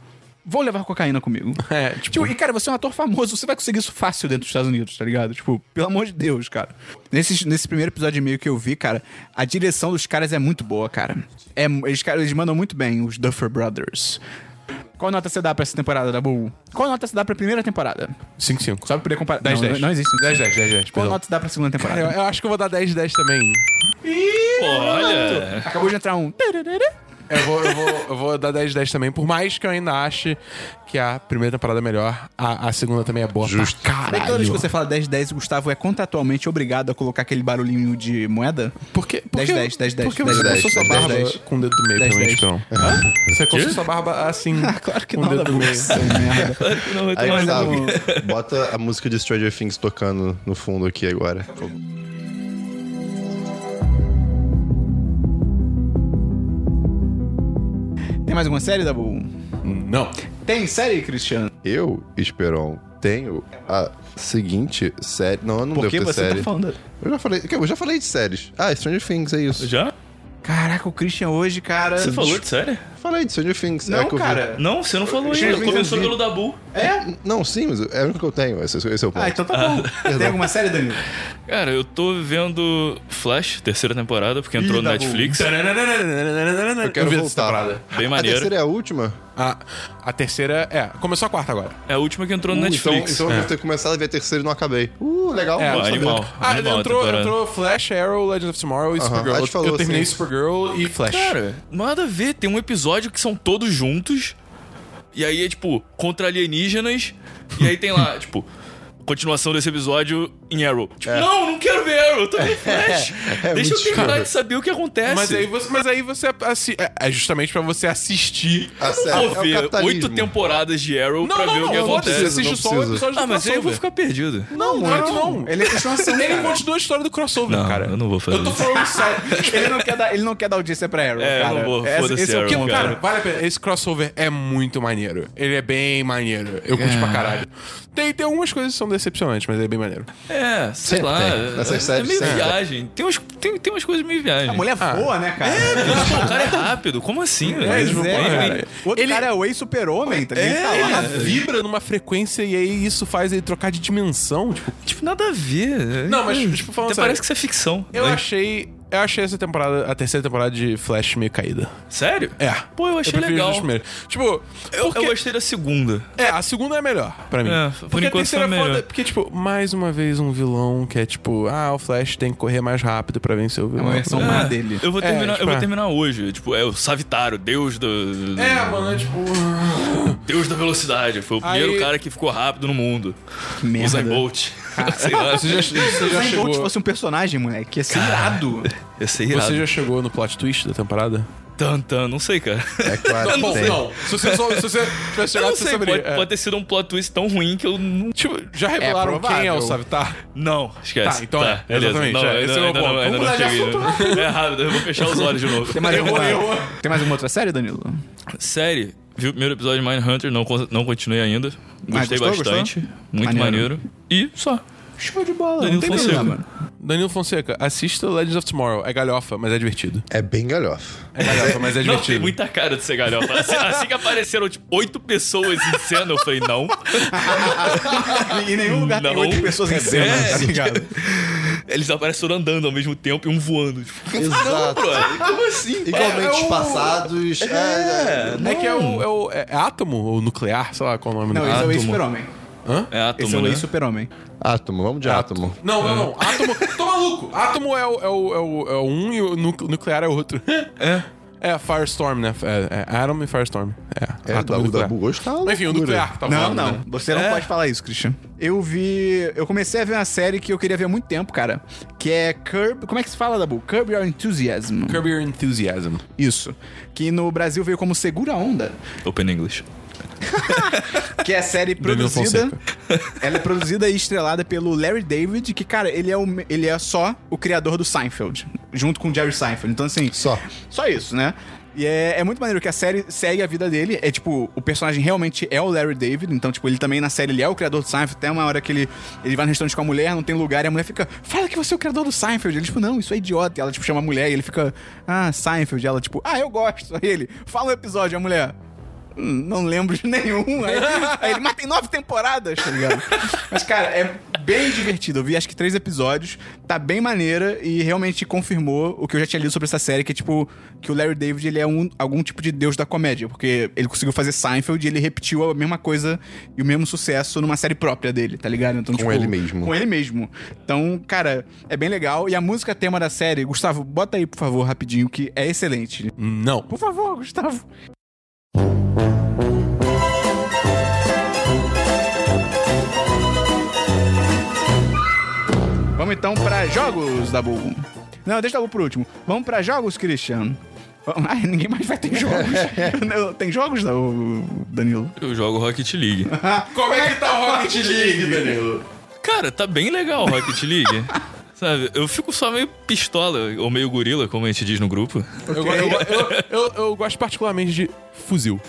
Speaker 1: Vou levar cocaína comigo.
Speaker 2: É, tipo-
Speaker 1: tipo, e cara, você é um ator famoso, você vai conseguir isso fácil dentro dos Estados Unidos, tá ligado? Tipo, pelo amor de Deus, cara. Nesse, nesse primeiro episódio e meio que eu vi, cara, a direção dos caras é muito boa, cara. É, eles, cara, eles mandam muito bem, os Duffer Brothers. Qual nota você dá pra essa temporada, Dabu? Qual nota você dá pra primeira temporada?
Speaker 2: 5, 5.
Speaker 1: Só pra poder comparar.
Speaker 2: 10,
Speaker 1: não,
Speaker 2: 10.
Speaker 1: não existe.
Speaker 2: 10, 10, 10, 10.
Speaker 1: Qual
Speaker 2: perdão.
Speaker 1: nota você dá pra segunda temporada?
Speaker 2: Cara, eu, eu acho que eu vou dar 10, 10 também.
Speaker 3: Olha.
Speaker 1: Acabou de entrar um. tararara.
Speaker 2: Eu vou, eu vou, eu vou dar 10, 10 também. Por mais que eu ainda ache que a primeira temporada é melhor, a, a segunda também é boa.
Speaker 4: Justo.
Speaker 2: Pra
Speaker 1: Sabe que Toda vez
Speaker 2: caralho.
Speaker 1: que você fala 10-10, o Gustavo é contratualmente obrigado a colocar aquele barulhinho de moeda?
Speaker 2: Por que, por
Speaker 1: 10,
Speaker 2: que-
Speaker 1: 10, 10, 10,
Speaker 2: Por que você
Speaker 4: 10,
Speaker 2: coçou sua
Speaker 4: 10,
Speaker 2: barba
Speaker 1: 10.
Speaker 2: com o dedo do meio
Speaker 1: 10,
Speaker 2: também,
Speaker 1: 10.
Speaker 2: Esperão? Você coçou sua barba assim. Ah,
Speaker 1: claro que
Speaker 2: com
Speaker 1: não,
Speaker 2: o dedo do
Speaker 1: Dabu.
Speaker 2: meio.
Speaker 3: Claro que não vai ter
Speaker 4: Aí,
Speaker 3: mais
Speaker 4: Gustavo,
Speaker 3: nada.
Speaker 4: <laughs> bota a música de Stranger Things tocando no fundo aqui agora.
Speaker 1: Tem mais alguma série, Dabu?
Speaker 2: Não.
Speaker 1: Tem série, Cristiano?
Speaker 4: Eu, Esperon, tenho a seguinte série. Não, eu não
Speaker 1: Por que
Speaker 4: devo ter
Speaker 1: você
Speaker 4: série.
Speaker 1: tá falando?
Speaker 4: Eu já falei. Eu já falei de séries. Ah, Stranger Things, é isso.
Speaker 3: Já?
Speaker 1: Caraca, o Christian hoje, cara.
Speaker 3: Você falou de sério?
Speaker 4: Falei de Stranger Things. é
Speaker 1: Não,
Speaker 4: a que eu vi.
Speaker 1: cara.
Speaker 3: Não, você não falou
Speaker 1: Gente,
Speaker 3: ainda.
Speaker 1: eu
Speaker 3: Começou
Speaker 1: vi.
Speaker 3: pelo Dabu.
Speaker 1: É?
Speaker 4: Não, sim, mas é a única que eu tenho. Esse, esse é o ponto.
Speaker 1: Ah, então tá
Speaker 3: <laughs>
Speaker 1: bom. Tem alguma série, Danilo?
Speaker 3: Cara, eu tô vendo Flash, terceira temporada, porque entrou
Speaker 1: Ih,
Speaker 3: no
Speaker 1: Dabu.
Speaker 3: Netflix.
Speaker 2: Eu
Speaker 4: quero
Speaker 2: vi essa
Speaker 4: voltar.
Speaker 2: temporada.
Speaker 3: <laughs> Bem
Speaker 4: a
Speaker 3: maneiro.
Speaker 4: terceira é a última?
Speaker 2: A, a terceira é. Começou a quarta agora.
Speaker 3: É a última que entrou
Speaker 4: Uh,
Speaker 3: no
Speaker 4: então
Speaker 3: Netflix.
Speaker 4: então eu devo ter começado a ver a terceira e não acabei. Uh, legal.
Speaker 2: É,
Speaker 3: Pô,
Speaker 4: bom saber.
Speaker 3: animal.
Speaker 2: Ah,
Speaker 3: animal a
Speaker 2: entrou,
Speaker 3: temporada.
Speaker 2: entrou Flash, Arrow, Legends of Tomorrow e
Speaker 4: Aham,
Speaker 2: Supergirl.
Speaker 4: a
Speaker 2: Eu,
Speaker 4: gente falou,
Speaker 2: eu terminei
Speaker 4: sim.
Speaker 2: Supergirl e Flash.
Speaker 3: Cara, nada a ver. Tem um episódio que são todos juntos. E aí é tipo, contra alienígenas. E aí tem lá, tipo, continuação desse episódio em Arrow. Tipo, não, não quero ver Arrow, eu tô vendo Flash. Deixa eu
Speaker 4: muito
Speaker 3: terminar
Speaker 4: escuro.
Speaker 3: de saber o que acontece.
Speaker 2: É, mas, aí você, mas aí você assi- é, é justamente pra você assistir.
Speaker 4: A
Speaker 3: eu
Speaker 4: série.
Speaker 3: não vou
Speaker 4: é o
Speaker 3: ver
Speaker 4: capitalismo.
Speaker 3: oito temporadas de Arrow
Speaker 2: Não,
Speaker 3: pra ver
Speaker 2: não,
Speaker 3: o que
Speaker 2: não, não
Speaker 3: acontece.
Speaker 2: precisa, assiste
Speaker 4: precisa, não
Speaker 2: só o
Speaker 4: precisa.
Speaker 2: episódio
Speaker 3: Ah,
Speaker 2: do
Speaker 3: mas aí eu vou
Speaker 2: crossover.
Speaker 3: ficar perdido.
Speaker 2: Não, claro que não.
Speaker 1: Ele é continuação.
Speaker 2: Ele
Speaker 1: cara.
Speaker 2: continua a história do crossover,
Speaker 3: Não,
Speaker 2: cara.
Speaker 3: eu não vou fazer
Speaker 2: Eu tô
Speaker 3: isso.
Speaker 2: falando sério.
Speaker 1: ele, não quer dar, ele não quer dar audiência pra Arrow,
Speaker 3: É, eu
Speaker 1: cara.
Speaker 3: não vou,
Speaker 1: Esse-
Speaker 3: foda-se
Speaker 1: esse é o que
Speaker 3: Arrow,
Speaker 1: eu
Speaker 3: cara.
Speaker 2: Cara, vale a pena. Esse crossover é muito maneiro. Ele é bem maneiro. Eu curto pra caralho. Tem, tem algumas coisas que são decepcionantes, mas ele é bem maneiro.
Speaker 3: É, sei
Speaker 4: Sempre
Speaker 3: lá.
Speaker 4: tem. Nessas
Speaker 3: é- é
Speaker 4: séries
Speaker 3: meio
Speaker 4: sempre tem.
Speaker 3: viagem. Tem umas, tem, tem umas coisas meio viagem.
Speaker 1: A mulher voa, né, cara? É,
Speaker 3: O cara Ah. é rápido. Como assim, velho?
Speaker 1: Pois
Speaker 2: tipo,
Speaker 1: é,
Speaker 2: porra,
Speaker 1: cara.
Speaker 2: ele-
Speaker 1: O outro
Speaker 2: ele-
Speaker 1: cara é o ex-super-homem, tá
Speaker 3: É.
Speaker 1: ligado? Tá lá.
Speaker 2: Ela vibra numa frequência e aí isso faz ele trocar de dimensão. Tipo,
Speaker 3: Tipo, nada a ver.
Speaker 2: Não, mas,
Speaker 3: É,
Speaker 2: tipo, falando
Speaker 3: Até
Speaker 2: sério.
Speaker 3: parece que isso é ficção.
Speaker 2: eu
Speaker 3: né?
Speaker 2: achei. Eu achei essa temporada, a terceira temporada de Flash meio caída.
Speaker 3: Sério?
Speaker 2: É.
Speaker 3: Pô, eu achei
Speaker 2: prefiro as
Speaker 3: legal.
Speaker 2: duas primeiras. Tipo,
Speaker 3: Eu, eu
Speaker 2: porque-
Speaker 3: gostei da segunda.
Speaker 2: É, a segunda é a melhor pra mim.
Speaker 3: É, por
Speaker 2: porque a
Speaker 3: enquanto
Speaker 2: terceira
Speaker 3: foi a
Speaker 2: é foda.
Speaker 3: melhor.
Speaker 2: Porque, tipo, mais uma vez um vilão que é tipo, ah, o Flash tem que correr mais rápido pra vencer o vilão.
Speaker 1: uma versão má dele.
Speaker 3: Eu vou
Speaker 2: É,
Speaker 3: terminar,
Speaker 2: tipo,
Speaker 3: eu vou
Speaker 2: é.
Speaker 3: terminar hoje. Tipo, é o Savitário, deus do.
Speaker 2: É, mano, é tipo.
Speaker 3: Deus da velocidade. Foi o
Speaker 2: Aí-
Speaker 3: primeiro cara que ficou rápido no mundo.
Speaker 1: Que
Speaker 3: O Usain
Speaker 1: merda.
Speaker 3: Bolt. Sei lá.
Speaker 2: Você já, você já
Speaker 1: Se o Bolt
Speaker 2: chegou.
Speaker 1: assim. fosse um personagem, moleque, ia ser irado.
Speaker 3: Ia ser irado.
Speaker 2: Você já chegou no plot twist da temporada?
Speaker 3: Tan, tan, não sei, cara.
Speaker 4: É
Speaker 3: <laughs>
Speaker 4: claro que
Speaker 2: Bom,
Speaker 4: tem.
Speaker 2: não. Se você, só, se você tivesse
Speaker 3: Eu
Speaker 2: chegado,
Speaker 3: não
Speaker 2: você
Speaker 3: sei, pode,
Speaker 2: saberia. É.
Speaker 3: pode ter sido um plot twist tão ruim que eu não.
Speaker 2: Tipo, já revelaram quem é o
Speaker 1: provável.
Speaker 2: Savitar?
Speaker 3: Não, esquece.
Speaker 2: Tá, então é,
Speaker 3: beleza.
Speaker 2: exatamente,
Speaker 3: Não,
Speaker 2: é,
Speaker 3: ainda-
Speaker 2: esse é o
Speaker 3: ainda
Speaker 2: ponto.
Speaker 3: não- ainda
Speaker 2: Vamos
Speaker 3: não
Speaker 2: mudar de
Speaker 3: cheguei,
Speaker 2: assunto
Speaker 3: né? É rápido, eu vou fechar os olhos de novo.
Speaker 1: Tem mais,
Speaker 2: Errou,
Speaker 1: alguma,
Speaker 2: errou.
Speaker 1: tem mais alguma outra série, Danilo?
Speaker 3: Série, vi o primeiro episódio de Mindhunter, não, con- não continuei ainda. Gostei
Speaker 1: Ah, gostou,
Speaker 3: bastante.
Speaker 1: gostou?
Speaker 3: Muito
Speaker 1: Maneiro.
Speaker 3: maneiro. E só.
Speaker 1: Show de bola.
Speaker 3: Danilo Fonseca.
Speaker 2: Danilo Fonseca, assista Legends of Tomorrow. É galhofa, mas é divertido.
Speaker 4: É bem galhofa.
Speaker 2: É galhofa, mas é
Speaker 3: Não, tem
Speaker 2: divertido. <laughs>
Speaker 3: muita cara de ser galhofa. Assim, assim que apareceram tipo, oito pessoas em cena, eu falei, não.
Speaker 1: <laughs> E em nenhum lugar tem
Speaker 3: Não.
Speaker 1: oito pessoas em cena,
Speaker 3: É.
Speaker 1: tá ligado?
Speaker 3: Eles apareceram andando ao mesmo tempo e um voando. Tipo,
Speaker 7: Exato.
Speaker 3: brother, como assim?
Speaker 7: Igualmente passados. É,
Speaker 2: É que é o, é o- é átomo ou nuclear, sei lá qual é o nome
Speaker 1: Não,
Speaker 2: do
Speaker 1: esse é o
Speaker 3: Átomo.
Speaker 1: ex-super-homem.
Speaker 3: É
Speaker 1: Esse é
Speaker 3: átomo,
Speaker 1: o
Speaker 3: né?
Speaker 1: ex-super-homem.
Speaker 4: Átomo, vamos de átomo.
Speaker 2: Não, não, não. Átomo. Tô maluco. Átomo é o, é o, é o, é o um e o nuc- nuclear é o outro. É. É, Firestorm, né? É, é Atom e Firestorm. É,
Speaker 4: É,
Speaker 2: átomo
Speaker 4: o
Speaker 2: nuclear.
Speaker 4: Dabu gostou.
Speaker 2: Enfim, o nuclear que tá
Speaker 1: Não,
Speaker 2: falando,
Speaker 1: não.
Speaker 2: né?
Speaker 1: Você não pode falar isso, Christian. Eu vi. Eu comecei a ver uma série que eu queria ver há muito tempo, cara. Que é Curb. Como é que se fala, Dabu? Curb Your Enthusiasm.
Speaker 2: Curb Your Enthusiasm.
Speaker 1: Isso. Que no Brasil veio como Segura Onda.
Speaker 3: Open English.
Speaker 1: Que é a série
Speaker 2: Danilo
Speaker 1: produzida. <laughs>
Speaker 2: Fonseca.
Speaker 1: Ela é produzida e estrelada pelo Larry David, que, cara, ele é, o, ele é só o criador do Seinfeld, junto com o Jerry Seinfeld. Então, assim.
Speaker 4: Só.
Speaker 1: Só isso, né? E é, é muito maneiro que a série segue a vida dele. É tipo, o personagem realmente é o Larry David. Então, tipo, ele também na série ele é o criador do Seinfeld. Tem uma hora que ele, ele vai no restaurante com a mulher, não tem lugar, e a mulher fica, fala que você é o criador do Seinfeld. Ele, tipo, não, isso é idiota. E ela, tipo, chama a mulher e ele fica, ah, Seinfeld. E ela, tipo, ah, eu gosto. <laughs> Aí ele, fala o episódio, a mulher. "Hum, Não lembro de nenhum. Aí, aí ele, mas tem nove temporadas, tá ligado? Mas, cara, é bem divertido. Eu vi acho que três episódios, tá bem maneira e realmente confirmou o que eu já tinha lido sobre essa série, que é tipo, que o Larry David ele é um, algum tipo de deus da comédia, porque ele conseguiu fazer Seinfeld e ele repetiu a mesma coisa e o mesmo sucesso numa série própria dele, tá ligado? Então,
Speaker 4: Com ele mesmo.
Speaker 1: Com ele mesmo. Então, cara, é bem legal. E a música tema da série, Gustavo, bota aí, por favor, rapidinho, que é excelente.
Speaker 2: Não.
Speaker 1: Por favor, Gustavo. Vamos então pra jogos, Dabu. Não, deixa o Dabu por último. Vamos pra jogos, Christian. Vamos- Ai, ninguém mais vai ter jogos.
Speaker 2: <laughs>
Speaker 1: Não, Tem jogos, Dabu, Danilo?
Speaker 3: Eu jogo Rocket League.
Speaker 2: Como é que tá o
Speaker 1: <laughs>
Speaker 2: Rocket
Speaker 1: é
Speaker 2: League, Danilo?
Speaker 3: Cara, tá bem legal o
Speaker 1: <laughs>
Speaker 3: Rocket League. Sabe, eu fico só meio pistola, ou meio gorila, como a gente diz no grupo.
Speaker 2: Eu, go- eu go- eu- eu- eu gosto particularmente de fuzil.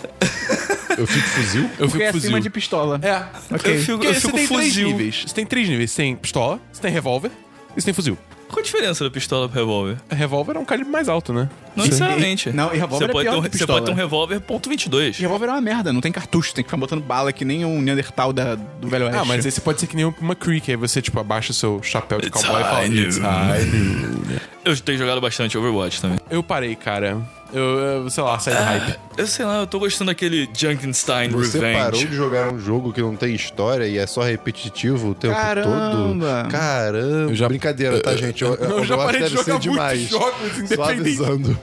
Speaker 4: Eu fico fuzil?
Speaker 2: Eu
Speaker 1: Porque é
Speaker 2: fico
Speaker 1: acima
Speaker 2: fuzil.
Speaker 1: de pistola.
Speaker 2: É.
Speaker 1: Ok.
Speaker 3: Eu fico,
Speaker 2: Porque
Speaker 3: eu
Speaker 2: você
Speaker 3: fico
Speaker 2: tem três
Speaker 3: fuzil.
Speaker 2: níveis. Você tem três níveis. Você tem pistola, você tem revólver e você tem fuzil.
Speaker 3: Qual a diferença da pistola pro revólver?
Speaker 2: Revólver é um calibre mais alto, né?
Speaker 3: Não necessariamente.
Speaker 1: Não, e revólver
Speaker 3: Você
Speaker 1: é
Speaker 3: pode
Speaker 1: pior
Speaker 3: ter um-
Speaker 1: que
Speaker 3: Você
Speaker 1: pistola.
Speaker 3: pode ter um revólver ponto 22.
Speaker 1: Revólver é uma merda, não tem cartucho, tem que ficar botando bala que nem um Neandertal da, do Velho Oeste.
Speaker 2: Ah, mas esse pode ser que nem uma Creek. Aí você, tipo, abaixa o seu chapéu de
Speaker 3: It's
Speaker 2: cowboy e fala...
Speaker 3: high noon.
Speaker 2: "It's high noon."
Speaker 3: Eu tenho jogado bastante Overwatch também.
Speaker 2: Eu parei, cara. Eu, eu, sei lá,
Speaker 3: Ah.
Speaker 2: saí do hype.
Speaker 3: Eu sei lá, eu tô gostando daquele Junkenstein
Speaker 4: Você
Speaker 3: Revenge.
Speaker 4: parou de jogar um jogo que não tem história e é só repetitivo o tempo
Speaker 1: Caramba.
Speaker 4: todo? Caramba!
Speaker 2: Eu já-
Speaker 4: Brincadeira, tá, gente?
Speaker 2: Não, eu já
Speaker 4: Overwatch
Speaker 2: parei de
Speaker 4: deve ser
Speaker 2: jogar
Speaker 4: demais.
Speaker 2: muitos jogos
Speaker 4: Só
Speaker 2: independentes.
Speaker 4: avisando.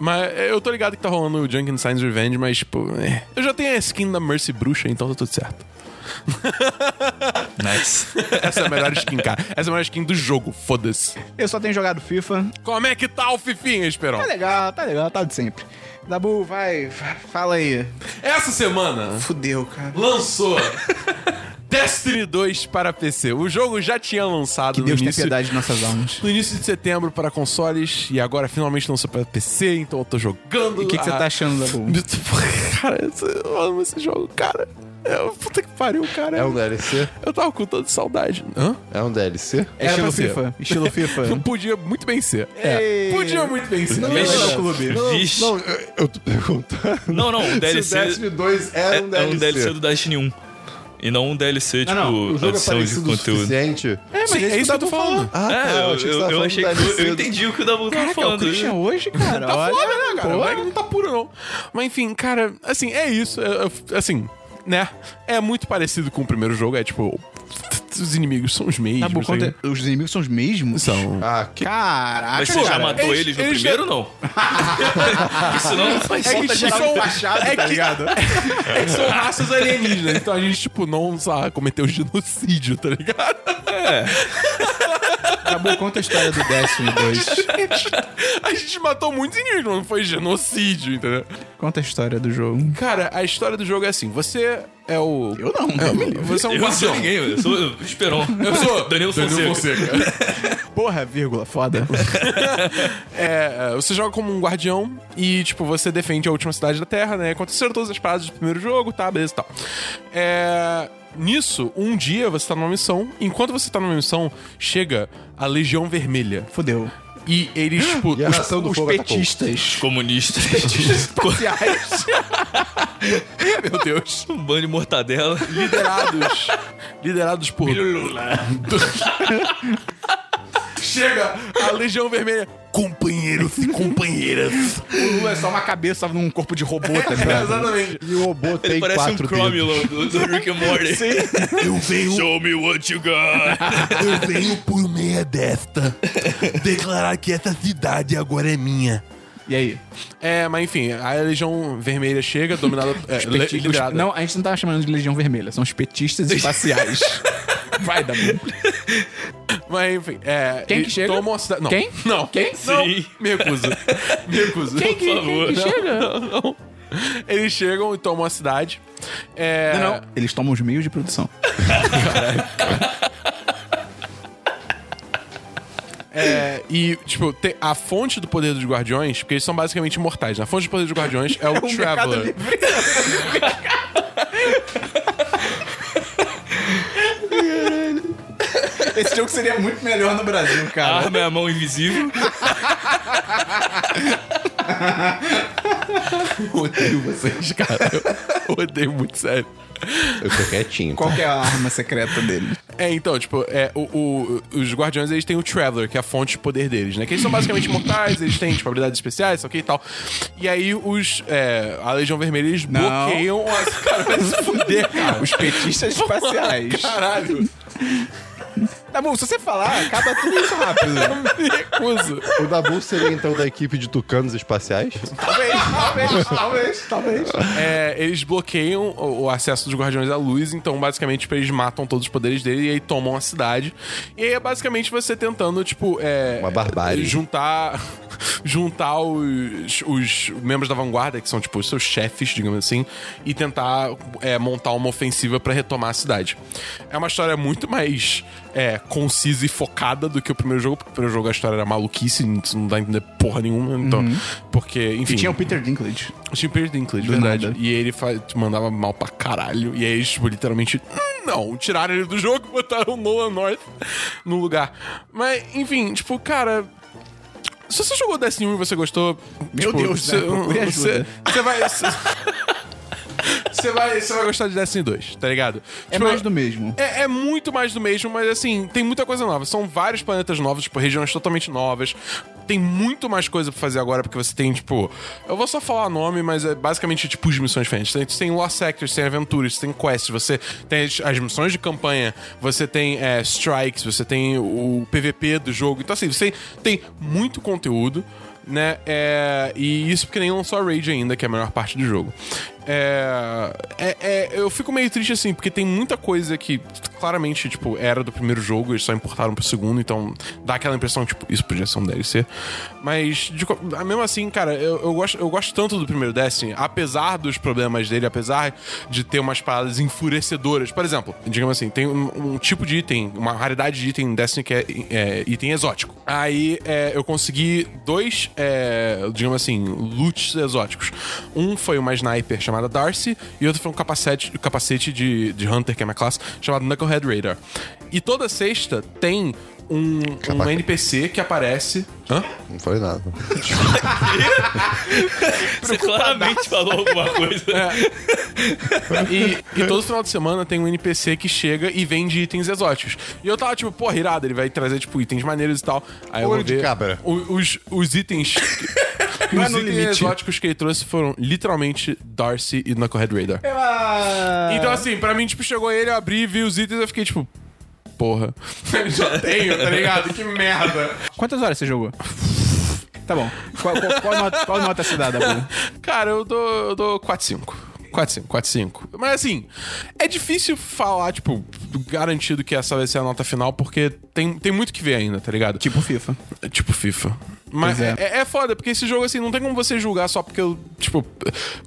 Speaker 2: Mas é, eu tô ligado que tá rolando o Junkenstein's Revenge, mas, tipo... é. Eu já tenho a skin da Mercy Bruxa, então tá tudo certo.
Speaker 4: <laughs>
Speaker 3: Nice.
Speaker 2: Essa é a melhor skin, cara. Essa é a melhor skin do jogo, foda-se.
Speaker 1: Eu só tenho jogado FIFA,
Speaker 2: Como é que tá o Fifinha, Esperon?
Speaker 1: Tá legal, tá legal, tá de sempre. Dabu, vai, f- fala aí.
Speaker 2: Essa semana
Speaker 1: Fudeu, cara.
Speaker 2: lançou Destiny 2 para PC. O jogo já tinha lançado no
Speaker 1: Deus tem
Speaker 2: início.
Speaker 1: piedade de nossas almas.
Speaker 2: No início de setembro para consoles e agora finalmente lançou para PC, então eu tô jogando.
Speaker 1: E o que, que você
Speaker 2: Ah,
Speaker 1: tá achando, Dabu?
Speaker 2: <laughs> Cara, esse- eu amo esse jogo, cara. É, puta que pariu, cara.
Speaker 4: É um DLC?
Speaker 2: Eu tava com tanta saudade. Hã?
Speaker 4: É um DLC?
Speaker 1: É
Speaker 2: Era pra
Speaker 1: estilo
Speaker 2: ser.
Speaker 1: FIFA. Estilo <laughs> FIFA.
Speaker 2: Não podia muito bem ser.
Speaker 1: Ei.
Speaker 2: É. Podia muito bem ser.
Speaker 3: Vixe.
Speaker 1: Não, clube.
Speaker 3: Vixe.
Speaker 4: Não, eu- eu tô perguntando.
Speaker 3: Não, um não, o
Speaker 4: Se o
Speaker 3: DLC
Speaker 4: Destiny 2 era
Speaker 3: é,
Speaker 4: um
Speaker 3: é
Speaker 4: DLC.
Speaker 3: um DLC do Destiny 1. E não um DLC, tipo,
Speaker 1: não,
Speaker 4: O jogo é
Speaker 3: adição de
Speaker 4: parecido o
Speaker 3: conteúdo.
Speaker 4: suficiente.
Speaker 2: É, mas é isso que eu tô falando.
Speaker 4: Ah,
Speaker 3: É,
Speaker 4: tá,
Speaker 3: eu,
Speaker 4: achei que você
Speaker 3: eu,
Speaker 4: tava
Speaker 3: eu
Speaker 4: falando
Speaker 3: achei
Speaker 4: do
Speaker 3: que.
Speaker 4: DLC.
Speaker 3: Eu entendi o que o Dabu tava
Speaker 1: Caraca, É, o
Speaker 3: falando.
Speaker 1: Christian hoje, cara.
Speaker 2: Tá
Speaker 1: olha,
Speaker 2: foda, né,
Speaker 1: pô.
Speaker 2: cara? O moleque não tá puro, não. Mas enfim, cara, assim, é isso. É, é, assim, né? É muito parecido com o primeiro jogo. É tipo. os inimigos são os mesmos.
Speaker 1: Tá bom,
Speaker 2: sabe?
Speaker 1: conta- os inimigos são os mesmos?
Speaker 2: São.
Speaker 4: Ah, que
Speaker 1: Caraca,
Speaker 3: Mas você já
Speaker 1: cara.
Speaker 3: matou
Speaker 2: eles-
Speaker 3: eles, no
Speaker 2: eles já-
Speaker 3: primeiro ou não? Porque senão não faz
Speaker 2: É
Speaker 3: sentido.
Speaker 2: que, são, é,
Speaker 3: tá
Speaker 2: que, é que são raças alienígenas, então a gente, tipo, não sabe, cometeu genocídio, tá ligado?
Speaker 1: Acabou, conta a história do Destiny 2.
Speaker 2: A gente matou muitos inimigos, mas não foi genocídio, entendeu?
Speaker 1: Conta a história do jogo.
Speaker 2: Cara, a história do jogo é assim: você é o.
Speaker 1: Eu não, eu me livro.
Speaker 2: Você é um
Speaker 3: Eu não sou
Speaker 2: guardião.
Speaker 3: ninguém, eu sou eu- Esperon.
Speaker 2: Eu sou
Speaker 3: <laughs> Daniel Fonseca.
Speaker 1: Porra, vírgula, <laughs> foda.
Speaker 2: É, é, você joga como um guardião e, tipo, você defende a última cidade da Terra, né? Aconteceram todas as paradas do primeiro jogo, tá, beleza e tal. É, nisso, um dia você tá numa missão. Enquanto você tá numa missão, chega a Legião Vermelha.
Speaker 1: Fudeu.
Speaker 2: E eles, tipo,
Speaker 4: Ah, E a
Speaker 2: os,
Speaker 4: nação do
Speaker 2: os
Speaker 4: fogo atacou.
Speaker 2: petistas.
Speaker 3: Comunista.
Speaker 2: <laughs> Meu Deus.
Speaker 3: <laughs> um bando de mortadela.
Speaker 2: liderados liderados por <laughs> Chega a Legião Vermelha. Companheiros e companheiras.
Speaker 1: O Lula é só uma cabeça num corpo de robô, <laughs> tá ligado?
Speaker 2: Exatamente.
Speaker 4: E o robô
Speaker 3: Ele
Speaker 4: tem
Speaker 3: parece um
Speaker 4: quatro dedos.
Speaker 3: Cromulon do, do Rick and Morty.
Speaker 6: Eu venho,
Speaker 3: Show me what you got.
Speaker 6: eu venho por meia desta declarar que essa cidade agora é minha.
Speaker 1: E aí?
Speaker 2: É, mas enfim, a Legião Vermelha chega, dominada. É, le-
Speaker 1: Peti-
Speaker 2: liderada.
Speaker 1: os- Não, a gente não tava chamando de Legião Vermelha, são os
Speaker 2: <laughs>
Speaker 1: petistas espaciais. Vai, Dabu.
Speaker 2: Mas enfim, é.
Speaker 1: Quem que
Speaker 2: e
Speaker 1: chega?
Speaker 2: Toma uma cidade. Não.
Speaker 1: Quem?
Speaker 2: Não.
Speaker 1: Quem?
Speaker 2: Não,
Speaker 3: Sim.
Speaker 2: me recuso. Me recuso.
Speaker 1: Quem que,
Speaker 3: Por favor.
Speaker 1: quem que
Speaker 3: Não.
Speaker 1: chega?
Speaker 2: Eles chegam e tomam a cidade. É,
Speaker 1: Não, não. Eles tomam os meios de produção.
Speaker 2: É, e, tipo, te- a fonte do poder dos guardiões, porque eles são basicamente imortais, né? A fonte do poder dos
Speaker 1: <laughs>
Speaker 2: guardiões é o Traveler.
Speaker 1: Esse jogo seria muito melhor no Brasil,
Speaker 3: A
Speaker 1: cara.
Speaker 3: arma é a mão <laughs> invisível.
Speaker 2: Eu odeio vocês, <laughs> cara. Eu <laughs> odeio muito sério.
Speaker 4: Eu tô quietinho.
Speaker 1: Qual que é a arma secreta dele?
Speaker 2: É, então, tipo, é, o- o- os guardiões, eles têm o Traveler, que é a fonte de poder deles, né? Que eles são basicamente imortais, eles têm, tipo, habilidades especiais, isso aqui e tal. E aí, os... é, a Legião Vermelha, eles
Speaker 1: Não.
Speaker 2: bloqueiam... As, cara, vai <laughs> se fuder, cara.
Speaker 1: Os petistas <laughs> espaciais.
Speaker 2: Caralho.
Speaker 1: Tá bom, se você falar, acaba tudo isso rápido.
Speaker 2: Eu me recuso.
Speaker 4: O Dabu seria então da equipe de tucanos espaciais?
Speaker 1: <laughs> talvez, talvez, talvez.
Speaker 2: É, eles bloqueiam o, o acesso dos Guardiões à Luz, então basicamente tipo, eles matam todos os poderes dele e aí tomam a cidade. E aí é basicamente você tentando, tipo. É,
Speaker 4: Uma barbárie.
Speaker 2: Juntar. <laughs> Juntar os, os membros da vanguarda, que são, tipo, os seus chefes, digamos assim, e tentar é, montar uma ofensiva pra retomar a cidade. É uma história muito mais é, concisa e focada do que o primeiro jogo, porque o primeiro jogo a história era maluquice, isso não dá a entender porra nenhuma, então. Porque, enfim.
Speaker 1: E tinha o Peter Dinklage.
Speaker 2: O Tim Peter Dinklage, verdade.
Speaker 1: nada.
Speaker 2: E ele fa- te mandava mal pra caralho. E aí, eles, tipo, literalmente, "Hum, não, tiraram ele do jogo <laughs> e botaram o Nolan North no lugar. Mas, enfim, tipo, cara. Se você jogou Destiny 1 e você gostou.
Speaker 1: Meu
Speaker 2: tipo,
Speaker 1: Deus,
Speaker 2: você, <laughs>
Speaker 1: né? Procure
Speaker 2: você,
Speaker 1: ajuda.
Speaker 2: você vai. Você, você vai, você vai gostar de Destiny 2, tá ligado?
Speaker 1: É mais do mesmo.
Speaker 2: É, é muito mais do mesmo, mas assim, tem muita coisa nova. São vários planetas novos, tipo, regiões totalmente novas. Tem muito mais coisa pra fazer agora, porque você tem, tipo. Eu vou só falar nome, mas é basicamente tipo de missões diferentes. Tem, tem Lost Sectors, tem aventuras, tem quests, você tem as, as missões de campanha, você tem é, strikes, você tem o PVP do jogo. Então, assim, você tem muito conteúdo, né? É, e isso porque nem lançou a Rage ainda, que é a melhor parte do jogo. É, é- é, eu fico meio triste assim, porque tem muita coisa que claramente, tipo, era do primeiro jogo, eles só importaram pro segundo, então dá aquela impressão, tipo, isso podia ser um DLC. Mas, de co- ah, mesmo assim, cara, eu, eu gosto, eu gosto tanto do primeiro Destiny, assim, apesar dos problemas dele, apesar de ter umas paradas enfurecedoras. Por exemplo, digamos assim, tem um, um tipo de item, uma raridade de item em Destiny que é, é, item exótico. Aí é, eu consegui dois, é, digamos assim, loots exóticos. Um foi uma sniper chamada Darcy e outro foi um capacete, capacete de, de Hunter, que é a minha classe, chamado Knucklehead Radar. E toda sexta tem um, um
Speaker 4: Caraca.
Speaker 2: NPC que aparece. Hã?
Speaker 4: Não falei nada.
Speaker 3: Você claramente falou alguma coisa.
Speaker 2: E, e todo final de semana tem um NPC que chega e vende itens exóticos. E eu tava tipo, porra, irado, ele vai trazer, tipo, itens maneiros e tal. Aí eu
Speaker 4: Olho
Speaker 2: vou
Speaker 4: de
Speaker 2: ver
Speaker 4: cabra.
Speaker 2: o- Os, os itens.
Speaker 1: <laughs> Não é
Speaker 2: os
Speaker 1: no
Speaker 2: itens
Speaker 1: limite.
Speaker 2: exóticos que ele trouxe foram literalmente Darcy e
Speaker 1: É.
Speaker 2: Knucklehead Radar. Então, assim, pra mim, tipo, chegou ele, eu abri, vi os itens, eu fiquei tipo. porra. Eu já tenho, tá ligado? Que merda.
Speaker 1: Quantas horas você jogou? Tá bom. Qual, qual- qual nota, qual nota você dá, Dabu?
Speaker 2: Cara, eu dou, eu dou 4-5. 4-5, 4-5. Mas assim, é difícil falar, tipo, garantido que essa vai ser a nota final, porque tem, tem muito que ver ainda, tá ligado?
Speaker 1: Tipo FIFA.
Speaker 2: É tipo FIFA. Mas
Speaker 1: Pois
Speaker 2: é.
Speaker 1: é.
Speaker 2: É, foda, porque esse jogo, assim, não tem como você julgar só porque eu. Tipo,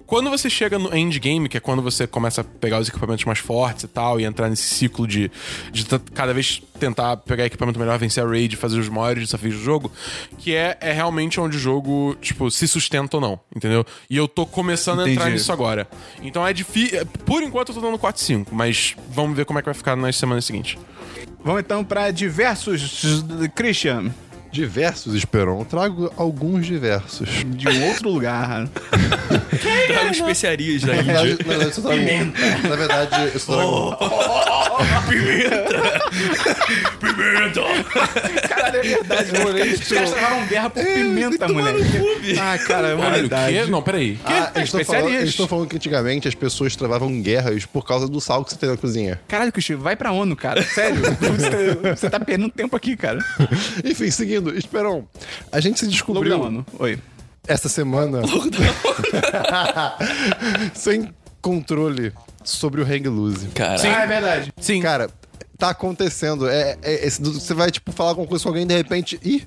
Speaker 2: quando você chega no endgame, que é quando você começa a pegar os equipamentos mais fortes e tal, e entrar nesse ciclo de, de t- cada vez tentar pegar equipamento melhor, vencer a raid, fazer os maiores desafios do jogo, que é, é realmente onde o jogo, tipo, se sustenta ou não, entendeu? E eu tô começando a entrar
Speaker 1: Entendi.
Speaker 2: nisso agora. Então é difícil. Por enquanto eu tô dando 4-5, mas vamos ver como é que vai ficar nas semanas seguintes.
Speaker 1: Vamos então pra diversos. Christian,
Speaker 4: Diversos, Esperon. Eu Trago alguns diversos.
Speaker 1: de um outro lugar.
Speaker 3: Trago especiarias da
Speaker 4: Na
Speaker 1: É.
Speaker 4: verdade,
Speaker 3: Índia.
Speaker 4: na verdade, eu só trago um. Na verdade, eu só trago
Speaker 3: Oh,
Speaker 4: um.
Speaker 1: Caralho, é <laughs> verdade, né? cara? Os caras travaram guerra por pimenta, moleque. Ah, cara, é uma
Speaker 2: Caralho, o quê?
Speaker 1: verdade.
Speaker 2: Não, peraí.
Speaker 4: Ah, eles estão falando,
Speaker 1: Especiarias.
Speaker 4: eles tão falando que antigamente as pessoas travavam guerras por causa do sal que você tem na cozinha.
Speaker 1: Caralho, Christian, vai pra ONU, cara. <laughs> Sério. Você, você tá perdendo tempo aqui, cara.
Speaker 4: Enfim, seguindo, Esperon. A gente se
Speaker 1: Logo da
Speaker 4: descobriu
Speaker 1: ONU. Oi.
Speaker 4: essa semana. <laughs> sem controle sobre o hang loose.
Speaker 3: Cara,
Speaker 1: Ah, é verdade.
Speaker 2: Sim.
Speaker 4: Cara, tá acontecendo. É, é- esse- você vai, tipo, falar alguma coisa com alguém e de repente. Ih,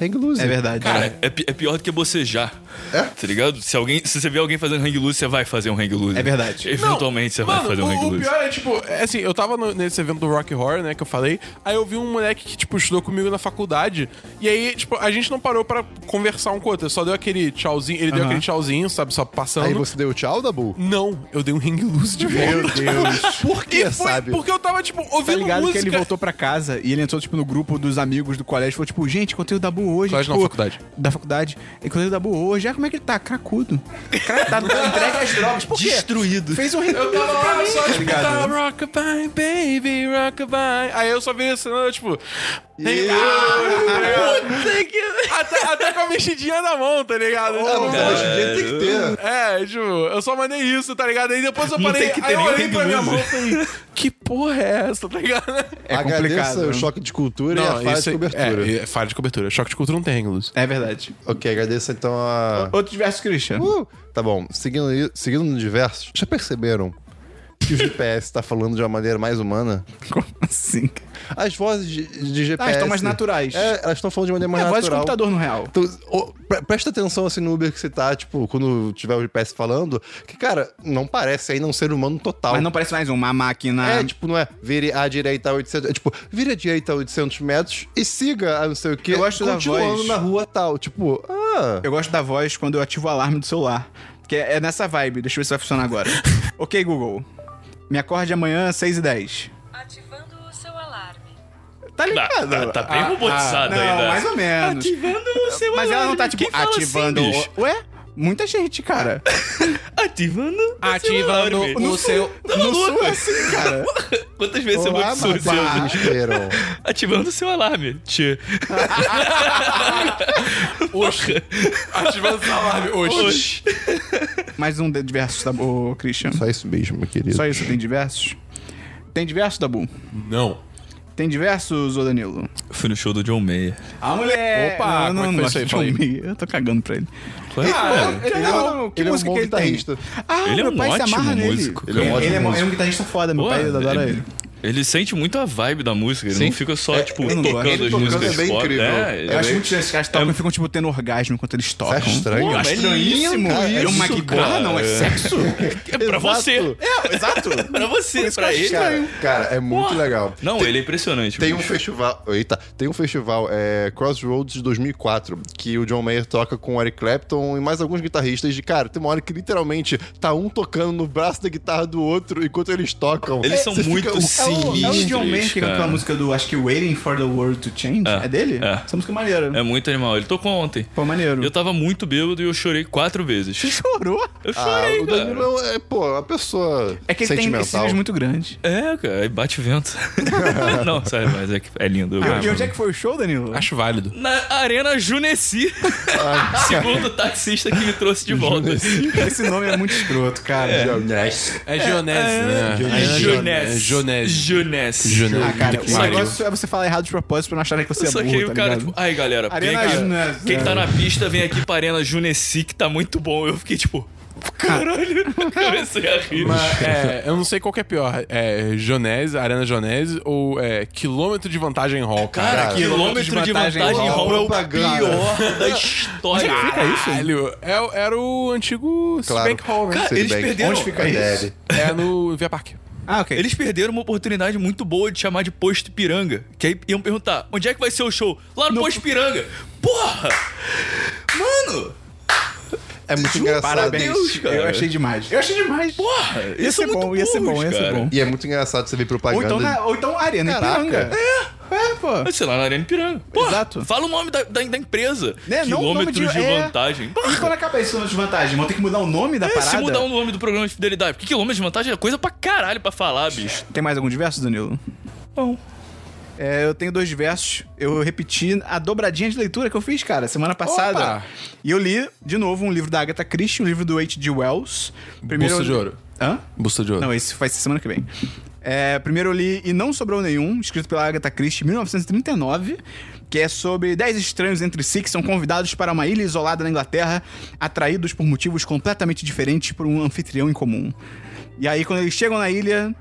Speaker 4: hang loose.
Speaker 1: É verdade.
Speaker 3: cara é, pi- é pior do que bocejar.
Speaker 4: É?
Speaker 3: Tá ligado? Se, alguém, se você vê alguém fazendo hang loose, você vai fazer um hang loose.
Speaker 1: É verdade.
Speaker 3: Eventualmente você
Speaker 2: Mano,
Speaker 3: vai fazer um
Speaker 2: o-
Speaker 3: hang
Speaker 2: o,
Speaker 3: loose.
Speaker 2: pior é, tipo, é assim, eu tava no- nesse evento do Rock Horror, né, que eu falei, aí eu vi um moleque que, tipo, estudou comigo na faculdade, e aí, tipo, a gente não parou pra conversar um com o outro, só deu aquele tchauzinho, ele deu
Speaker 1: Aham.
Speaker 2: aquele tchauzinho, sabe, só passando.
Speaker 4: Aí você deu tchau, Dabu?
Speaker 2: Não, eu dei um hang
Speaker 1: <laughs>
Speaker 2: loose de volta.
Speaker 4: Meu Deus. <laughs> Por
Speaker 2: E
Speaker 4: que,
Speaker 2: foi
Speaker 4: sabe?
Speaker 2: porque eu tava, tipo,
Speaker 1: Tá
Speaker 2: ouvindo
Speaker 1: ligado
Speaker 2: música.
Speaker 1: que ele voltou pra casa e ele entrou, tipo, no grupo dos amigos do colégio e falou, tipo, gente, encontrei o Dabu hoje.
Speaker 2: Colégio
Speaker 1: tipo,
Speaker 2: não, faculdade.
Speaker 1: Da faculdade. Encontrei o Dabu hoje. Ah, como é que ele tá? Cracudo. Cara, tá, tá entregue às drogas. Por quê?
Speaker 3: Destruído.
Speaker 1: Fez um hit
Speaker 2: Eu tava lá só,
Speaker 1: tá
Speaker 2: tipo, tava,
Speaker 1: ligado?
Speaker 2: rockabye, baby, rockabye. Aí eu só vi esse cenário, tipo... tem- Ah, puta que... até, até com a mexidinha na mão, tá ligado? Tipo,
Speaker 4: Não,
Speaker 2: pô,
Speaker 4: hoje em dia tem que ter.
Speaker 2: É, tipo, eu só mandei isso, tá ligado? Aí depois eu
Speaker 3: Não
Speaker 2: parei,
Speaker 3: tem que ter
Speaker 2: aí eu
Speaker 3: nem
Speaker 2: olhei pra minha
Speaker 3: pinguim,
Speaker 2: mão e falei, que porra é essa, tá ligado?
Speaker 1: É
Speaker 4: Agradeça
Speaker 1: complicado.
Speaker 4: o choque de cultura e a fase de cobertura.
Speaker 2: É, falha de cobertura. Choque de cultura não tem ângulos.
Speaker 1: É verdade.
Speaker 4: Ok, agradeça então a.
Speaker 1: Outro diverso, Christian.
Speaker 4: Uh, tá bom, seguindo, i- seguindo no diversos, já perceberam que o GPS tá falando de uma maneira mais humana?
Speaker 1: Como assim?
Speaker 4: As vozes de, de
Speaker 1: Ah,
Speaker 4: GPS.
Speaker 1: estão mais naturais.
Speaker 4: É, elas estão falando de maneira
Speaker 1: É
Speaker 4: mais
Speaker 1: voz de
Speaker 4: natural.
Speaker 1: computador, no real.
Speaker 4: Então, ô, pre- presta atenção assim no Uber que você tá, tipo, quando tiver o GPS falando, que, cara, não parece ainda um ser humano total.
Speaker 1: Mas não parece mais uma máquina.
Speaker 4: É, tipo, não é vire à direita a 800... É, tipo, vire à direita a 800 metros e siga a não sei o quê,
Speaker 1: Eu gosto da
Speaker 4: continuando
Speaker 1: voz.
Speaker 4: na rua tal. Tipo, ah...
Speaker 1: Eu gosto da voz quando eu ativo o alarme do celular. Porque é é nessa vibe. Deixa eu ver se vai funcionar <laughs> agora. ok, Google. Me acorde amanhã às 6h10.
Speaker 8: Ativando o seu alarme.
Speaker 1: Tá
Speaker 3: Tá,
Speaker 1: ligado?
Speaker 3: tá, tá bem
Speaker 1: Ah,
Speaker 3: robotizado
Speaker 1: não,
Speaker 3: ainda.
Speaker 1: mais ou menos.
Speaker 3: Ativando o seu
Speaker 1: Mas ela não tá,
Speaker 3: alarme.
Speaker 1: tipo,
Speaker 3: Quem fala assim,
Speaker 1: ativando... o-
Speaker 3: bicho?
Speaker 1: Ué? Muita gente, cara.
Speaker 3: Ativando o seu
Speaker 6: Ativando
Speaker 3: alarme.
Speaker 6: o seu.
Speaker 1: <laughs>
Speaker 3: Tá
Speaker 1: No
Speaker 3: maluco?
Speaker 1: sul é assim, <laughs> cara.
Speaker 3: Quantas vezes
Speaker 1: é um
Speaker 3: você
Speaker 4: Olá,
Speaker 3: vai pro seu
Speaker 1: né?
Speaker 4: babá. Esperam.
Speaker 3: Ativando o seu alarme. Tchê.
Speaker 2: <laughs>
Speaker 3: Porra.
Speaker 2: Ativando o alarme. Oxi.
Speaker 3: Oxi.
Speaker 1: Mais um de- diversos, tá bom, Christian?
Speaker 4: Só isso mesmo, meu querido.
Speaker 1: Só isso, tem diversos? Tem diversos, Dabu?
Speaker 2: Não.
Speaker 1: Tem diversos, ô Danilo?
Speaker 3: Fui no show do John Mayer.
Speaker 1: A mulher!
Speaker 2: Opa,
Speaker 1: eu
Speaker 2: como é
Speaker 1: não,
Speaker 2: que
Speaker 1: não
Speaker 2: foi
Speaker 1: gosto
Speaker 2: isso aí,
Speaker 1: de
Speaker 2: Paulinho?
Speaker 1: John Mayer. Eu tô cagando pra ele.
Speaker 3: Claro.
Speaker 1: Ele,
Speaker 4: é um-
Speaker 1: que
Speaker 4: ele é um
Speaker 1: música
Speaker 4: bom
Speaker 1: que ele tem?
Speaker 4: guitarrista.
Speaker 1: Ah,
Speaker 3: Ele é
Speaker 1: meu
Speaker 3: um
Speaker 1: pai se
Speaker 3: ótimo
Speaker 1: amarra nele.
Speaker 3: músico,
Speaker 1: Ele,
Speaker 3: cara.
Speaker 1: é um
Speaker 4: ótimo
Speaker 1: ele, é
Speaker 4: músico.
Speaker 1: um guitarrista foda, meu
Speaker 3: Pô,
Speaker 1: pai adora ele.
Speaker 3: ele sente muito a vibe da música. Ele
Speaker 4: Sim.
Speaker 3: não fica só, tipo,
Speaker 1: eu não gosto.
Speaker 3: tocando
Speaker 1: Ele
Speaker 3: as
Speaker 4: tocando
Speaker 3: músicas
Speaker 4: é bem
Speaker 3: foda.
Speaker 4: incrível.
Speaker 3: É,
Speaker 1: Eu acho muito estranho. Esses caras tocam e ficam, tipo, tendo orgasmo enquanto eles tocam.
Speaker 4: Isso é estranho.
Speaker 1: Pô,
Speaker 3: Mas
Speaker 1: é estranhíssimo.
Speaker 3: lindo
Speaker 1: É uma
Speaker 3: isso,
Speaker 1: guitarra,
Speaker 3: cara.
Speaker 1: não, é sexo.
Speaker 3: é pra
Speaker 4: Exato.
Speaker 3: você.
Speaker 1: É, exato.
Speaker 3: Pra você, pra ele.
Speaker 4: Cara, cara, é muito legal.
Speaker 3: Não, ele é impressionante.
Speaker 4: Tem um
Speaker 3: bicho.
Speaker 4: festival. Eita, tem um festival, é, Crossroads de 2004, que o John Mayer toca com o Eric Clapton e mais alguns guitarristas. De cara, tem uma hora que literalmente tá um tocando no braço da guitarra do outro enquanto eles tocam.
Speaker 3: Eles são
Speaker 4: Você
Speaker 3: muito
Speaker 4: fica, um "Uau".
Speaker 3: sinistros.
Speaker 1: É o John Mayer que
Speaker 3: cara.
Speaker 1: cantou a música do, acho que Waiting for the World to Change. É,
Speaker 3: É.
Speaker 1: dele?
Speaker 3: É.
Speaker 1: Essa música é maneira.
Speaker 3: É muito animal. Ele tocou ontem.
Speaker 1: Pô, maneiro.
Speaker 3: Eu tava muito bêbado e eu chorei quatro
Speaker 1: Você
Speaker 3: vezes.
Speaker 1: chorou?
Speaker 3: Eu
Speaker 4: Ah,
Speaker 3: chorei,
Speaker 4: o
Speaker 3: cara.
Speaker 4: Danilo é, pô, uma pessoa
Speaker 1: É que ele tem esses
Speaker 4: sentimental.
Speaker 1: vídeos muito grandes.
Speaker 3: É, cara, aí bate vento. não, sério, mas é, que é lindo. Eu
Speaker 1: E
Speaker 3: gosto.
Speaker 1: onde é que foi o show, Danilo?
Speaker 2: Acho válido.
Speaker 3: Na Arena Juneci, <laughs> segundo o taxista que me trouxe de volta.
Speaker 1: Esse nome é muito escroto, cara.
Speaker 4: Jonas.
Speaker 2: É Gionese, né? É
Speaker 3: Gionese.
Speaker 2: Gionese.
Speaker 3: Jeunesse.
Speaker 1: Ah, cara,
Speaker 2: Que
Speaker 1: o
Speaker 2: pariu.
Speaker 1: negócio é você falar errado de propósito pra não acharem que você é
Speaker 3: Só
Speaker 1: burro,
Speaker 3: que aí o
Speaker 1: tá
Speaker 3: cara,
Speaker 1: ligado?
Speaker 3: tipo, aí galera,
Speaker 1: Arena
Speaker 3: pega-
Speaker 1: Juness,
Speaker 3: quem
Speaker 1: é.
Speaker 3: tá na pista vem aqui pra Arena Junesi, que tá muito bom. Eu fiquei tipo, caralho, comecei a rir.
Speaker 2: Mas, é, eu não sei qual que é pior. É Jonese, Arena Jonese ou é, quilômetro de vantagem em hall, cara?
Speaker 3: Cara, quilômetro de vantagem em Roma é o
Speaker 1: <laughs>
Speaker 3: pior da
Speaker 1: é
Speaker 3: história.
Speaker 2: Caralho, é- era o antigo
Speaker 4: Claro.
Speaker 2: Bank Hall, né?
Speaker 3: Cara, eles
Speaker 4: Citibank.
Speaker 3: perderam.
Speaker 4: Onde fica isso?
Speaker 2: É no Via Parque.
Speaker 1: Ah, ok.
Speaker 3: Eles perderam uma oportunidade muito boa de chamar de posto piranga. Que aí iam perguntar: onde é que vai ser o show? Lá no, posto piranga. Porra! Mano!
Speaker 4: É muito engraçado.
Speaker 1: Parabéns.
Speaker 3: Deus, cara.
Speaker 1: Eu achei demais. Eu achei demais.
Speaker 3: Porra!
Speaker 1: ia
Speaker 3: eles são
Speaker 1: ser bom,
Speaker 3: muito
Speaker 1: ia ser bom,
Speaker 3: burros,
Speaker 1: ia ser
Speaker 3: cara.
Speaker 1: bom.
Speaker 4: E é muito engraçado você ver
Speaker 1: Ou
Speaker 4: propaganda.
Speaker 1: então, na- ou então Arena
Speaker 4: Caraca.
Speaker 1: Ipiranga. É. É, pô.
Speaker 3: Mas sei lá, na Arena Piranga. Porra,
Speaker 1: Exato.
Speaker 3: Fala o nome da, da, da empresa.
Speaker 1: Né, não o nome
Speaker 3: Quilômetros
Speaker 1: de-
Speaker 3: de,
Speaker 1: é.
Speaker 3: vantagem.
Speaker 1: E quando acabar esse ano de vantagem, vão ter que mudar o nome da
Speaker 3: É,
Speaker 1: parada?
Speaker 3: se mudar o nome do programa de fidelidade, porque quilômetros de vantagem é coisa pra caralho pra falar, bicho.
Speaker 1: Tem mais algum diverso, Danilo?
Speaker 3: Não.
Speaker 1: É, eu tenho dois versos. Eu repeti a dobradinha de leitura que eu fiz, cara, semana passada.
Speaker 2: Opa!
Speaker 1: E eu li, de novo, um livro da Agatha Christie, um livro do H.G. Wells.
Speaker 2: Busta
Speaker 1: eu-
Speaker 2: de ouro.
Speaker 1: Hã?
Speaker 2: Busta de ouro.
Speaker 1: Não, esse vai ser semana que vem. É, primeiro eu li E Não Sobrou Nenhum, escrito pela Agatha Christie, 1939, que é sobre 10 estranhos entre si que são convidados para uma ilha isolada na Inglaterra, atraídos por motivos completamente diferentes por um anfitrião em comum. E aí, quando eles chegam na ilha,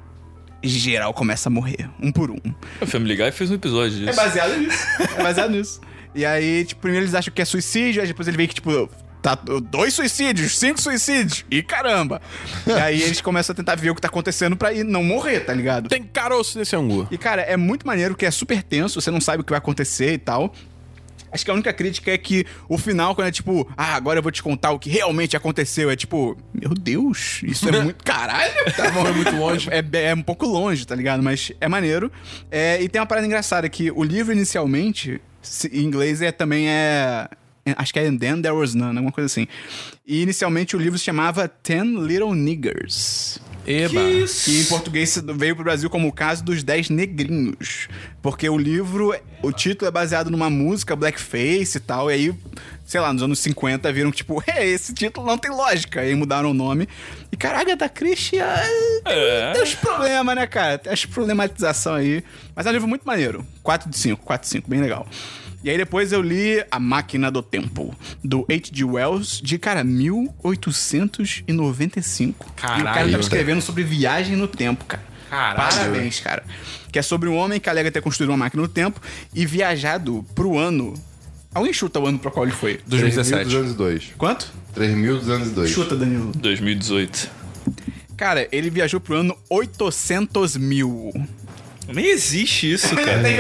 Speaker 1: geral começa a morrer, um por um.
Speaker 3: O Family Guy fez um episódio disso.
Speaker 1: É baseado nisso. É baseado nisso. E aí, tipo, primeiro eles acham que é suicídio, aí depois ele vê que, tipo, tá dois suicídios, cinco suicídios, e caramba. E aí eles começam a tentar ver o que tá acontecendo pra ir não morrer, tá ligado?
Speaker 2: Tem caroço nesse angu.
Speaker 1: E, cara, é muito maneiro porque é super tenso, você não sabe o que vai acontecer e tal. Acho que a única crítica é que o final, quando é tipo, ah, agora eu vou te contar o que realmente aconteceu, é tipo, meu Deus, isso <laughs> é muito. Caralho! Tá bom, é muito longe. É, é um pouco longe, tá ligado? Mas é maneiro. É, e tem uma parada engraçada que o livro, inicialmente, se- em inglês é também é. Acho que é And Then There Was None, alguma coisa assim. E inicialmente o livro se chamava Ten Little Niggers.
Speaker 2: Eba.
Speaker 1: Que em português veio pro Brasil como o caso dos 10 negrinhos. Porque o livro, o título é baseado numa música, blackface e tal, e aí, sei lá, nos anos 50 viram que, tipo, <laughs> é, esse título não tem lógica. E aí mudaram o nome. E caraca, tá da Christie ah, tem,
Speaker 3: É.
Speaker 1: tem uns problemas, né, cara? Tem as problematização aí. Mas é um livro muito maneiro. 4 de 5, 4 de 5, bem legal. E aí depois eu li A Máquina do Tempo, do H.G. Wells, de, cara, 1895. E o cara
Speaker 2: Caralho.
Speaker 1: tá escrevendo sobre viagem no tempo, cara. Parabéns, cara. Que é sobre um homem que alega ter construído uma máquina no tempo e viajado pro ano. Alguém chuta o ano pra qual ele foi?
Speaker 2: 2017.
Speaker 4: 3202.
Speaker 1: Quanto?
Speaker 4: 3202.
Speaker 1: Chuta, Danilo.
Speaker 3: 2018.
Speaker 1: Cara, ele viajou pro ano 800 mil. É.
Speaker 3: Nem existe isso, cara.
Speaker 1: <laughs>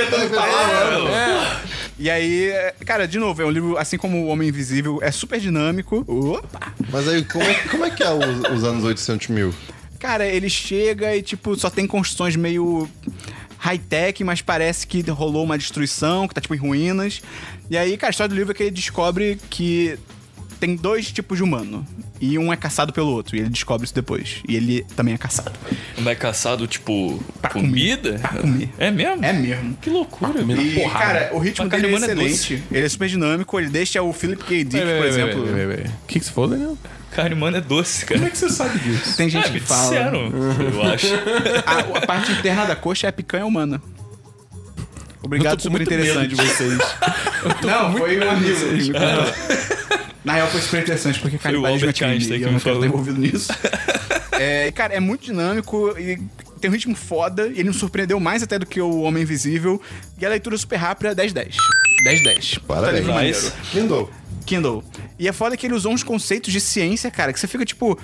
Speaker 1: E aí, é, cara, de novo, é um livro, assim como O Homem Invisível, é super dinâmico. Opa!
Speaker 4: Mas aí, como é, como é que é os, os anos 800 mil?
Speaker 1: Cara, ele chega e, tipo, só tem construções meio high-tech, mas parece que rolou uma destruição, que tá, tipo, em ruínas. E aí, cara, a história do livro é que ele descobre que tem dois tipos de humano. E um é caçado pelo outro, e ele descobre isso depois. E ele também é caçado.
Speaker 3: Mas é caçado, tipo,
Speaker 1: Pra
Speaker 3: comida?
Speaker 1: comer.
Speaker 3: É mesmo?
Speaker 1: É mesmo.
Speaker 3: Que loucura.
Speaker 1: E, cara, o ritmo
Speaker 3: Mas carne
Speaker 1: dele é
Speaker 3: humana é doce.
Speaker 1: excelente. ele é super dinâmico, ele deixa o Philip K. Dick,
Speaker 2: Peraí,
Speaker 1: por
Speaker 2: peraí,
Speaker 1: exemplo.
Speaker 2: peraí, peraí, peraí. O que, que você falou, Daniel?
Speaker 3: Carne humana é doce, cara.
Speaker 2: que você sabe disso?
Speaker 1: Tem gente
Speaker 3: Ah,
Speaker 1: que
Speaker 3: me
Speaker 1: fala. "Ah,
Speaker 3: disseram, eu acho.
Speaker 1: A, a parte interna da coxa é a picanha humana. Obrigado, super interessante.
Speaker 2: vocês.
Speaker 1: Não, foi um amigo. que me contou. É. Na real, foi super interessante, porque
Speaker 3: o
Speaker 1: canibalismo é
Speaker 3: Albert
Speaker 1: crime,
Speaker 3: Einstein
Speaker 1: e
Speaker 3: que
Speaker 1: eu
Speaker 3: me
Speaker 1: não quero estar
Speaker 3: falou.
Speaker 1: envolvido nisso. É, e, cara, é muito dinâmico e tem um ritmo foda. E ele me surpreendeu mais até do que o Homem Invisível. E a leitura super rápida é 10-10. 10-10.
Speaker 4: Parabéns.
Speaker 3: Mas,
Speaker 4: Lindo.
Speaker 1: Kindle. E é foda que ele usou uns conceitos de ciência, cara, que você fica tipo.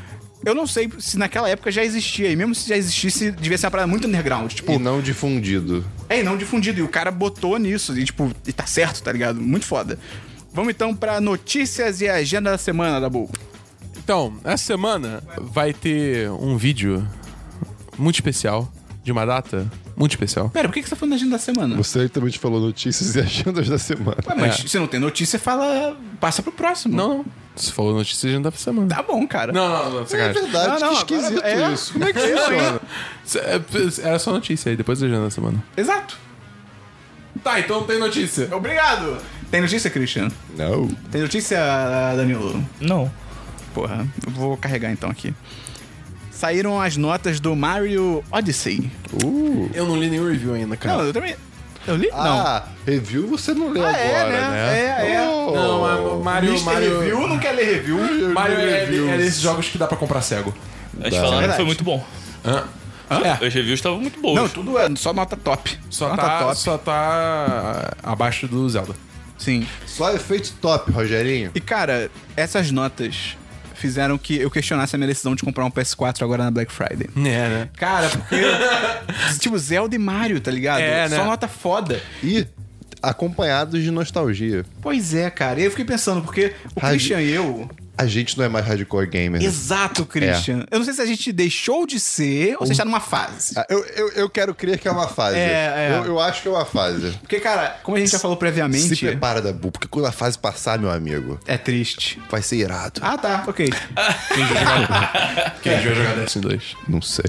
Speaker 1: Eu não sei se naquela época já existia, e mesmo se já existisse, devia ser uma parada muito underground. Tipo,
Speaker 4: E não difundido.
Speaker 1: é, e não difundido. E o cara botou nisso. E, tipo, e tá certo, tá ligado? Muito foda. Vamos então pra notícias e agenda da semana, Dabu.
Speaker 2: Então, essa semana vai ter um vídeo muito especial, de uma data muito especial.
Speaker 1: Pera, por que, que você tá falando da agenda da semana?
Speaker 4: Você aí também te falou notícias e <laughs> agendas da semana.
Speaker 1: Ué, mas
Speaker 2: É.
Speaker 1: se não tem notícia, fala. Passa pro próximo.
Speaker 2: Não, não. Você falou notícia de agenda da semana.
Speaker 1: Tá bom, cara.
Speaker 2: Não, não, não,
Speaker 4: É
Speaker 2: <laughs> sacanagem.
Speaker 4: verdade,
Speaker 1: Não, não,
Speaker 4: que esquisito
Speaker 1: agora- é.
Speaker 4: isso. Como é que funciona?
Speaker 2: É, Era só notícia aí, depois da agenda da semana.
Speaker 4: é.
Speaker 1: Exato.
Speaker 2: Tá, então não tem notícia.
Speaker 1: Obrigado. Tem notícia, Christian?
Speaker 4: Não.
Speaker 1: Tem notícia, Danilo?
Speaker 3: não.
Speaker 1: Porra, eu vou carregar então aqui. saíram as notas do Mario Odyssey.
Speaker 2: Eu não li nenhum review ainda, cara.
Speaker 1: Não, eu também. Eu li?
Speaker 4: Ah, review você não leu
Speaker 1: não.
Speaker 4: agora, né?
Speaker 1: Ah, É, é.
Speaker 4: Oh.
Speaker 2: Não, a- Mario,
Speaker 1: Mr.
Speaker 2: Mario,
Speaker 1: Review não quer ler review.
Speaker 2: Mario é,
Speaker 4: reviews.
Speaker 2: é desses jogos que dá pra comprar cego.
Speaker 3: Eles falaram que
Speaker 1: Verdade.
Speaker 3: foi muito bom.
Speaker 2: Hã? É,
Speaker 3: Os reviews estavam muito boas.
Speaker 1: Não, tudo é só nota top.
Speaker 2: só
Speaker 1: nota
Speaker 2: tá,
Speaker 1: top.
Speaker 2: só tá abaixo do Zelda.
Speaker 1: Sim.
Speaker 4: Só efeito top, Rogerinho.
Speaker 1: E cara, essas notas fizeram que eu questionasse a minha decisão de comprar um PS4 agora na Black Friday.
Speaker 2: É, né?
Speaker 1: Cara, porque. <laughs> tipo, Zelda e Mario, tá ligado?
Speaker 2: É, né?
Speaker 1: Só nota foda.
Speaker 4: E acompanhados de nostalgia.
Speaker 1: Pois é, cara. E eu fiquei pensando, porque o
Speaker 4: Rádio-
Speaker 1: Christian e eu.
Speaker 4: A gente não é mais hardcore gamer. né?
Speaker 1: Exato, Christian. Eu não sei se a gente deixou de ser ou se está numa fase.
Speaker 4: Ah, Eu, eu, eu quero crer que é uma fase.
Speaker 1: É, é.
Speaker 4: Eu, eu acho que é uma fase.
Speaker 1: Porque, cara, como a gente já falou
Speaker 4: Se
Speaker 1: previamente,
Speaker 4: prepara, Dabu, porque quando a fase passar, meu amigo,
Speaker 1: é triste.
Speaker 4: vai ser irado.
Speaker 1: Ah, tá, ok.
Speaker 2: Quem vai jogar Destiny 2?
Speaker 4: Não sei.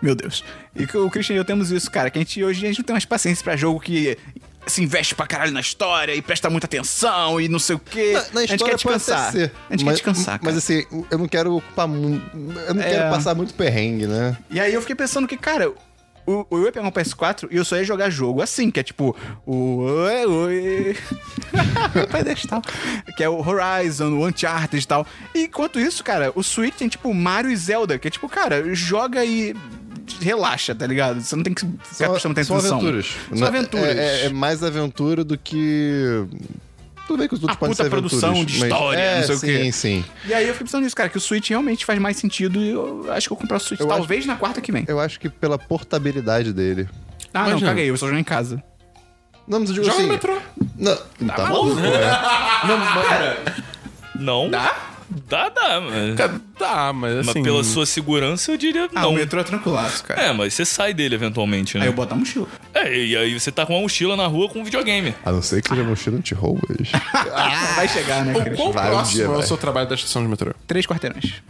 Speaker 1: Meu Deus. E que o Christian e eu temos isso, cara. Que a gente hoje a gente não tem mais paciência pra jogo que se investe pra caralho na história e presta muita atenção e não sei o quê. a gente quer
Speaker 4: pode
Speaker 1: descansar.
Speaker 4: até ser,
Speaker 1: a gente
Speaker 4: mas,
Speaker 1: quer descansar, cara.
Speaker 4: Mas assim, eu não quero ocupar muito. Eu não
Speaker 1: É.
Speaker 4: quero passar muito perrengue, né?
Speaker 1: E aí eu fiquei pensando que, cara, o, o- eu ia pegar um PS4 e eu só ia jogar jogo assim, que é tipo. O. Oi, oi. <laughs> o pedestal. Que é o Horizon, o Uncharted e tal. E enquanto isso, cara, o Switch tem tipo Mario e Zelda, que é tipo, cara, joga e. Relaxa, tá ligado? Você não tem que ficar prestando atenção.
Speaker 4: aventuras.
Speaker 1: São
Speaker 4: Não-
Speaker 1: aventuras.
Speaker 4: É, é- é mais aventura do que. Tudo bem que os outros
Speaker 1: A
Speaker 4: podem
Speaker 1: puta
Speaker 4: ser aventuras.
Speaker 1: produção de história,
Speaker 4: é,
Speaker 1: não sei o
Speaker 4: sim,
Speaker 1: quê.
Speaker 4: Sim, sim.
Speaker 1: E aí eu fiquei pensando nisso, cara, que o Switch realmente faz mais sentido e eu acho que eu vou comprar o Switch
Speaker 4: Eu
Speaker 1: talvez na quarta que vem.
Speaker 4: Eu acho que pela portabilidade dele.
Speaker 1: Ah, não,
Speaker 2: Imagina.
Speaker 1: caguei, eu só jogo em casa.
Speaker 4: Não, mas eu digo
Speaker 2: Joga
Speaker 4: assim.
Speaker 2: no metrô.
Speaker 4: Não, tá, maluco,
Speaker 1: <laughs>
Speaker 4: é.
Speaker 3: Não. Dá? Dá, dá, mas.
Speaker 2: Tá, mas assim...
Speaker 3: mas pela sua segurança, eu diria
Speaker 1: Ah,
Speaker 3: não.
Speaker 1: o metrô é tranquilaço, cara.
Speaker 3: É, mas você sai dele eventualmente, né?
Speaker 1: Aí eu boto a mochila.
Speaker 3: É, e aí você tá com uma mochila na rua com um videogame.
Speaker 4: A não ser que seja mochila anti-roubas.
Speaker 1: Vai chegar, né,
Speaker 2: O
Speaker 1: cara?
Speaker 2: quão
Speaker 4: Vai, um
Speaker 2: próximo
Speaker 4: dia
Speaker 2: é o
Speaker 4: vai.
Speaker 2: seu trabalho da estação de metrô?
Speaker 1: Três quarteirões.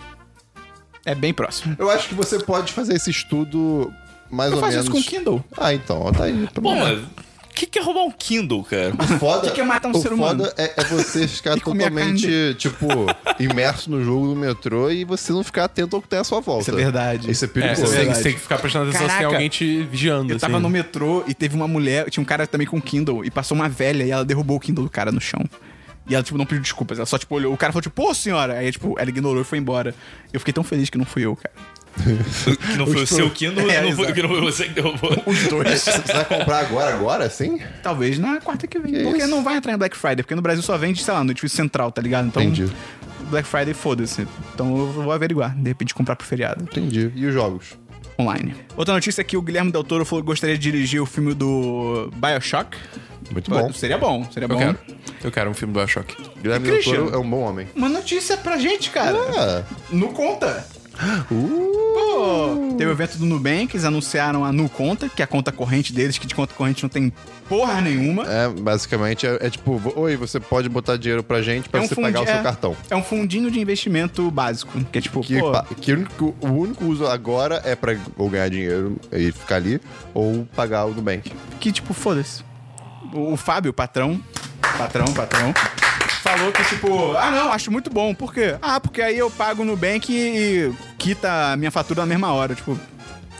Speaker 1: É bem próximo.
Speaker 4: Eu acho que você pode fazer esse estudo mais
Speaker 1: Eu
Speaker 4: ou
Speaker 1: faço
Speaker 4: menos.
Speaker 1: isso com o Kindle.
Speaker 4: Ah, então, ó, tá aí. Tá
Speaker 3: Pô,
Speaker 4: bom.
Speaker 3: mas. O que, que é roubar um Kindle, cara?
Speaker 4: O foda,
Speaker 1: que que é matar um
Speaker 4: o
Speaker 1: ser humano?
Speaker 4: foda é, é você
Speaker 1: <laughs>
Speaker 4: ficar
Speaker 1: E comer a
Speaker 4: totalmente, tipo, imerso no jogo do metrô e você não ficar atento ao que tem à sua volta.
Speaker 1: Isso é verdade.
Speaker 4: Isso é
Speaker 2: É,
Speaker 4: perigoso.
Speaker 2: você tem,
Speaker 1: verdade.
Speaker 2: você tem que ficar prestando atenção se tem
Speaker 1: Caraca.
Speaker 2: alguém te vigiando.
Speaker 1: Eu tava
Speaker 2: assim.
Speaker 1: no metrô e teve uma mulher, tinha um cara também com Kindle, e passou uma velha e ela derrubou o Kindle do cara no chão. E ela, tipo, não pediu desculpas. Ela só, tipo, olhou. O cara falou, tipo, pô, senhora! Aí, tipo, ela ignorou e foi embora. Eu fiquei tão feliz que não fui eu, cara.
Speaker 3: Que não foi o seu
Speaker 4: <laughs>
Speaker 3: Kindle
Speaker 1: É,
Speaker 3: e não foi,
Speaker 1: exato.
Speaker 3: que não foi você que derrubou.
Speaker 1: Os dois.
Speaker 4: Você vai comprar agora, agora, sim?
Speaker 1: Talvez na quarta que vem. porque
Speaker 4: isso?
Speaker 1: não vai entrar em Black Friday, porque no Brasil só vende, sei lá, no edifício central, tá ligado? Então,
Speaker 4: Entendi.
Speaker 1: Black Friday, foda-se. Então eu vou averiguar, de repente comprar pro feriado.
Speaker 4: Entendi. E os jogos?
Speaker 1: online. Outra notícia é que o Guilherme Del Toro falou que gostaria de dirigir o filme do Bioshock.
Speaker 4: Muito bom.
Speaker 1: Seria bom, seria
Speaker 2: Eu
Speaker 1: bom.
Speaker 2: quero. Eu quero um filme do Bioshock.
Speaker 4: Guilherme
Speaker 1: E
Speaker 4: Del
Speaker 1: Christian?
Speaker 4: Toro é um bom homem.
Speaker 1: Uma notícia pra gente, cara.
Speaker 4: Ah, Uh.
Speaker 1: No Conta. Pô, teve o evento do Nubank, eles anunciaram a Nu Conta, que é a conta corrente deles, que de conta corrente não tem porra nenhuma.
Speaker 4: é, basicamente, é, é tipo, vo- oi, você pode botar dinheiro pra gente pra você pagar o
Speaker 1: fundi-
Speaker 4: seu
Speaker 1: é-
Speaker 4: cartão.
Speaker 1: É um fundinho de investimento básico, que é tipo,
Speaker 4: Que,
Speaker 1: pô,
Speaker 4: pa- que o, único, o único uso agora é pra ou ganhar dinheiro e ficar ali, ou pagar o Nubank.
Speaker 1: que tipo, foda-se. O, o Fábio, patrão, patrão, patrão, falou que tipo, ah não, acho muito bom. Por quê? Ah, porque aí eu pago no Nubank e quita a minha fatura na mesma hora. Tipo,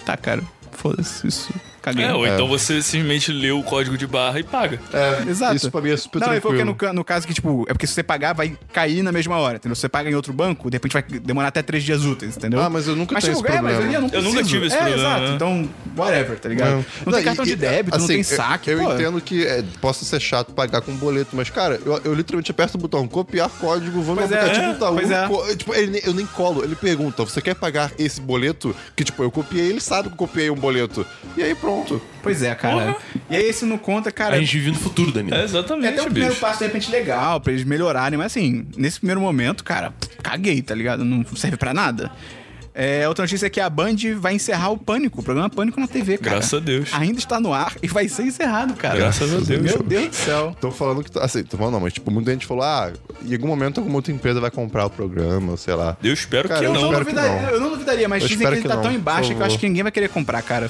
Speaker 1: tá, cara, foda-se isso. Caguei.
Speaker 3: É, ou então você simplesmente lê o código de barra e paga.
Speaker 4: É,
Speaker 1: Exato.
Speaker 4: Isso pra mim é super
Speaker 1: não, ele falou que
Speaker 4: tranquilo.
Speaker 1: no, ca- no caso que, tipo, é porque se você pagar, vai cair na mesma hora, entendeu? Se você paga em outro banco, de repente vai demorar até três dias úteis, entendeu?
Speaker 4: Ah, mas eu nunca
Speaker 1: mas,
Speaker 4: tenho
Speaker 1: tipo,
Speaker 4: esse
Speaker 1: é, mas
Speaker 4: problema.
Speaker 1: eu, não
Speaker 3: Eu nunca
Speaker 1: preciso.
Speaker 3: tive esse
Speaker 1: é,
Speaker 3: problema,
Speaker 1: Exato,
Speaker 3: né?
Speaker 1: então, whatever, tá ligado? Não, tem
Speaker 4: e-
Speaker 1: cartão de
Speaker 4: e,
Speaker 1: débito, não
Speaker 4: assim,
Speaker 1: tem
Speaker 4: eu-
Speaker 1: saque,
Speaker 4: Eu,
Speaker 1: pô.
Speaker 4: entendo que é, possa ser chato pagar com boleto, mas, cara, eu, eu literalmente aperto o botão copiar código, vou no
Speaker 1: Pois é,
Speaker 4: aplicativo
Speaker 1: é,
Speaker 4: do Itaú.
Speaker 1: pois é.
Speaker 4: co- eu, tipo, ele nem- eu nem colo. Ele pergunta, você quer pagar esse boleto? Que, tipo, eu copiei, ele sabe que eu copiei um boleto. E aí, pronto.
Speaker 1: Pois é, cara. E aí esse não conta, cara.
Speaker 2: A gente vive no futuro, Danilo.
Speaker 3: É
Speaker 1: É
Speaker 3: exatamente,
Speaker 1: até um primeiro
Speaker 3: bicho.
Speaker 1: passo, de repente, legal, pra eles melhorarem, mas assim, nesse primeiro momento, cara, caguei, tá ligado? Não serve pra nada. É, outra notícia é que a Band vai encerrar o Pânico, o programa Pânico na TV, cara.
Speaker 3: Graças a Deus.
Speaker 1: Ainda está no ar e vai ser encerrado, cara.
Speaker 3: Graças a Deus.
Speaker 1: Meu Deus do céu.
Speaker 4: Tô falando que. tá- Assim, tô falando, não, mas, tipo, muita gente falou, ah, em algum momento alguma outra empresa vai comprar o programa, sei lá.
Speaker 3: Eu espero
Speaker 4: Cara,
Speaker 3: que
Speaker 4: eu
Speaker 1: Eu
Speaker 3: não.
Speaker 1: não,
Speaker 4: espero que
Speaker 1: duvidaria,
Speaker 4: não.
Speaker 1: eu não duvidaria, mas
Speaker 4: Eu
Speaker 1: dizem que
Speaker 4: espero
Speaker 1: ele
Speaker 4: que
Speaker 1: tá
Speaker 4: não,
Speaker 1: tão em
Speaker 4: por
Speaker 1: baixa que eu
Speaker 4: favor.
Speaker 1: acho que ninguém vai querer comprar, cara.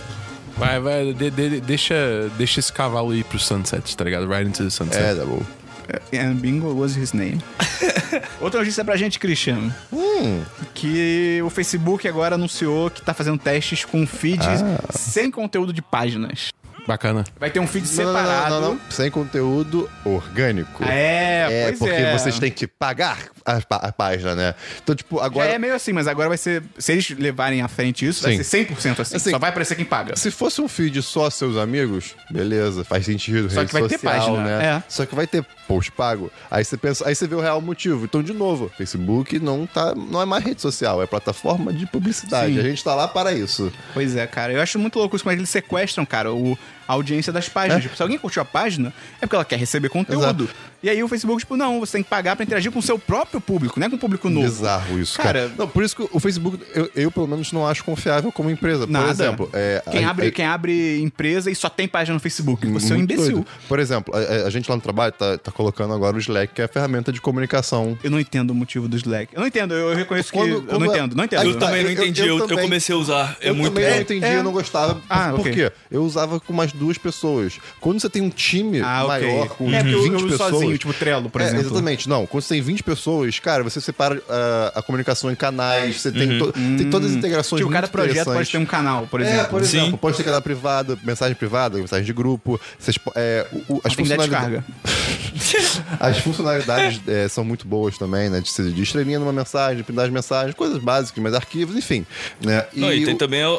Speaker 2: Vai, vai, de- de- deixa, deixa esse cavalo ir pro sunset, tá ligado? Right into the sunset.
Speaker 4: É, tá bom.
Speaker 1: And bingo was his name. <laughs> Outra notícia pra gente, Christian.
Speaker 4: Hum.
Speaker 1: Que o Facebook agora anunciou que tá fazendo testes com feeds
Speaker 4: Ah.
Speaker 1: sem conteúdo de páginas.
Speaker 4: É.
Speaker 2: Bacana.
Speaker 1: Vai ter um feed
Speaker 4: Não, não, não,
Speaker 1: separado.
Speaker 4: Não, não, não. Sem conteúdo orgânico.
Speaker 1: É,
Speaker 4: É,
Speaker 1: pois
Speaker 4: porque
Speaker 1: é.
Speaker 4: vocês têm que pagar a, pá- a página, né? Então, tipo,
Speaker 1: Já
Speaker 4: agora.
Speaker 1: é meio assim, mas agora vai ser. Se eles levarem à frente isso, vai
Speaker 4: Sim.
Speaker 1: ser 100% assim.
Speaker 4: Assim,
Speaker 1: Só vai aparecer quem paga.
Speaker 4: Se fosse um feed só seus amigos, beleza, faz sentido.
Speaker 1: Só
Speaker 4: rede
Speaker 1: que vai ter
Speaker 4: social,
Speaker 1: página,
Speaker 4: né?
Speaker 1: é.
Speaker 4: Só que vai ter post pago. Aí você pensa, aí você vê o real motivo. Então, de novo, Facebook não tá, não é mais rede social, é plataforma de publicidade.
Speaker 1: Sim.
Speaker 4: A gente tá lá para isso.
Speaker 1: Pois é, cara. Eu acho muito louco isso, como é que eles sequestram, cara, o, a audiência das páginas. Tipo, se alguém curtiu a página, é porque ela quer receber conteúdo.
Speaker 4: É? Exato.
Speaker 1: E aí o Facebook, tipo, não, você tem que pagar pra interagir com o seu próprio público, não é com o público novo.
Speaker 4: Bizarro isso,
Speaker 1: Cara,
Speaker 4: cara. Não, por isso que o Facebook, eu, eu, pelo menos não acho confiável como empresa. Por
Speaker 1: Nada.
Speaker 4: exemplo, é,
Speaker 1: quem,
Speaker 4: a-
Speaker 1: abre,
Speaker 4: a-
Speaker 1: quem abre empresa e só tem página no Facebook, você é um
Speaker 4: Muito
Speaker 1: imbecil.
Speaker 4: doido. Por exemplo, a, a- a gente lá no trabalho tá, tá colocando agora o Slack, que é a ferramenta de comunicação.
Speaker 1: Eu não entendo o motivo do Slack. Eu não entendo, eu reconheço
Speaker 4: Quando-
Speaker 1: que. eu
Speaker 4: quando
Speaker 1: não
Speaker 4: a-
Speaker 1: entendo, não entendo.
Speaker 4: Aí
Speaker 3: Eu
Speaker 4: tá.
Speaker 3: também não
Speaker 4: eu- eu-
Speaker 3: entendi,
Speaker 4: eu
Speaker 3: eu, eu
Speaker 4: também.
Speaker 3: comecei a usar. É
Speaker 4: eu
Speaker 3: muito
Speaker 4: também não
Speaker 3: bom.
Speaker 4: entendi,
Speaker 1: É.
Speaker 4: eu não gostava.
Speaker 1: Ah,
Speaker 4: por
Speaker 1: ok.
Speaker 4: quê? Eu usava com mais duas pessoas. Quando você tem um time
Speaker 1: Ah, ok.
Speaker 4: maior, com
Speaker 1: É, porque eu
Speaker 4: 20
Speaker 1: uso
Speaker 4: pessoas...
Speaker 1: sozinho, tipo Trello, por
Speaker 4: É,
Speaker 1: exemplo.
Speaker 4: Exatamente, não. Quando você tem 20 pessoas, cara, você separa ah, a comunicação em canais, você tem, to- tem todas as integrações
Speaker 1: Uhum. Tipo,
Speaker 4: muito
Speaker 1: cada projeto pode
Speaker 4: interessantes.
Speaker 1: ter um canal, por
Speaker 4: É,
Speaker 1: exemplo.
Speaker 4: por
Speaker 3: Sim.
Speaker 4: exemplo, pode ter canal privado, mensagem privada, mensagem de grupo. Vocês, po- é, o- o- as,
Speaker 1: Tem que dar
Speaker 4: funcionalidades,
Speaker 1: descarga.
Speaker 4: as funcionalidades <laughs> é, são muito boas também, né? De, se- de estrelinha numa mensagem, pindar as mensagens, coisas básicas, mas arquivos, enfim. Né?
Speaker 3: Não, e tem
Speaker 4: o-
Speaker 3: também a, a-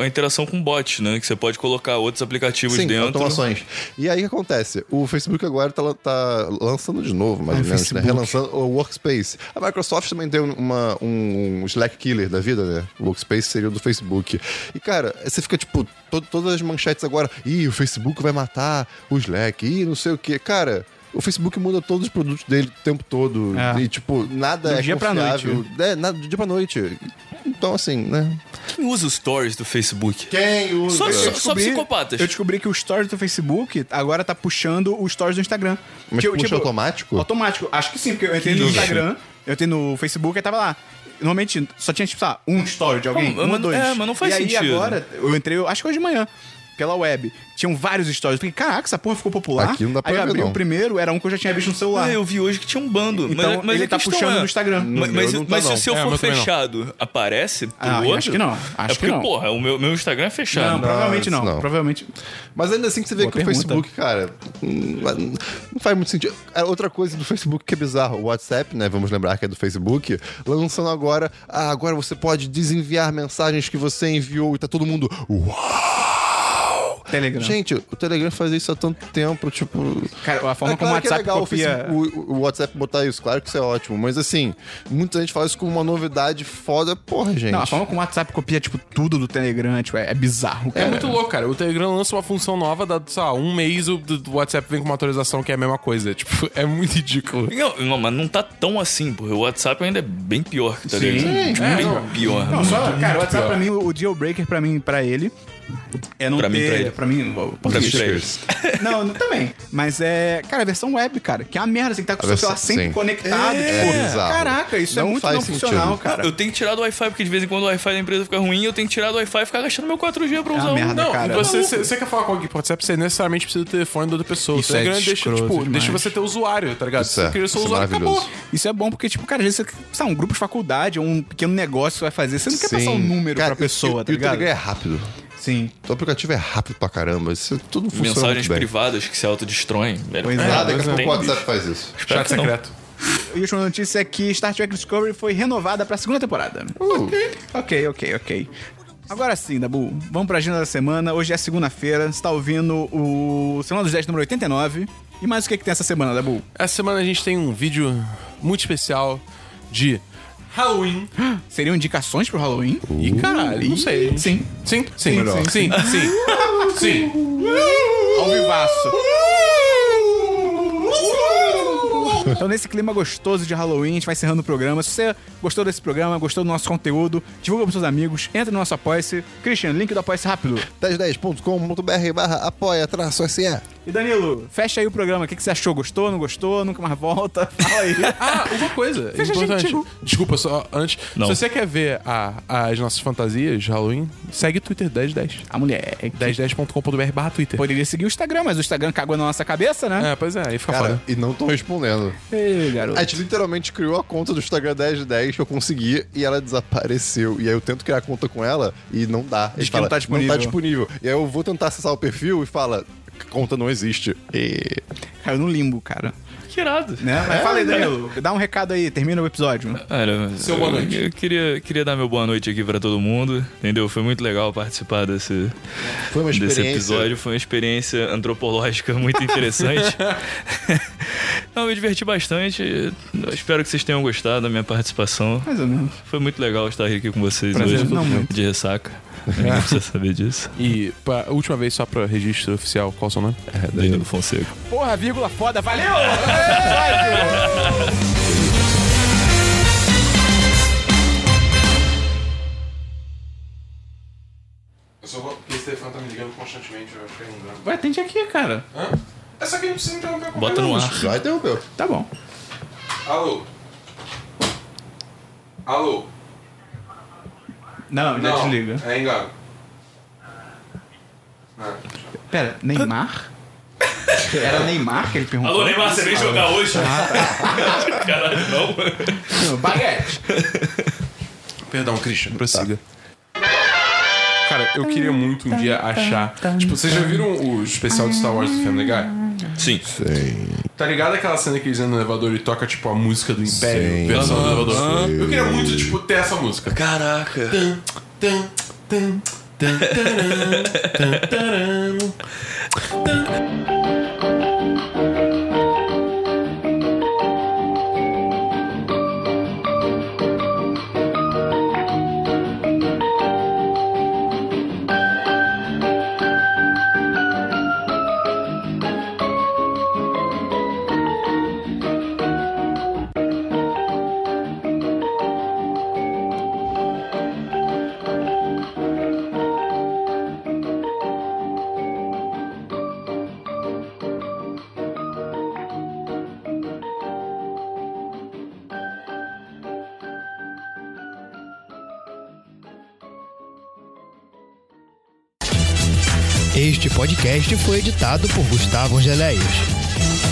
Speaker 3: a- a interação com bot, né? Que você pode colocar outros aplicativos
Speaker 4: Sim,
Speaker 3: dentro.
Speaker 4: automações. E aí o que acontece? O Facebook agora tá, lan- tá lançando de novo, mais ou menos, né? Relançando o Workspace. A Microsoft também tem uma, um Slack Killer da vida, né? O Workspace seria o do Facebook. E, cara, você fica, tipo, to- todas as manchetes agora, ih, o Facebook vai matar o Slack, ih, não sei o quê. Cara... O Facebook muda todos os produtos dele o tempo todo.
Speaker 1: É.
Speaker 4: E, tipo, nada
Speaker 1: Do
Speaker 4: é
Speaker 1: dia pra
Speaker 4: confiável.
Speaker 1: noite.
Speaker 4: É, nada, do dia pra noite. Então, assim, né?
Speaker 3: Quem usa os stories do Facebook?
Speaker 4: Quem usa?
Speaker 3: Só, só, só
Speaker 1: descobri-
Speaker 3: psicopatas.
Speaker 1: Eu descobri que o Stories do Facebook agora tá puxando o Stories do Instagram.
Speaker 4: Mas
Speaker 1: Que eu, tipo,
Speaker 4: puxa automático?
Speaker 1: Automático. Acho que sim, porque eu entrei no Instagram, eu entrei no Facebook e tava lá. Normalmente só tinha, tipo, sei lá, um story de alguém,
Speaker 3: Como?
Speaker 1: um ou
Speaker 3: Mas-
Speaker 1: dois.
Speaker 3: é, mas não faz
Speaker 1: e aí,
Speaker 3: sentido.
Speaker 1: agora, eu entrei, eu acho que hoje de manhã, pela web. Tinham vários stories. Fiquei, caraca, essa porra ficou popular.
Speaker 4: Aqui não dá pra
Speaker 1: aí eu
Speaker 4: ver,
Speaker 1: abri
Speaker 4: não.
Speaker 1: o primeiro, era um que eu já tinha visto no celular.
Speaker 3: Ah, eu vi hoje que tinha um bando.
Speaker 1: Então,
Speaker 3: mas, mas
Speaker 1: ele
Speaker 3: a
Speaker 1: tá
Speaker 3: questão
Speaker 1: puxando
Speaker 3: é-
Speaker 1: no Instagram.
Speaker 3: Mas,
Speaker 4: No
Speaker 3: mas,
Speaker 4: meu não tá,
Speaker 3: mas se
Speaker 4: não.
Speaker 3: o seu
Speaker 2: É, o
Speaker 3: for
Speaker 2: meu também não.
Speaker 3: fechado, aparece pro
Speaker 1: Ah,
Speaker 3: outro?
Speaker 1: acho que não. Acho
Speaker 3: é
Speaker 1: que
Speaker 3: porque,
Speaker 1: não.
Speaker 3: porra, o meu, meu Instagram é
Speaker 1: Não,
Speaker 3: fechado.
Speaker 1: provavelmente não,
Speaker 4: não.
Speaker 1: Provavelmente.
Speaker 4: Mas ainda assim que você vê
Speaker 1: Boa
Speaker 4: que
Speaker 1: pergunta.
Speaker 4: o Facebook, cara, hum, não faz muito sentido. É, Outra coisa do Facebook que é bizarro, o WhatsApp, né? Vamos lembrar que é do Facebook, lançando agora. Ah, agora você pode desenviar mensagens que você enviou e tá todo mundo. Uau!
Speaker 1: Telegram.
Speaker 4: Gente, o Telegram faz isso há tanto tempo, tipo.
Speaker 1: Cara, a forma
Speaker 4: é claro
Speaker 1: como o
Speaker 4: que
Speaker 1: WhatsApp
Speaker 4: é legal o
Speaker 1: copia...
Speaker 4: Facebook- o, o WhatsApp botar isso, claro que isso é ótimo. Mas assim, muita gente fala isso como uma novidade foda, porra, gente.
Speaker 1: Não, a forma como o WhatsApp copia, tipo, tudo do Telegram, tipo, é, é bizarro,
Speaker 2: É
Speaker 1: cara.
Speaker 2: muito louco, cara. O Telegram lança uma função nova, dá, sei lá, um mês o do- do WhatsApp vem com uma atualização que é a mesma coisa. <laughs> Tipo, é muito ridículo.
Speaker 3: Não, não, mas não tá tão assim, porra. O WhatsApp ainda é bem pior que tá
Speaker 1: Sim.
Speaker 3: ligado?
Speaker 1: Sim,
Speaker 3: bem
Speaker 1: não.
Speaker 3: pior.
Speaker 1: Não, só, cara, o WhatsApp
Speaker 2: pior.
Speaker 1: pra mim, o deal breaker pra mim, pra ele, é não
Speaker 3: Pra mim, pra
Speaker 1: ter...
Speaker 3: ele.
Speaker 1: mim, pra mim,
Speaker 3: Pra mim, pra
Speaker 4: Stickers.
Speaker 1: <laughs> não, não, também. Mas é, cara, a versão web, cara, que é uma merda, você tem que tá com o seu celular
Speaker 4: versão-
Speaker 1: sempre
Speaker 4: sim.
Speaker 1: conectado,
Speaker 4: É,
Speaker 1: tipo,
Speaker 4: é bizarro.
Speaker 1: caraca, isso é
Speaker 4: Não
Speaker 1: muito
Speaker 4: faz
Speaker 1: não
Speaker 4: sentido.
Speaker 1: funcional, cara.
Speaker 3: Eu tenho que tirar do Wi-Fi, porque de vez em quando o Wi-Fi da empresa fica ruim, eu tenho que tirar do Wi-Fi e ficar gastando meu 4G pra
Speaker 1: É uma
Speaker 3: usar um.
Speaker 1: merda.
Speaker 2: Não,
Speaker 1: cara.
Speaker 2: e você, você, você quer falar com alguém por WhatsApp, você necessariamente precisa do telefone da outra pessoa.
Speaker 1: Isso
Speaker 2: o Telegram
Speaker 1: é
Speaker 2: deixa,
Speaker 1: escroto
Speaker 2: tipo,
Speaker 1: demais.
Speaker 2: deixa você ter usuário, tá ligado?
Speaker 4: Isso
Speaker 2: você
Speaker 4: é,
Speaker 2: cria seu
Speaker 4: isso é
Speaker 2: usuário e acabou.
Speaker 4: maravilhoso.
Speaker 1: Isso é bom porque, tipo, cara, às vezes você, sabe, um grupo de faculdade ou um pequeno negócio que você vai fazer, você não quer passar um número
Speaker 4: Cara,
Speaker 1: pra pessoa,
Speaker 4: e,
Speaker 1: tá
Speaker 4: e o
Speaker 1: ligado?
Speaker 4: Telegram é rápido.
Speaker 1: Sim.
Speaker 4: O aplicativo é rápido pra caramba. Isso tudo funciona
Speaker 3: Mensagens
Speaker 4: muito bem.
Speaker 3: privadas que se autodestroem. velho.
Speaker 1: Pois é.
Speaker 4: Ah,
Speaker 3: Ah,
Speaker 4: daqui a pouco
Speaker 3: tem
Speaker 4: o WhatsApp faz isso.
Speaker 3: Espero
Speaker 2: Chat
Speaker 3: que não.
Speaker 2: secreto.
Speaker 1: E a última notícia é que Star Trek Discovery foi renovada pra segunda temporada. Ok, ok, ok. Agora sim, Dabu, vamos pra agenda da semana. Hoje é segunda-feira, você tá ouvindo o Semana dos 10, número 89. E mais o que, que tem essa semana, Dabu?
Speaker 2: Essa semana a gente tem um vídeo muito especial de Halloween.
Speaker 1: Seriam indicações pro Halloween?
Speaker 2: E caralho, não sei.
Speaker 1: Sim.
Speaker 2: Sim, sim, sim, sim, sim. sim.
Speaker 1: Ao vivaço. Então, nesse clima gostoso de Halloween, a gente vai encerrando o programa. Se você gostou desse programa, gostou do nosso conteúdo, divulga pros seus amigos, entra no nosso apoia-se. Christian, link do apoia-se rápido.
Speaker 4: 1010.com.br barra apoia traço SE.
Speaker 1: E Danilo, fecha aí o programa. O que, que você achou? Gostou, não gostou? Nunca mais volta? Fala aí.
Speaker 2: Ah, uma coisa
Speaker 1: Fecha a gente,
Speaker 2: importante.
Speaker 1: Igor.
Speaker 2: Desculpa, só antes.
Speaker 3: Não.
Speaker 2: Se você quer ver a- as nossas fantasias de Halloween, segue o Twitter 1010.
Speaker 1: A mulher que
Speaker 2: 1010.com.br barra Twitter.
Speaker 1: poderia seguir o Instagram, mas o Instagram cagou na nossa cabeça, né?
Speaker 2: É, pois é, aí fica
Speaker 4: Cara,
Speaker 2: foda.
Speaker 4: e não estão respondendo.
Speaker 1: Ei,
Speaker 4: A
Speaker 1: garoto.
Speaker 4: gente literalmente criou a conta do Instagram 1010 que eu consegui e ela desapareceu. E aí eu tento criar a conta com ela e não dá. Ele
Speaker 1: Diz que não tá disponível.
Speaker 4: Não tá disponível. E aí eu vou tentar acessar o perfil e fala, conta não existe. E...
Speaker 1: Caiu no limbo, cara.
Speaker 3: Que irado.
Speaker 1: Né? Mas fala aí, Danilo. Dá um recado aí, termina o episódio.
Speaker 3: Olha,
Speaker 2: Seu boa
Speaker 3: eu-
Speaker 2: noite.
Speaker 3: Eu, queria, queria dar meu boa noite aqui pra todo mundo, entendeu? Foi muito legal participar desse,
Speaker 4: Foi uma
Speaker 3: desse
Speaker 4: experiência.
Speaker 3: episódio. Foi uma experiência antropológica muito interessante. Não, me diverti bastante. Eu Espero que vocês tenham gostado da minha participação.
Speaker 1: Mais ou menos.
Speaker 3: Foi muito legal estar aqui com vocês
Speaker 1: Prazer,
Speaker 3: hoje.
Speaker 1: não muito.
Speaker 3: De ressaca. Ninguém precisa saber disso.
Speaker 2: E pra, última vez só pra registro oficial, qual o seu nome?
Speaker 3: Danilo Fonseca.
Speaker 1: Porra, vírgula foda. Valeu!
Speaker 2: Eu só vou. Porque esse telefone tá me ligando constantemente, eu acho que é
Speaker 1: Vai, tá atende aqui, cara.
Speaker 2: É só que não precisa interromper a
Speaker 3: Bota no ar.
Speaker 4: Já interrompeu.
Speaker 1: Tá bom.
Speaker 2: Alô? Alô?
Speaker 1: Não, já desliga.
Speaker 2: É engano.
Speaker 1: Pera, Neymar? Era Neymar que ele perguntou? Ah, tá.
Speaker 3: Alô, Neymar, você vem jogar hoje? <laughs> Caralho, não.
Speaker 1: Baguete.
Speaker 2: Perdão, Christian, prossiga.
Speaker 4: Tá.
Speaker 2: Cara, eu queria muito um dia achar. Tipo, vocês já viram o especial de Star Wars do Family Guy?
Speaker 3: Sim.
Speaker 2: Tá ligado aquela cena que eles andam no elevador e toca, tipo, a música do Império,
Speaker 4: Sim.
Speaker 2: versão do
Speaker 4: Aham,
Speaker 2: elevador?
Speaker 4: sim.
Speaker 2: Eu queria muito, tipo, ter essa música.
Speaker 3: Caraca.
Speaker 2: Tum, tum, tum, tum, taram, tum, taram.
Speaker 9: Este podcast foi editado por Gustavo Angeléias.